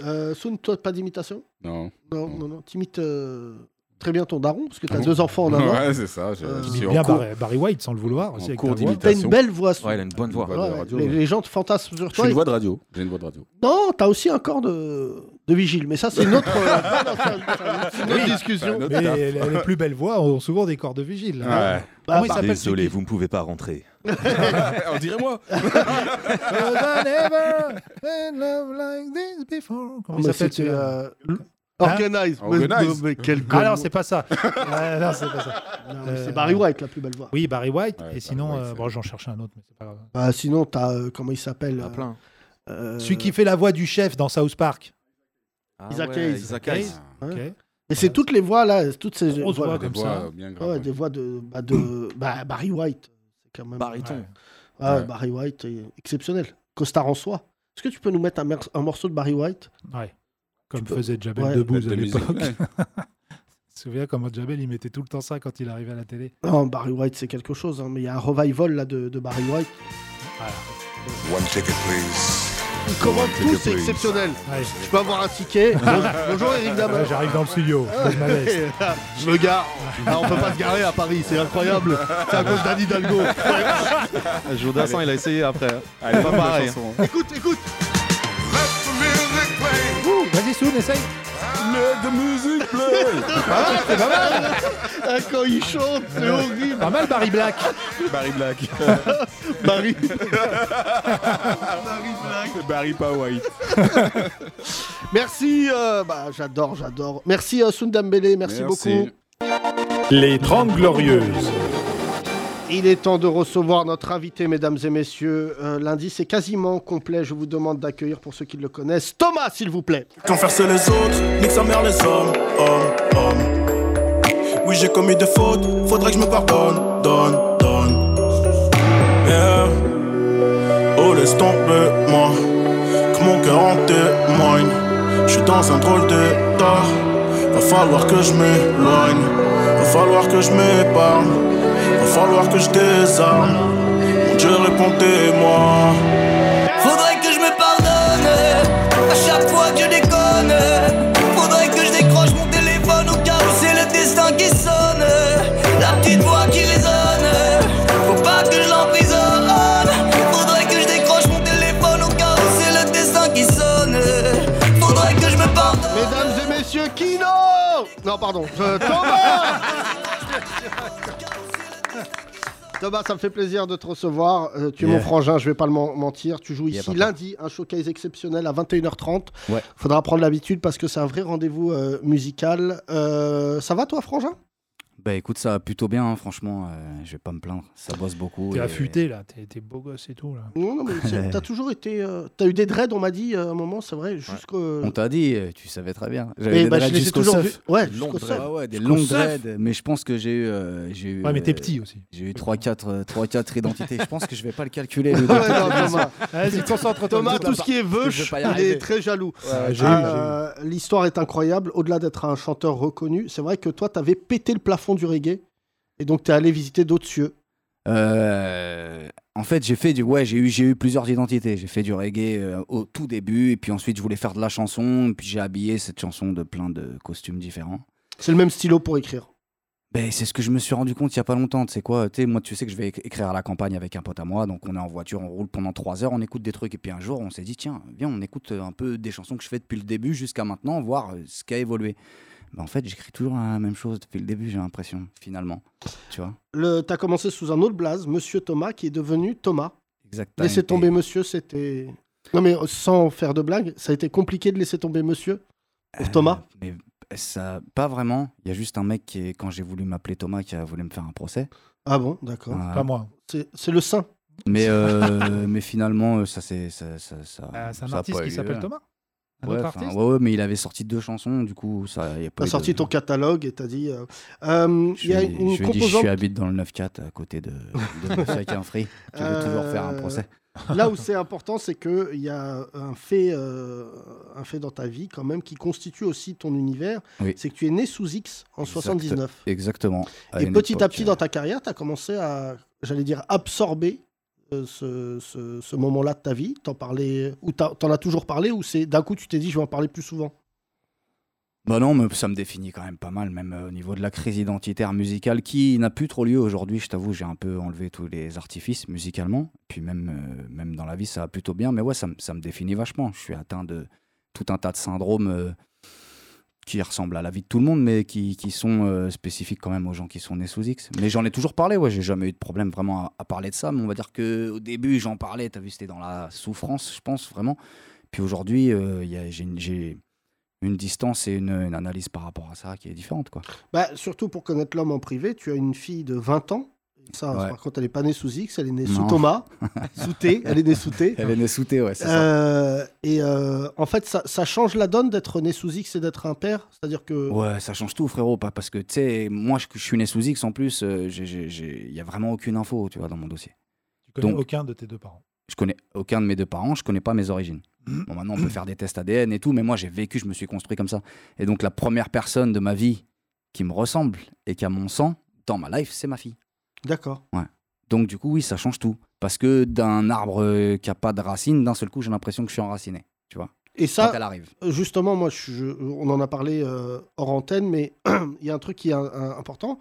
S3: Euh, Soun, toi, pas d'imitation
S5: Non. Ah
S3: Non, non, non. T'imites euh, très bien ton daron, parce que t'as deux enfants en avant.
S5: Ouais, c'est ça. Je,
S3: Euh,
S5: je
S4: Il
S5: suis
S4: est
S5: en
S4: bien
S5: cours.
S4: Barry, Barry White, sans le vouloir. Aussi, avec
S5: cours
S4: ta voix.
S5: d'imitation.
S3: T'as une belle voix, Soun.
S13: Ouais, il a une bonne voix.
S5: Voix de
S3: Ouais,
S5: radio,
S3: les,
S5: ouais.
S3: les gens te fantasment sur
S5: Je suis
S3: toi.
S5: une voix de radio. J'ai une voix de radio.
S3: Non, t'as aussi un corps de, de vigile, mais ça, c'est une autre, euh, non, non, c'est un- c'est une autre
S5: Oui.
S3: discussion.
S5: Notre
S4: Mais
S5: taf.
S4: les, les plus belles voix ont souvent des corps de vigile. là.
S13: Ouais.
S4: Comment il s'appelle ce
S13: Désolé, vous ne pouvez pas rentrer.
S5: On dirait moi.
S4: Cause I never had love like this before. Comment
S3: Ah, Mais
S4: il s'appelle
S3: c'était,
S4: celui-là
S3: euh, Organize. mais-
S5: Organize.
S3: mais quel
S4: Hein Ah
S3: con.
S4: non, c'est pas ça. Euh, non, c'est pas ça.
S3: Non, mais
S4: Euh,
S3: C'est Barry White, la plus belle voix.
S4: Oui, Barry White.
S5: Ouais,
S4: et sinon,
S5: Barry
S4: euh,
S5: White,
S4: bon, j'en cherchais un autre, mais c'est pas grave.
S3: Ah, sinon, t'as, euh, comment il s'appelle euh,
S13: plein.
S3: euh,
S4: Celui qui fait la voix du chef dans South Park.
S3: Isaac
S13: ouais,
S3: Hayes. Hein
S13: Isaac Hayes.
S4: euh, Hayes. Ok.
S3: Mais c'est toutes les voix, là, toutes ces
S4: Grosse
S3: voix.
S4: voix
S5: Des
S4: comme
S5: voix
S4: ça.
S5: euh, bien
S3: Ouais,
S5: graves.
S3: Des voix de, bah, de bah, Barry White. C'est quand même...
S13: Bariton.
S3: Ah,
S5: Ouais.
S3: Barry White est exceptionnel. Costard en soi. Est-ce que tu peux nous mettre un, mer- un morceau de Barry White
S4: Ouais. Comme
S3: Tu peux-
S4: faisait Jabel
S3: Ouais.
S4: Debbouze
S3: Mettre
S4: à
S3: de la
S4: l'époque.
S3: musique.
S4: Tu te souviens comment Jabel, il mettait tout le temps ça quand il arrivait à la télé
S3: Non, Barry White, c'est quelque chose, hein, mais il y a un revival là, de, de Barry White.
S14: One ticket, please.
S3: Il commande
S14: One
S3: tout,
S14: ticket,
S3: c'est
S14: please.
S3: exceptionnel. Je peux avoir un ticket. Bonjour- Bonjour Eric Dabin.
S4: Ouais, J'arrive dans le studio. je pose ma veste.
S3: Je me gare. Ah, on peut pas se garer à Paris, c'est incroyable. C'est à cause d'Anne Hidalgo.
S13: Jour d'Assan, il a essayé après. hein.
S3: Allez,
S13: pas
S3: bonne
S13: pareil.
S3: chanson,
S13: hein.
S3: écoute, écoute.
S4: Vas-y, Soun, essaye.
S13: Let the music play.
S3: Ah, c'est pas mal. Ah, quand il chante, c'est horrible.
S4: Pas mal Barry Black.
S13: Barry Black.
S3: Barry.
S13: Barry pas white.
S3: Merci. euh, bah, j'adore, j'adore. Merci euh, Sundambele, merci, beaucoup.
S9: Les 30 Glorieuses.
S3: Il est temps de recevoir notre invité, mesdames et messieurs. Euh, L'indice est quasiment complet. Je vous demande d'accueillir, pour ceux qui le connaissent, Thomas, s'il vous plaît.
S14: Converser les autres, nique sa mère les hommes, hommes, hommes. Oui, j'ai commis des fautes, faudrait que je me pardonne, donne, donne. Yeah. Oh, laisse tomber, moi, que mon cœur en témoigne. Je suis dans un drôle d'état, va falloir que je m'éloigne, va falloir que je m'épargne, va falloir que je désarme. Mon Dieu, répondez-moi.
S8: Faudrait que je me pardonne à chaque fois que je déconne. Faudrait que je décroche mon téléphone au cas où c'est le destin qui sonne. La petite voix qui résonne. Faut pas que je l'emprisonne. Faudrait que je décroche mon téléphone au cas où c'est le destin qui sonne. Faudrait que je me pardonne.
S3: Mesdames et messieurs, Kino Non, pardon, euh, Thomas Thomas, ça me fait plaisir de te recevoir. Euh, tu es
S15: Yeah.
S3: mon frangin, je vais pas le men- mentir. Tu joues
S15: Yeah,
S3: ici
S15: papa.
S3: lundi, un showcase exceptionnel à 21h30.
S15: Ouais.
S3: Faudra prendre l'habitude parce que c'est un vrai rendez-vous euh, musical. Euh, ça va toi, frangin
S15: Bah écoute, ça va plutôt bien, hein, franchement, euh, je vais pas me plaindre, ça bosse beaucoup.
S4: T'es
S15: et-
S4: affûté là, t'es t'es beau gosse et tout là.
S3: Non, non, mais
S15: Eh.
S3: c'est- t'as toujours été. euh, t'as eu des dreads, on m'a dit euh, à un moment, c'est vrai, jusqu'au.
S15: On t'a dit, euh, tu savais très bien.
S3: Eh
S15: J'avais des
S3: bah, je
S15: dreads
S3: les ai
S15: jusqu'au
S3: toujours
S15: seuf.
S3: vus. Ouais,
S15: Des
S3: jusqu'au
S15: longues
S3: seuf.
S15: dreads. Ah ouais, des
S3: Jusqu'au
S15: longues
S3: seuf.
S15: dreads, mais je pense que j'ai eu. euh, j'ai eu
S4: Ouais, mais t'es
S15: euh,
S4: petit aussi.
S15: J'ai eu 3-4 euh, 3-4 identités, je pense que je vais pas le calculer.
S3: Ouais,
S15: le
S3: non,
S15: de toute façon.
S3: Thomas.
S4: Vas-y, concentre-toi,
S3: Thomas,
S4: écoute,
S3: tout
S4: là,
S3: ce qui est
S4: parce que
S3: veuche,
S4: je vais pas y
S3: il
S4: arriver.
S3: est très jaloux.
S4: Ouais, j'ai eu, j'ai
S15: Ah,
S4: eu.
S3: Euh, L'histoire est incroyable. Au-delà d'être un chanteur reconnu, c'est vrai que toi, t'avais pété le plafond du reggae. Et donc, t'es allé visiter d'autres cieux.
S15: Euh, en fait, j'ai fait du ouais, j'ai eu j'ai eu plusieurs identités. J'ai fait du reggae euh, au tout début et puis ensuite je voulais faire de la chanson, et puis j'ai habillé cette chanson de plein de costumes différents.
S3: C'est le même stylo pour écrire.
S15: Ben, c'est ce que je me suis rendu compte il y a pas longtemps, tu sais quoi, tu sais, moi tu sais que je vais éc- écrire à la campagne avec un pote à moi, donc on est en voiture, on roule pendant trois heures, on écoute des trucs et puis un jour on s'est dit tiens, viens on écoute euh, un peu des chansons que je fais depuis le début jusqu'à maintenant, voir euh, ce qui a évolué. Ben, en fait j'écris toujours la même chose depuis le début j'ai l'impression, finalement, tu vois.
S3: Le- T'as commencé sous un autre blaze, Monsieur Thomas, qui est devenu Thomas.
S15: Exactement.
S3: Laissez tomber Monsieur, c'était. Non, mais euh, sans faire de blague, ça a été compliqué de laisser tomber Monsieur pour Thomas.
S15: euh, Mais euh, ça, pas vraiment. Il y a juste un mec qui, est- quand j'ai voulu m'appeler Thomas, qui a voulu me faire un procès.
S3: Ah bon, d'accord.
S15: Ah.
S3: C'est c'est le saint.
S15: Mais, euh, mais finalement, euh, ça c'est ça, ça, ça,
S4: Euh, c'est un
S15: ça a
S4: artiste
S15: pas
S4: qui
S15: eu
S4: s'appelle
S15: lieu.
S4: Thomas Un
S15: ouais,
S4: autre
S15: enfin,
S4: artiste
S15: ouais, ouais, mais il avait sorti deux chansons, du coup, ça y a
S3: T'as
S15: pas eu de-
S3: Ah, sorti ton catalogue et t'as dit. euh, euh,
S15: Je
S3: Il y a
S15: lui ai dit-
S3: une
S15: je lui ai dit, je suis
S3: composante.
S15: habite dans le 9-4 à côté de, de Mossack et un Free. Je veux toujours faire un
S3: Euh,
S15: procès.
S3: Là où c'est important, c'est qu'il y a un fait, euh, un fait dans ta vie quand même qui constitue aussi ton univers.
S15: Oui.
S3: C'est que tu es né sous X en 79.
S15: Exactement. À
S3: Et
S15: une
S3: petit à
S15: époque, euh,
S3: petit dans ta carrière, tu as commencé à, j'allais dire, absorber euh, ce, ce- ce moment-là de ta vie. T'en parlais, ou t'as- t'en as toujours parlé, ou c'est d'un coup tu t'es dit je vais en parler plus souvent.
S15: Bah non, mais ça me définit quand même pas mal, même euh, au niveau de la crise identitaire musicale qui n'a plus trop lieu aujourd'hui. Je t'avoue, j'ai un peu enlevé tous les artifices musicalement. Puis même, euh, même dans la vie, ça va plutôt bien. Mais ouais, ça, me- ça me définit vachement. Je suis atteint de tout un tas de syndromes euh, qui ressemblent à la vie de tout le monde, mais qui, qui sont euh, spécifiques quand même aux gens qui sont nés sous X. Mais j'en ai toujours parlé, ouais, j'ai jamais eu de problème vraiment à, à parler de ça. Mais on va dire que au début, j'en parlais, t'as vu, c'était dans la souffrance, je pense, vraiment. Puis aujourd'hui, euh, il y a- j'ai une- j'ai une distance et une, une analyse par rapport à ça qui est différente, quoi.
S3: Bah, surtout pour connaître l'homme en privé, tu as une fille de 20 ans. Ça,
S15: Ouais.
S3: par contre, elle n'est pas née sous X, elle est née sous
S15: Non.
S3: Thomas, sous T, elle est née sous T.
S15: Elle est née sous T, ouais, c'est ça.
S3: Euh, et euh, en fait, ça, ça change la donne d'être né sous X et d'être un père. C'est-à-dire que.
S15: Ouais, ça change tout, frérot, pas parce que, tu sais, moi, je, je suis né sous euh, X, en plus, il n'y a vraiment aucune info, tu vois, dans mon dossier.
S4: Tu connais
S15: Donc-
S4: aucun de tes deux parents.
S15: je connais aucun de mes deux parents, je connais pas mes origines. Bon, maintenant, on peut faire des tests ADN et tout, mais moi, j'ai vécu, je me suis construit comme ça. Et donc, la première personne de ma vie qui me ressemble et qui a mon sang dans ma life, c'est ma fille.
S3: D'accord.
S15: Ouais. Donc, du coup, oui, ça change tout. Parce que d'un arbre euh, qui a pas de racines, d'un seul coup, j'ai l'impression que je suis enraciné. Tu vois
S3: Et ça,
S15: Quand elle arrive.
S3: euh, justement, moi, je- je- on en a parlé euh, hors antenne, mais il y a un truc qui est un- un- important,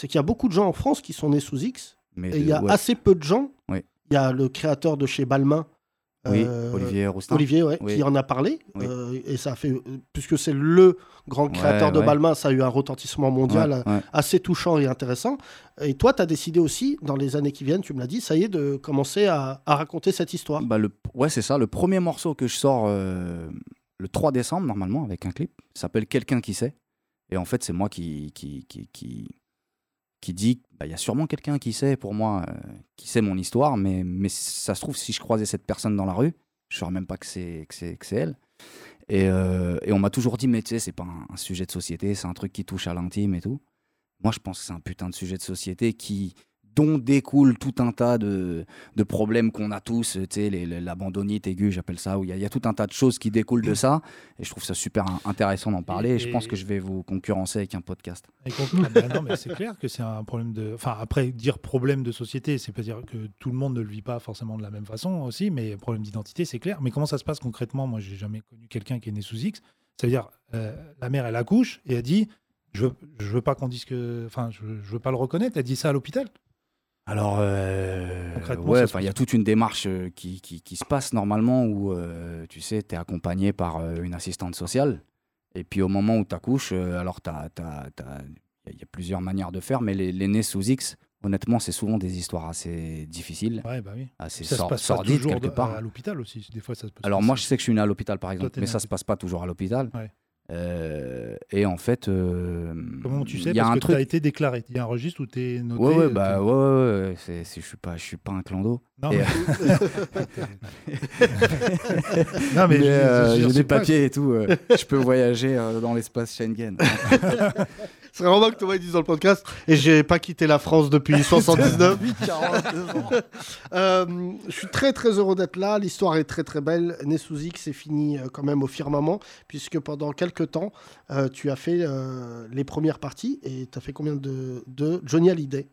S3: c'est qu'il y a beaucoup de gens en France qui sont nés sous X,
S15: Mais
S3: et il y a
S15: ouais.
S3: assez peu de gens.
S15: Oui.
S3: Il y a le créateur de chez Balmain. euh,
S15: Oui, Olivier Roustin.
S3: Olivier, ouais,
S15: Oui.
S3: qui en a parlé.
S15: Oui.
S3: euh, et ça a fait. Puisque c'est le grand
S15: Ouais,
S3: créateur de
S15: ouais.
S3: Balmain, ça a eu un retentissement mondial
S15: Ouais,
S3: euh,
S15: ouais.
S3: assez touchant et intéressant. Et toi, tu as décidé aussi, dans les années qui viennent, tu me l'as dit, ça y est, de commencer à, à raconter cette histoire.
S15: Bah, le, ouais, c'est ça. Le premier morceau que je sors euh, le 3 décembre, normalement, avec un clip, s'appelle Quelqu'un qui sait. Et en fait, c'est moi qui, qui, qui, qui, qui dit bah, il y a sûrement quelqu'un qui sait pour moi, euh, qui sait mon histoire, mais, mais ça se trouve, si je croisais cette personne dans la rue, je ne saurais même pas que c'est que c'est- que c'est elle. Et, euh, et on m'a toujours dit mais tu sais, c'est pas un, un sujet de société, c'est un truc qui touche à l'intime et tout. Moi, je pense que c'est un putain de sujet de société qui dont découle tout un tas de, de problèmes qu'on a tous, euh, tu sais, les- les- l'abandonnite aiguë, j'appelle ça, où il y, a- il y a tout un tas de choses qui découlent de ça. Et je trouve ça super in- intéressant d'en parler. Et, je pense que je vais vous concurrencer avec un podcast.
S4: Et qu'on- Ah bah non, mais c'est clair que c'est un problème de. Enfin, après, dire problème de société, c'est pas dire que tout le monde ne le vit pas forcément de la même façon aussi, mais problème d'identité, c'est clair. Mais comment ça se passe concrètement Moi, j'ai jamais connu quelqu'un qui est né sous X. C'est-à-dire, euh, la mère, elle accouche et elle dit Je veux, je veux pas qu'on dise que. Enfin, je, je veux pas le reconnaître. Elle dit ça à l'hôpital.
S15: Alors, euh,
S4: Concrètement,
S15: ouais,
S4: ça se
S15: enfin, il y a
S4: passe-
S15: toute une démarche euh, qui, qui- qui se passe normalement où, euh, tu sais, tu es accompagné par euh, une assistante sociale. Et puis au moment où tu accouches, euh, alors il y, a- y a plusieurs manières de faire, mais les, les nés sous X, honnêtement, c'est souvent des histoires assez difficiles,
S4: Ouais, bah oui.
S15: assez
S4: ça
S15: Ah, sor-
S4: se passe pas
S15: sordides
S4: toujours
S15: quelque
S4: de-
S15: part.
S4: à l'hôpital aussi. Des fois, ça se passe.
S15: Alors moi, je sais que je suis né à l'hôpital, par exemple,
S4: t'es
S15: mais
S4: né à
S15: ça se passe pas toujours à l'hôpital.
S4: Ouais.
S15: Euh, et en fait, euh,
S4: Comment tu sais
S15: il y a
S4: Parce
S15: un
S4: que
S15: truc.
S4: t'as été déclaré. Il y a un registre où t'es noté. euh,
S15: ouais, ouais,
S4: t'es-
S15: bah, ouais, ouais, ouais, c'est- c'est- je suis pas, je suis pas un clando.
S4: Non,
S15: Et,
S4: mais-
S15: euh,
S4: Non, mais je- je-
S15: euh,
S4: je- je
S15: j'ai
S4: sais
S15: des
S4: pas.
S15: papiers et tout. euh, je peux voyager euh, dans l'espace Schengen.
S3: C'est vraiment que Thomas il dit dans le podcast. Et j'ai pas quitté la France depuis 79. Euh, je suis très très heureux d'être là. L'histoire est très très belle. Né sous X, c'est fini euh, quand même au firmament, puisque pendant quelques temps, euh, tu as fait euh, les premières parties. Et tu as fait combien de, de Johnny Hallyday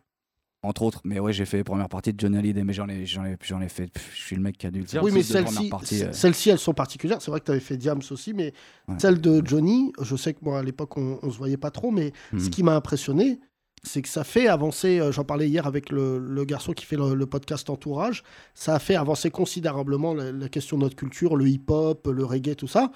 S15: Entre autres, mais ouais, j'ai fait les premières parties de Johnny Hallyday, mais j'en ai, j'en ai, j'en ai fait. pff, Je suis le mec qui a dû le faire.
S3: Oui, mais
S15: plus de premières
S3: celles-ci,
S15: parties, euh.
S3: celles-ci, elles sont particulières. C'est vrai que tu avais fait Diams aussi, mais celle de Johnny, je sais que moi à l'époque on, on se voyait pas trop, mais
S15: Mhm.
S3: ce qui m'a impressionné, c'est que ça fait avancer. euh, J'en parlais hier avec le, le garçon qui fait le, le podcast Entourage. Ça a fait avancer considérablement la, la question de notre culture, le hip-hop, le reggae, tout ça.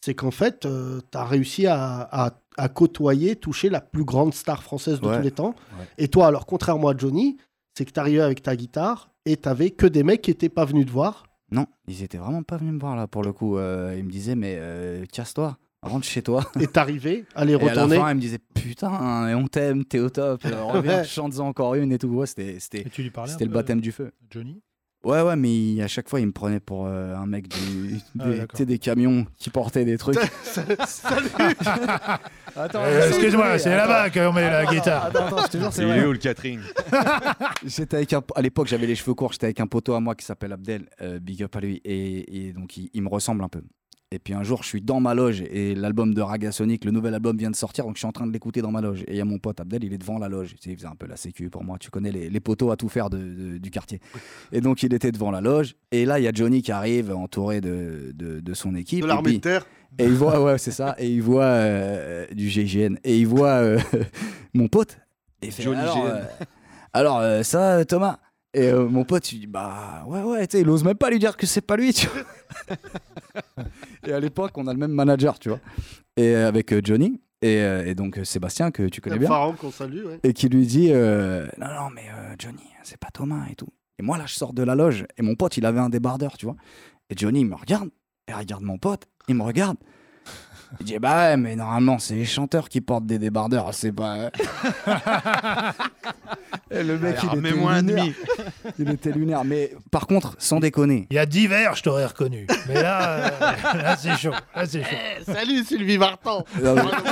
S3: C'est qu'en fait, tu as réussi à, à- à côtoyer, toucher la plus grande star française de
S15: Ouais.
S3: tous les temps.
S15: Ouais.
S3: Et toi, alors contrairement à Johnny, c'est que tu arrivais avec ta guitare et t'avais que des mecs qui étaient pas venus te voir.
S15: Non, ils étaient vraiment pas venus me voir là pour le coup. Euh, ils me disaient, mais euh, casse-toi, rentre chez toi.
S3: Et t'arrivais, allez
S15: Et à la
S3: retourner.
S15: fin, elle me disait putain, et on t'aime, t'es au top, euh, reviens,
S3: Ouais.
S15: chante-en encore une et tout. Ouais, c'était c'était
S4: parlais un
S15: c'était le
S4: peu,
S15: baptême du feu.
S4: Johnny
S15: Ouais, ouais, mais il- à chaque fois, il me prenait pour euh, un mec du,
S4: Ah,
S15: des,
S4: d'accord.
S15: tu sais, des camions qui portaient des trucs.
S4: Euh, Excuse-moi, c'est là-bas qu'on met la guitare.
S13: Il est où le Catherine
S15: J'étais avec un- à l'époque, j'avais les cheveux courts. J'étais avec un poteau à moi qui s'appelle Abdel, euh, big up à lui, et, et donc il, il me ressemble un peu. Et puis un jour, je suis dans ma loge et l'album de Ragasonic, le nouvel album vient de sortir, donc je suis en train de l'écouter dans ma loge. Et il y a mon pote Abdel, il est devant la loge. Tu sais, il faisait un peu la sécu pour moi. Tu connais les, les poteaux à tout faire de- de- du quartier. Et donc il était devant la loge. Et là, il y a Johnny qui arrive entouré de, de, de son équipe.
S3: De
S15: Et
S3: l'armée
S15: puis-
S3: de terre.
S15: et il voit, ouais, c'est ça. Et il voit euh, du GIGN. Et il voit euh, mon pote. Et il fait,
S13: Johnny
S15: alors,
S13: GN.
S15: euh, alors euh, ça, euh, Thomas. Et euh, mon pote, il dit, bah ouais, ouais, tu sais, il ose même pas lui dire que c'est pas lui, tu vois. et à l'époque, on a le même manager, tu vois. Et euh, avec euh, Johnny. Et, euh, et donc euh, Sébastien, que tu connais bien.
S3: Pharaon qu'on salue, ouais.
S15: Et qui lui dit, euh, non, non, mais euh, Johnny, c'est pas Thomas et tout. Et moi, là, je sors de la loge. Et mon pote, il avait un débardeur, tu vois. Et Johnny, il me regarde. Il regarde mon pote. Il me regarde. Il dit, bah ouais, mais normalement, c'est les chanteurs qui portent des débardeurs. C'est pas. euh, Et Eh, le mec, il était lunaire. Il était lunaire. Mais par contre, sans déconner.
S4: Il y a divers, je t'aurais reconnu. Mais là, euh, là c'est chaud. Là, c'est chaud.
S3: Eh, salut Sylvie Vartan.
S15: Non, mais-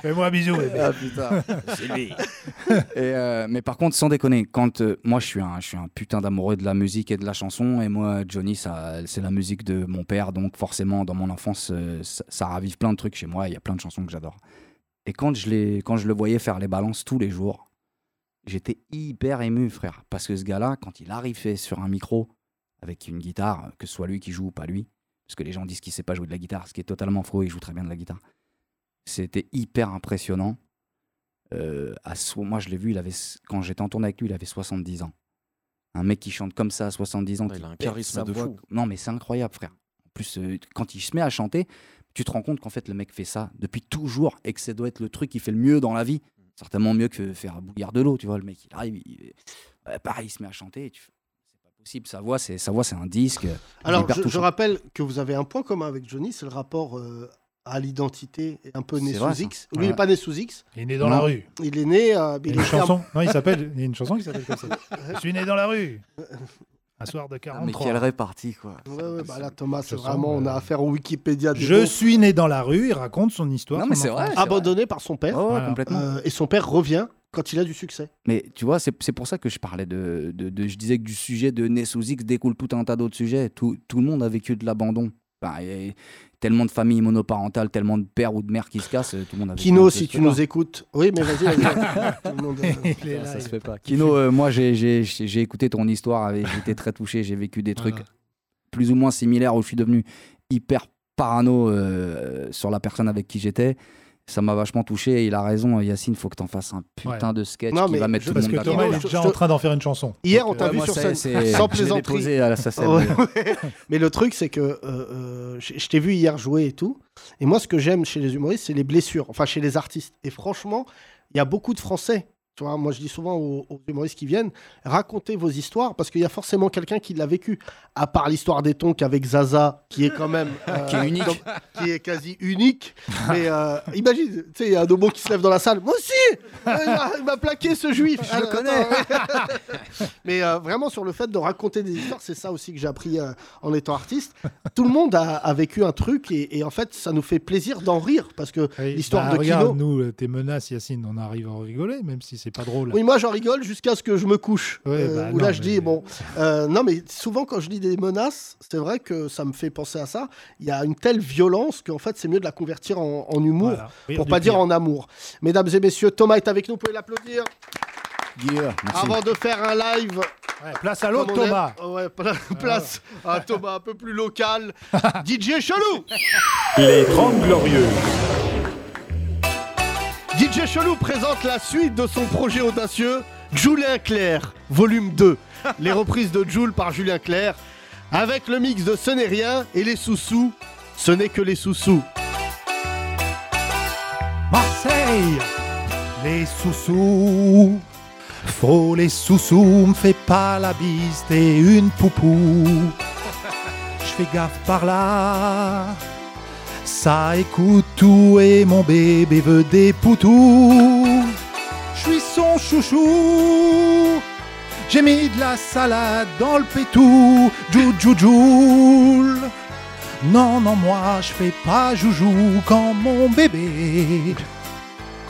S16: Fais-moi un bisou. bébé.
S15: Ah, putain, c'est lui. Et, euh, mais par contre, sans déconner, quand euh, moi je suis un, je suis un putain d'amoureux de la musique et de la chanson, et moi Johnny, ça, c'est la musique de mon père, donc forcément dans mon enfance, euh, ça, ça ravive plein de trucs chez moi. Il y a plein de chansons que j'adore. Et quand je l'ai- quand je le voyais faire les balances tous les jours, j'étais hyper ému, frère, parce que ce gars-là, quand il arrivait sur un micro avec une guitare, que ce soit lui qui joue ou pas lui, parce que les gens disent qu'il sait pas jouer de la guitare, ce qui est totalement faux, il joue très bien de la guitare. C'était hyper impressionnant. Euh, à so- moi, je l'ai vu, il avait, quand j'étais en tournée avec lui, il avait 70 ans. Un mec qui chante comme ça à 70 ans.
S12: Ah, il
S15: qui
S12: a un
S15: perd
S12: charisme
S15: sa
S12: de
S15: voix.
S12: fou.
S15: Non, mais c'est incroyable, frère. En plus, euh, quand il se met à chanter, tu te rends compte qu'en fait, le mec fait ça depuis toujours et que ça doit être le truc qu'il fait le mieux dans la vie. Certainement mieux que faire bouillir de l'eau, tu vois. Le mec, il arrive, il- euh, pareil, il se met à chanter. et tu fais, C'est pas possible, sa voix, c'est sa voix, c'est un disque. euh,
S3: Alors,
S15: hyper
S3: je, je
S15: touchant.
S3: rappelle que vous avez un point commun avec Johnny, c'est le rapport euh, à l'identité, et un peu né
S15: C'est vrai,
S3: sous
S15: ça.
S3: X. Lui,
S15: Ouais.
S3: il n'est pas né sous X.
S16: Il est né dans la Non. rue.
S3: Il est né. euh,
S16: Il y a une
S3: il est né à-
S16: chanson. Non, il s'appelle. Il y a une chanson qui s'appelle comme ça. Je suis né dans la rue. Un soir de
S15: Ah,
S16: 43.
S15: répartie, quoi.
S3: Ouais, ouais, bah là, Thomas, c'est
S16: sens,
S3: vraiment, on a affaire au Wikipédia. des
S16: Je
S3: bons.
S16: suis né dans la rue. Il raconte son histoire. son enfance.
S3: Abandonné par son père.
S15: Ouais, ouais, complètement. Ah,
S3: Euh, et son père revient quand il a du succès.
S15: Mais tu vois, c'est c'est pour ça que je parlais de, de- de- Je disais que du sujet de Né sous X découle tout un tas d'autres sujets. Tout, tout le monde a vécu de l'abandon. Enfin, il y a tellement de familles monoparentales, tellement de pères ou de mères qui se cassent. Tout le monde a vécu un
S3: Kino,
S15: peu
S3: si
S15: ce
S3: tu
S15: truc-là.
S3: nous écoutes. Oui, mais vas-y. vas-y. Tout le monde, euh,
S15: Putain, ça se fait pas. Kino, euh, moi, j'ai- j'ai j'ai- j'ai écouté ton histoire. et J'étais très touché. J'ai vécu des trucs plus ou moins similaires où je suis devenu hyper parano euh, sur la personne avec qui j'étais. Ça m'a vachement touché. Et il a raison, Yacine, faut que t'en fasses un putain
S16: Ouais.
S15: de sketch
S16: Non,
S15: qui
S16: mais
S15: va mettre
S16: je-
S15: tout le
S16: parce
S15: monde
S16: que Thomas,
S15: d'accord.
S16: il est déjà en train d'en faire une chanson. euh,
S3: Hier,
S15: Donc,
S3: on t'a
S15: ouais,
S3: vu
S15: moi,
S3: sur
S15: ça,
S3: scène,
S15: c'est-
S3: sans
S15: je l'ai
S3: plaisanterie.
S15: déposé à la SACEM,
S3: Ouais,
S15: d'ailleurs.
S3: ouais. Mais le truc, c'est que euh, euh, je je t'ai vu hier jouer et tout. Et moi, ce que j'aime chez les humoristes, c'est les blessures. Enfin, chez les artistes. Et franchement, il y a beaucoup de Français. Tu vois, moi, je dis souvent aux, aux humoristes qui viennent, racontez vos histoires parce qu'il y a forcément quelqu'un qui l'a vécu. À part l'histoire des tonks avec Zaza, qui est quand même euh,
S15: Qui est unique.
S3: qui est quasi unique. Mais euh, imagine, tu sais, il y a un homo qui se lève dans la salle. Moi aussi, Euh, il m'a- il m'a plaqué ce juif.
S15: Je le
S3: Ah,
S15: connais.
S3: attends, ouais. Mais euh, vraiment sur le fait de raconter des histoires, c'est ça aussi que j'ai appris euh, en étant artiste. Tout le monde a, a vécu un truc et, et en fait, ça nous fait plaisir d'en rire parce que l'histoire
S16: Bah,
S3: de
S16: regarde,
S3: Kino.
S16: nous, euh, tes menaces, Yacine, on arrive à en rigoler, même si c'est pas drôle.
S3: Oui, moi j'en rigole jusqu'à ce que je me couche.
S16: Ouais,
S3: Euh,
S16: bah
S3: où
S16: non,
S3: là je dis, bon. euh, non, mais souvent quand je lis des menaces, c'est vrai que ça me fait penser à ça. Il y a une telle violence qu'en fait c'est mieux de la convertir en, en humour,
S16: Voilà. Rire
S3: pour
S16: du
S3: pas dire
S16: pire.
S3: en amour. Mesdames et messieurs, Thomas est avec nous, vous pouvez l'applaudir. Avant de faire un live.
S16: place à l'autre,
S3: comme on aime.
S16: Thomas. Ah.
S3: Ouais, pla- place à Thomas un peu plus local. DJ Chelou
S5: Les 30 Glorieuses.
S3: DJ Chelou présente la suite de son projet audacieux, Julien Clerc, volume 2. Les reprises de Joule par Julien Clerc, avec le mix de Ce n'est rien et les sous-sous. Ce n'est que les sous-sous.
S16: Marseille Les sous-sous Faut les sous-sous, me fais pas la bise, t'es une poupou Je fais gaffe par là Ça écoute tout et mon bébé veut des poutous Je suis son chouchou j'ai mis de la salade dans le pétou, jou jou joule. Non, non, moi je fais pas joujou quand mon bébé,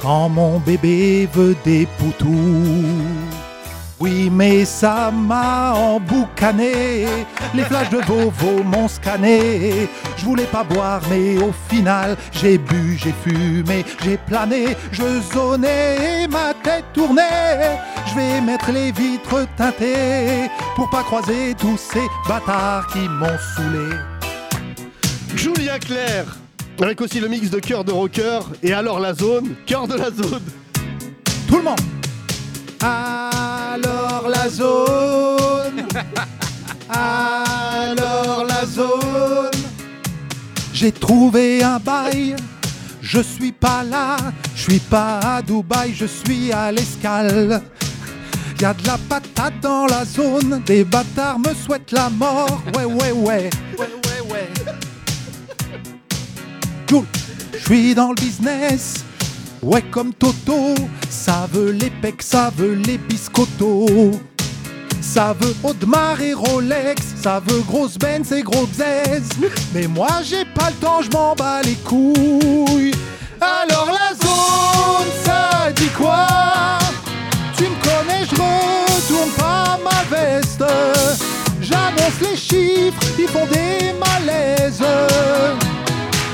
S16: quand mon bébé veut des poutous. Oui, mais ça m'a emboucané, les plages de Beauvau m'ont scanné. Je voulais pas boire, mais au final, j'ai bu, j'ai fumé, j'ai plané, je zonais et ma tête tournait. Je vais mettre les vitres teintées pour pas croiser tous ces bâtards qui m'ont saoulé.
S3: Julien Clerc, avec aussi le mix de cœur de rocker et alors la zone, cœur de la zone.
S16: Tout le monde
S3: Ah.
S16: Alors la zone Alors la zone J'ai trouvé un bail Je suis pas là Je suis pas à Dubaï Je suis à l'escale y a de la patate dans la zone, des bâtards me souhaitent la mort. Ouais, ouais, ouais.
S4: ouais, ouais.
S16: Joule, je suis dans le business. Ouais, comme Toto, ça veut les pecs, ça veut les biscottos. Ça veut Audemars et Rolex, ça veut grosse Benz et gros bzez. Mais moi j'ai pas le temps, je m'en bats les couilles. Alors la jaune, ça dit quoi Tu me connais, je retourne pas ma veste. J'annonce les chiffres, ils font des malaises.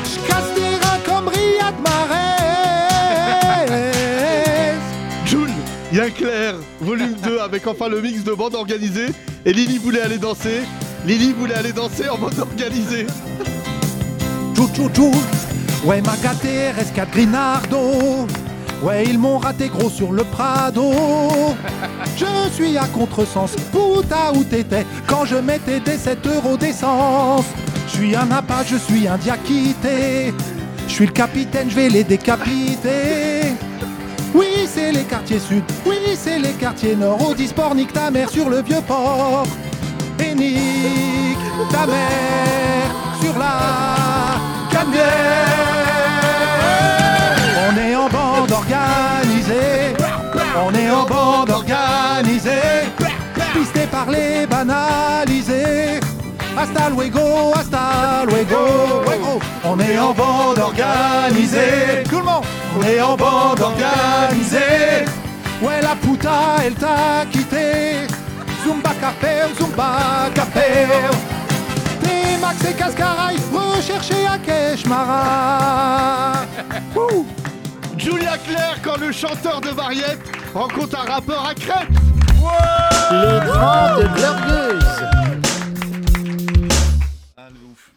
S16: Je casse des reins comme Riyad Mahrez.
S5: Joule, Yann Clair, volume 2, avec enfin le mix de bande organisée. Et Lily voulait aller danser. Lily voulait aller danser en bande organisée.
S16: Tchou tchou tchou. Ouais, ma gâtée, rescate Grinardo. Ouais, ils m'ont raté gros sur le Prado. Je suis à contresens, putain où t'étais quand je mettais des 7 euros d'essence. Je suis un appât, je suis un diakité. Je suis le capitaine, je vais les décapiter. Oui, c'est les quartiers sud, oui, c'est les quartiers nord. Au disport, nique ta mère sur le vieux port. Et nique ta mère sur la Canebière. On est en bande organisée. On est en bande organisée. Pisté par les banalisés. Hasta luego, hasta luego. Ouais, gros. On est en bande organisée. Tout le monde. On est en bande organisée. Ouais, la puta, elle t'a quitté. Zumba café, zumba café. T'es Max et Cascaray, recherchez à Keshmara.
S5: Ouh. Julia Claire quand le chanteur de variette rencontre un rappeur à crête.
S1: Les Grandes Glorieuses.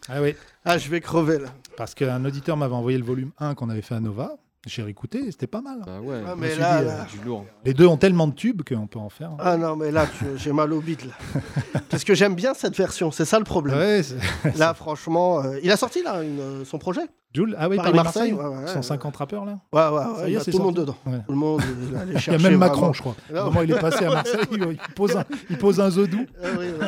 S4: Ah oui.
S3: Ah, je vais crever là.
S4: Parce qu'un auditeur m'avait envoyé le volume 1 qu'on avait fait à Nova. J'ai réécouté, et c'était pas mal.
S3: ouais. Ah,
S4: Je me
S3: mais
S4: suis
S3: là,
S4: dit,
S3: là.
S4: euh, Les deux ont tellement de tubes qu'on peut en faire.
S3: Ah non, mais là, tu- j'ai mal au bide. Là. Parce que j'aime bien cette version, c'est ça le problème. là, franchement, euh, il a sorti là une, euh, son projet.
S4: Jules, ah oui,
S3: Paris,
S4: Paris Marseille,
S3: Marseille, ouais, ouais,
S4: 150 rappeurs là.
S3: Ouais, ouais, ouais,
S4: Ça y
S3: il y
S4: est,
S3: a
S4: c'est
S3: tout le monde
S4: sorti.
S3: dedans.
S4: Ouais.
S3: Tout le monde, il est allé
S4: Il y a
S3: chercher
S4: même Macron,
S3: vraiment.
S4: je crois.
S3: Non.
S4: Vraiment, il est passé à Marseille, il pose un, il pose un zodou.
S3: Ah oui, ouais.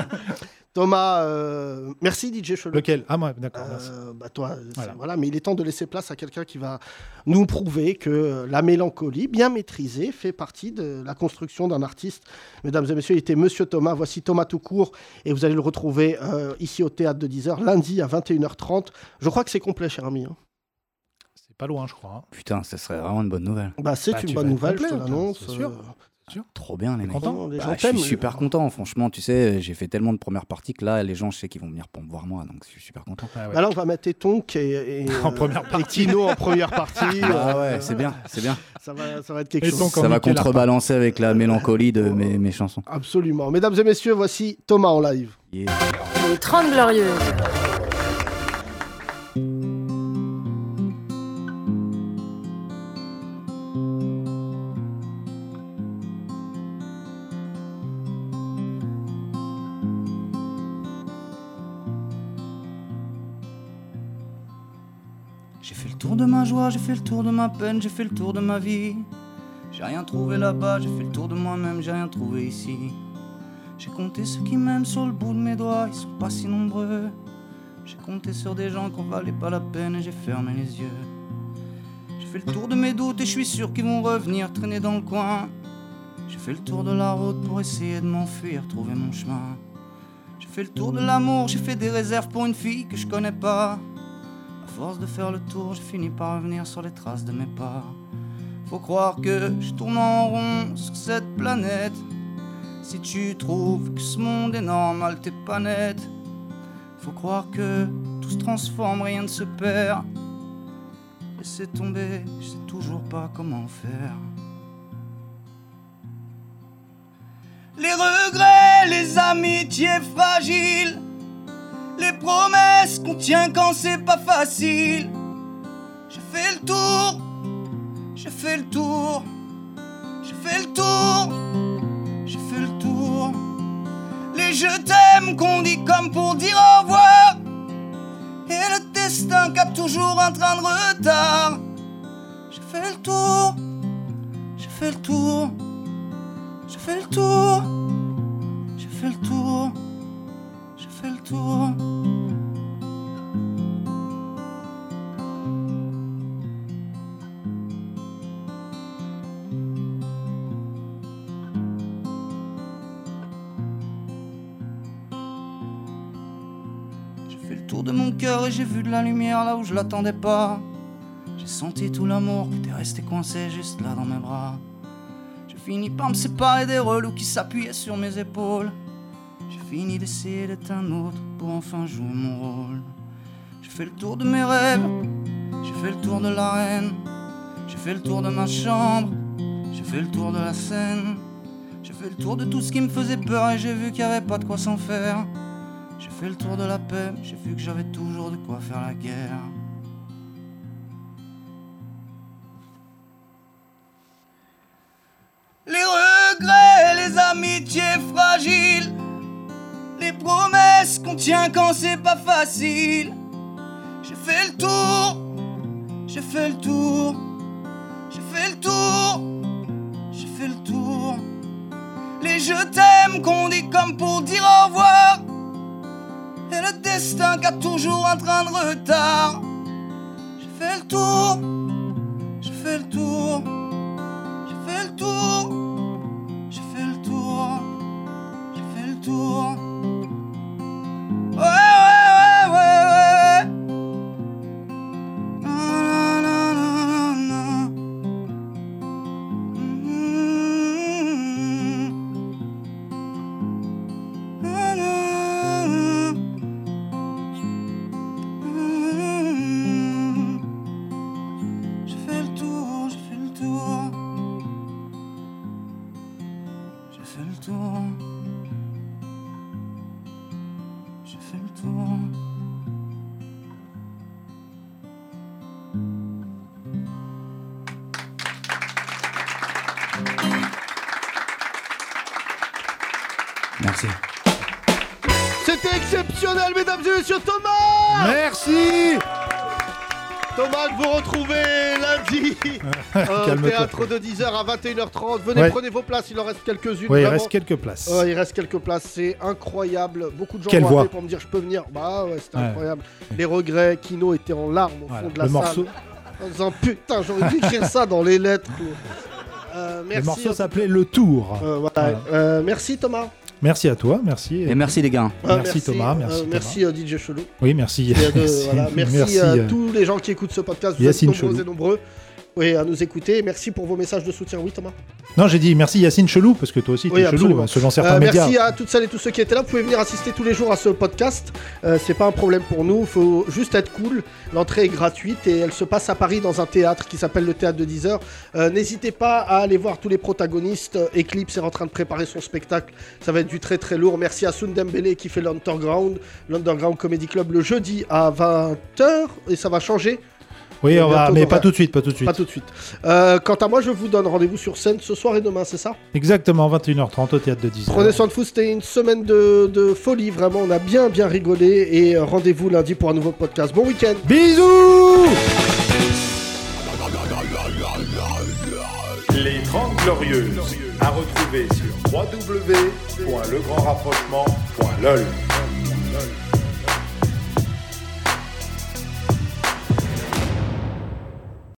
S3: Thomas, euh, merci DJ Chelou.
S4: Lequel Ah, moi, d'accord. merci.
S3: Euh, bah toi, c'est-
S4: Voilà.
S3: voilà. mais il est temps de laisser place à quelqu'un qui va nous prouver que euh, la mélancolie, bien maîtrisée, fait partie de la construction d'un artiste. Mesdames et messieurs, il était Monsieur Thomas, voici Thomas tout court, et vous allez le retrouver euh, ici au théâtre de 10h, lundi à 21h30. Je crois que c'est complet, cher ami. hein.
S4: C'est pas loin, je crois. hein.
S15: Putain, ce serait vraiment une bonne nouvelle.
S3: Bah, c'est
S4: Bah,
S3: une
S4: tu
S3: bonne
S4: vas être
S3: nouvelle, je te
S4: complet,
S3: l'annonce.
S4: c'est sûr.
S3: euh,
S15: Trop bien, les mecs.
S3: content Les gens
S15: Bah, je suis
S3: t'aiment,
S15: super content, franchement. Tu sais, j'ai fait tellement de premières parties que là, les gens, je sais qu'ils vont venir pour me voir moi, donc je suis super content.
S3: Bah là, on va mettre Tonk et, et,
S15: En
S3: euh,
S15: première
S3: et
S15: partie.
S3: Kino en première partie.
S15: Ah
S3: euh,
S15: ouais, c'est bien, c'est bien.
S3: Ça va, ça va être quelque chose. Oh.
S15: Ça va contrebalancer avec la mélancolie de mes, mes chansons.
S3: Absolument. Mesdames et messieurs, voici Thomas en live.
S15: Yeah.
S2: Les 30 Glorieuses.
S15: J'ai fait le tour de ma joie, j'ai fait le tour de ma peine, j'ai fait le tour de ma vie. J'ai rien trouvé là-bas, j'ai fait le tour de moi-même, j'ai rien trouvé ici. J'ai compté ceux qui m'aiment sur le bout de mes doigts, ils sont pas si nombreux. J'ai compté sur des gens qu'on valait pas la peine et j'ai fermé les yeux. J'ai fait le tour de mes doutes et je suis sûr qu'ils vont revenir traîner dans le coin. J'ai fait le tour de la route pour essayer de m'enfuir, trouver mon chemin. J'ai fait le tour de l'amour, j'ai fait des réserves pour une fille que je connais pas. À force de faire le tour, j'ai fini par revenir sur les traces de mes pas. Faut croire que je tourne en rond sur cette planète. Si tu trouves que ce monde est normal, t'es pas net. Faut croire que tout se transforme, rien ne se perd. Laissez tomber, je sais toujours pas comment faire. Les regrets, les amitiés fragiles. Les promesses qu'on tient quand c'est pas facile. J'ai fait le tour, j'ai fait le tour, j'ai fait le tour, j'ai fait le tour. Les je t'aime qu'on dit comme pour dire au revoir. Et le destin qui a toujours un train de retard. J'ai fait le tour, j'ai fait le tour, j'ai fait le tour, j'ai fait le tour. Je fais le tour. J'ai fait le tour de mon cœur et j'ai vu de la lumière là où je l'attendais pas. J'ai
S17: senti tout l'amour que t'es resté coincé juste là dans mes bras. J'ai fini par me séparer des relous qui s'appuyaient sur mes épaules. J'ai fini d'essayer d'être un autre pour enfin jouer mon rôle. J'ai fait le tour de mes rêves, j'ai fait le tour de l'arène, j'ai fait le tour de ma chambre, j'ai fait le tour de la scène. J'ai fait le tour de tout ce qui me faisait peur et j'ai vu qu'il n'y avait pas de quoi s'en faire. J'ai fait le tour de la paix, j'ai vu que j'avais toujours de quoi faire la guerre.
S8: Les regrets, les amitiés fragiles, les promesses qu'on tient quand c'est pas facile. J'ai fait le tour, j'ai fait le tour, j'ai fait le tour, j'ai fait le tour. Les je t'aime qu'on dit comme pour dire au revoir. Et le destin qui a toujours un train de retard. J'ai fait le tour, j'ai fait le tour, j'ai fait le tour, j'ai fait le tour, j'ai fait le tour. Ouais, ouais, ouais, ouais, ouais. Na, na, na, na, na. Mm-hmm. Mhm. Na, na, na. Je fais le tour, je fais le tour. Je fais le tour. Je fais le tour.
S15: Merci.
S3: C'était exceptionnel, mesdames et messieurs, Thomas Merci Thomas, que vous retrouvez lundi euh, au
S4: Calme-toi,
S3: théâtre de 10h à 21h30. Venez,
S4: Ouais.
S3: prenez vos places, il en reste quelques-unes.
S4: Ouais, il
S3: vraiment.
S4: reste quelques places.
S3: Ouais, il reste quelques places, c'est incroyable. Beaucoup de gens
S4: Quelle
S3: m'ont
S4: voix.
S3: appelé pour me dire je peux venir. Bah ouais, c'était
S4: Ouais.
S3: incroyable. Les regrets, Kino était en larmes au
S4: Voilà,
S3: fond de
S4: le
S3: la salle.
S4: morceau.
S3: En disant putain, j'aurais dû écrire ça dans les lettres. Euh, merci.
S4: Le morceau s'appelait Le Tour.
S3: Euh, voilà. Euh, merci Thomas.
S4: Merci à toi, merci.
S15: Et merci les gars.
S3: Euh,
S4: Merci, Thomas,
S3: euh,
S4: merci. Thomas.
S3: merci euh, DJ Chelou.
S4: Oui, merci.
S3: Et à deux,
S4: Merci,
S3: voilà, merci,
S4: merci,
S3: à
S4: euh,
S3: tous les gens qui écoutent ce podcast. Vous
S4: Yacine
S3: êtes nombreux
S4: Chelou.
S3: et nombreux. Oui, à nous écouter. Merci pour vos messages de soutien. Oui, Thomas.
S4: Non, j'ai dit merci Yacine Chelou, parce que toi aussi,
S3: Oui,
S4: t'es chelou,
S3: absolument.
S4: hein, selon
S3: Euh,
S4: certains médias.
S3: Merci à toutes celles et tous ceux qui étaient là. Vous pouvez venir assister tous les jours à ce podcast. Euh, c'est pas un problème pour nous. Faut juste être cool. L'entrée est gratuite et elle se passe à Paris dans un théâtre qui s'appelle le théâtre de 10 heures. Euh, N'hésitez pas à aller voir tous les protagonistes. Euh, Eclipse est en train de préparer son spectacle. Ça va être du très très lourd. Merci à Sundembele qui fait l'Underground, l'Underground Comedy Club le jeudi à 20h et ça va changer.
S4: Oui,
S3: Et
S4: on va,
S3: bientôt
S4: mais
S3: dans
S4: pas
S3: un-
S4: tout de suite, pas tout de suite.
S3: Pas tout de suite. Euh, quant à moi, je vous donne rendez-vous sur scène ce soir et demain, c'est ça
S4: Exactement, 21h30 au théâtre de 10
S3: Prenez soin de vous, c'était une semaine de, de folie, vraiment, on a bien bien rigolé et euh, rendez-vous lundi pour un nouveau podcast. Bon week-end
S4: Bisous
S9: Les 30 Glorieuses, à retrouver sur www.legrandrapprochement.lol.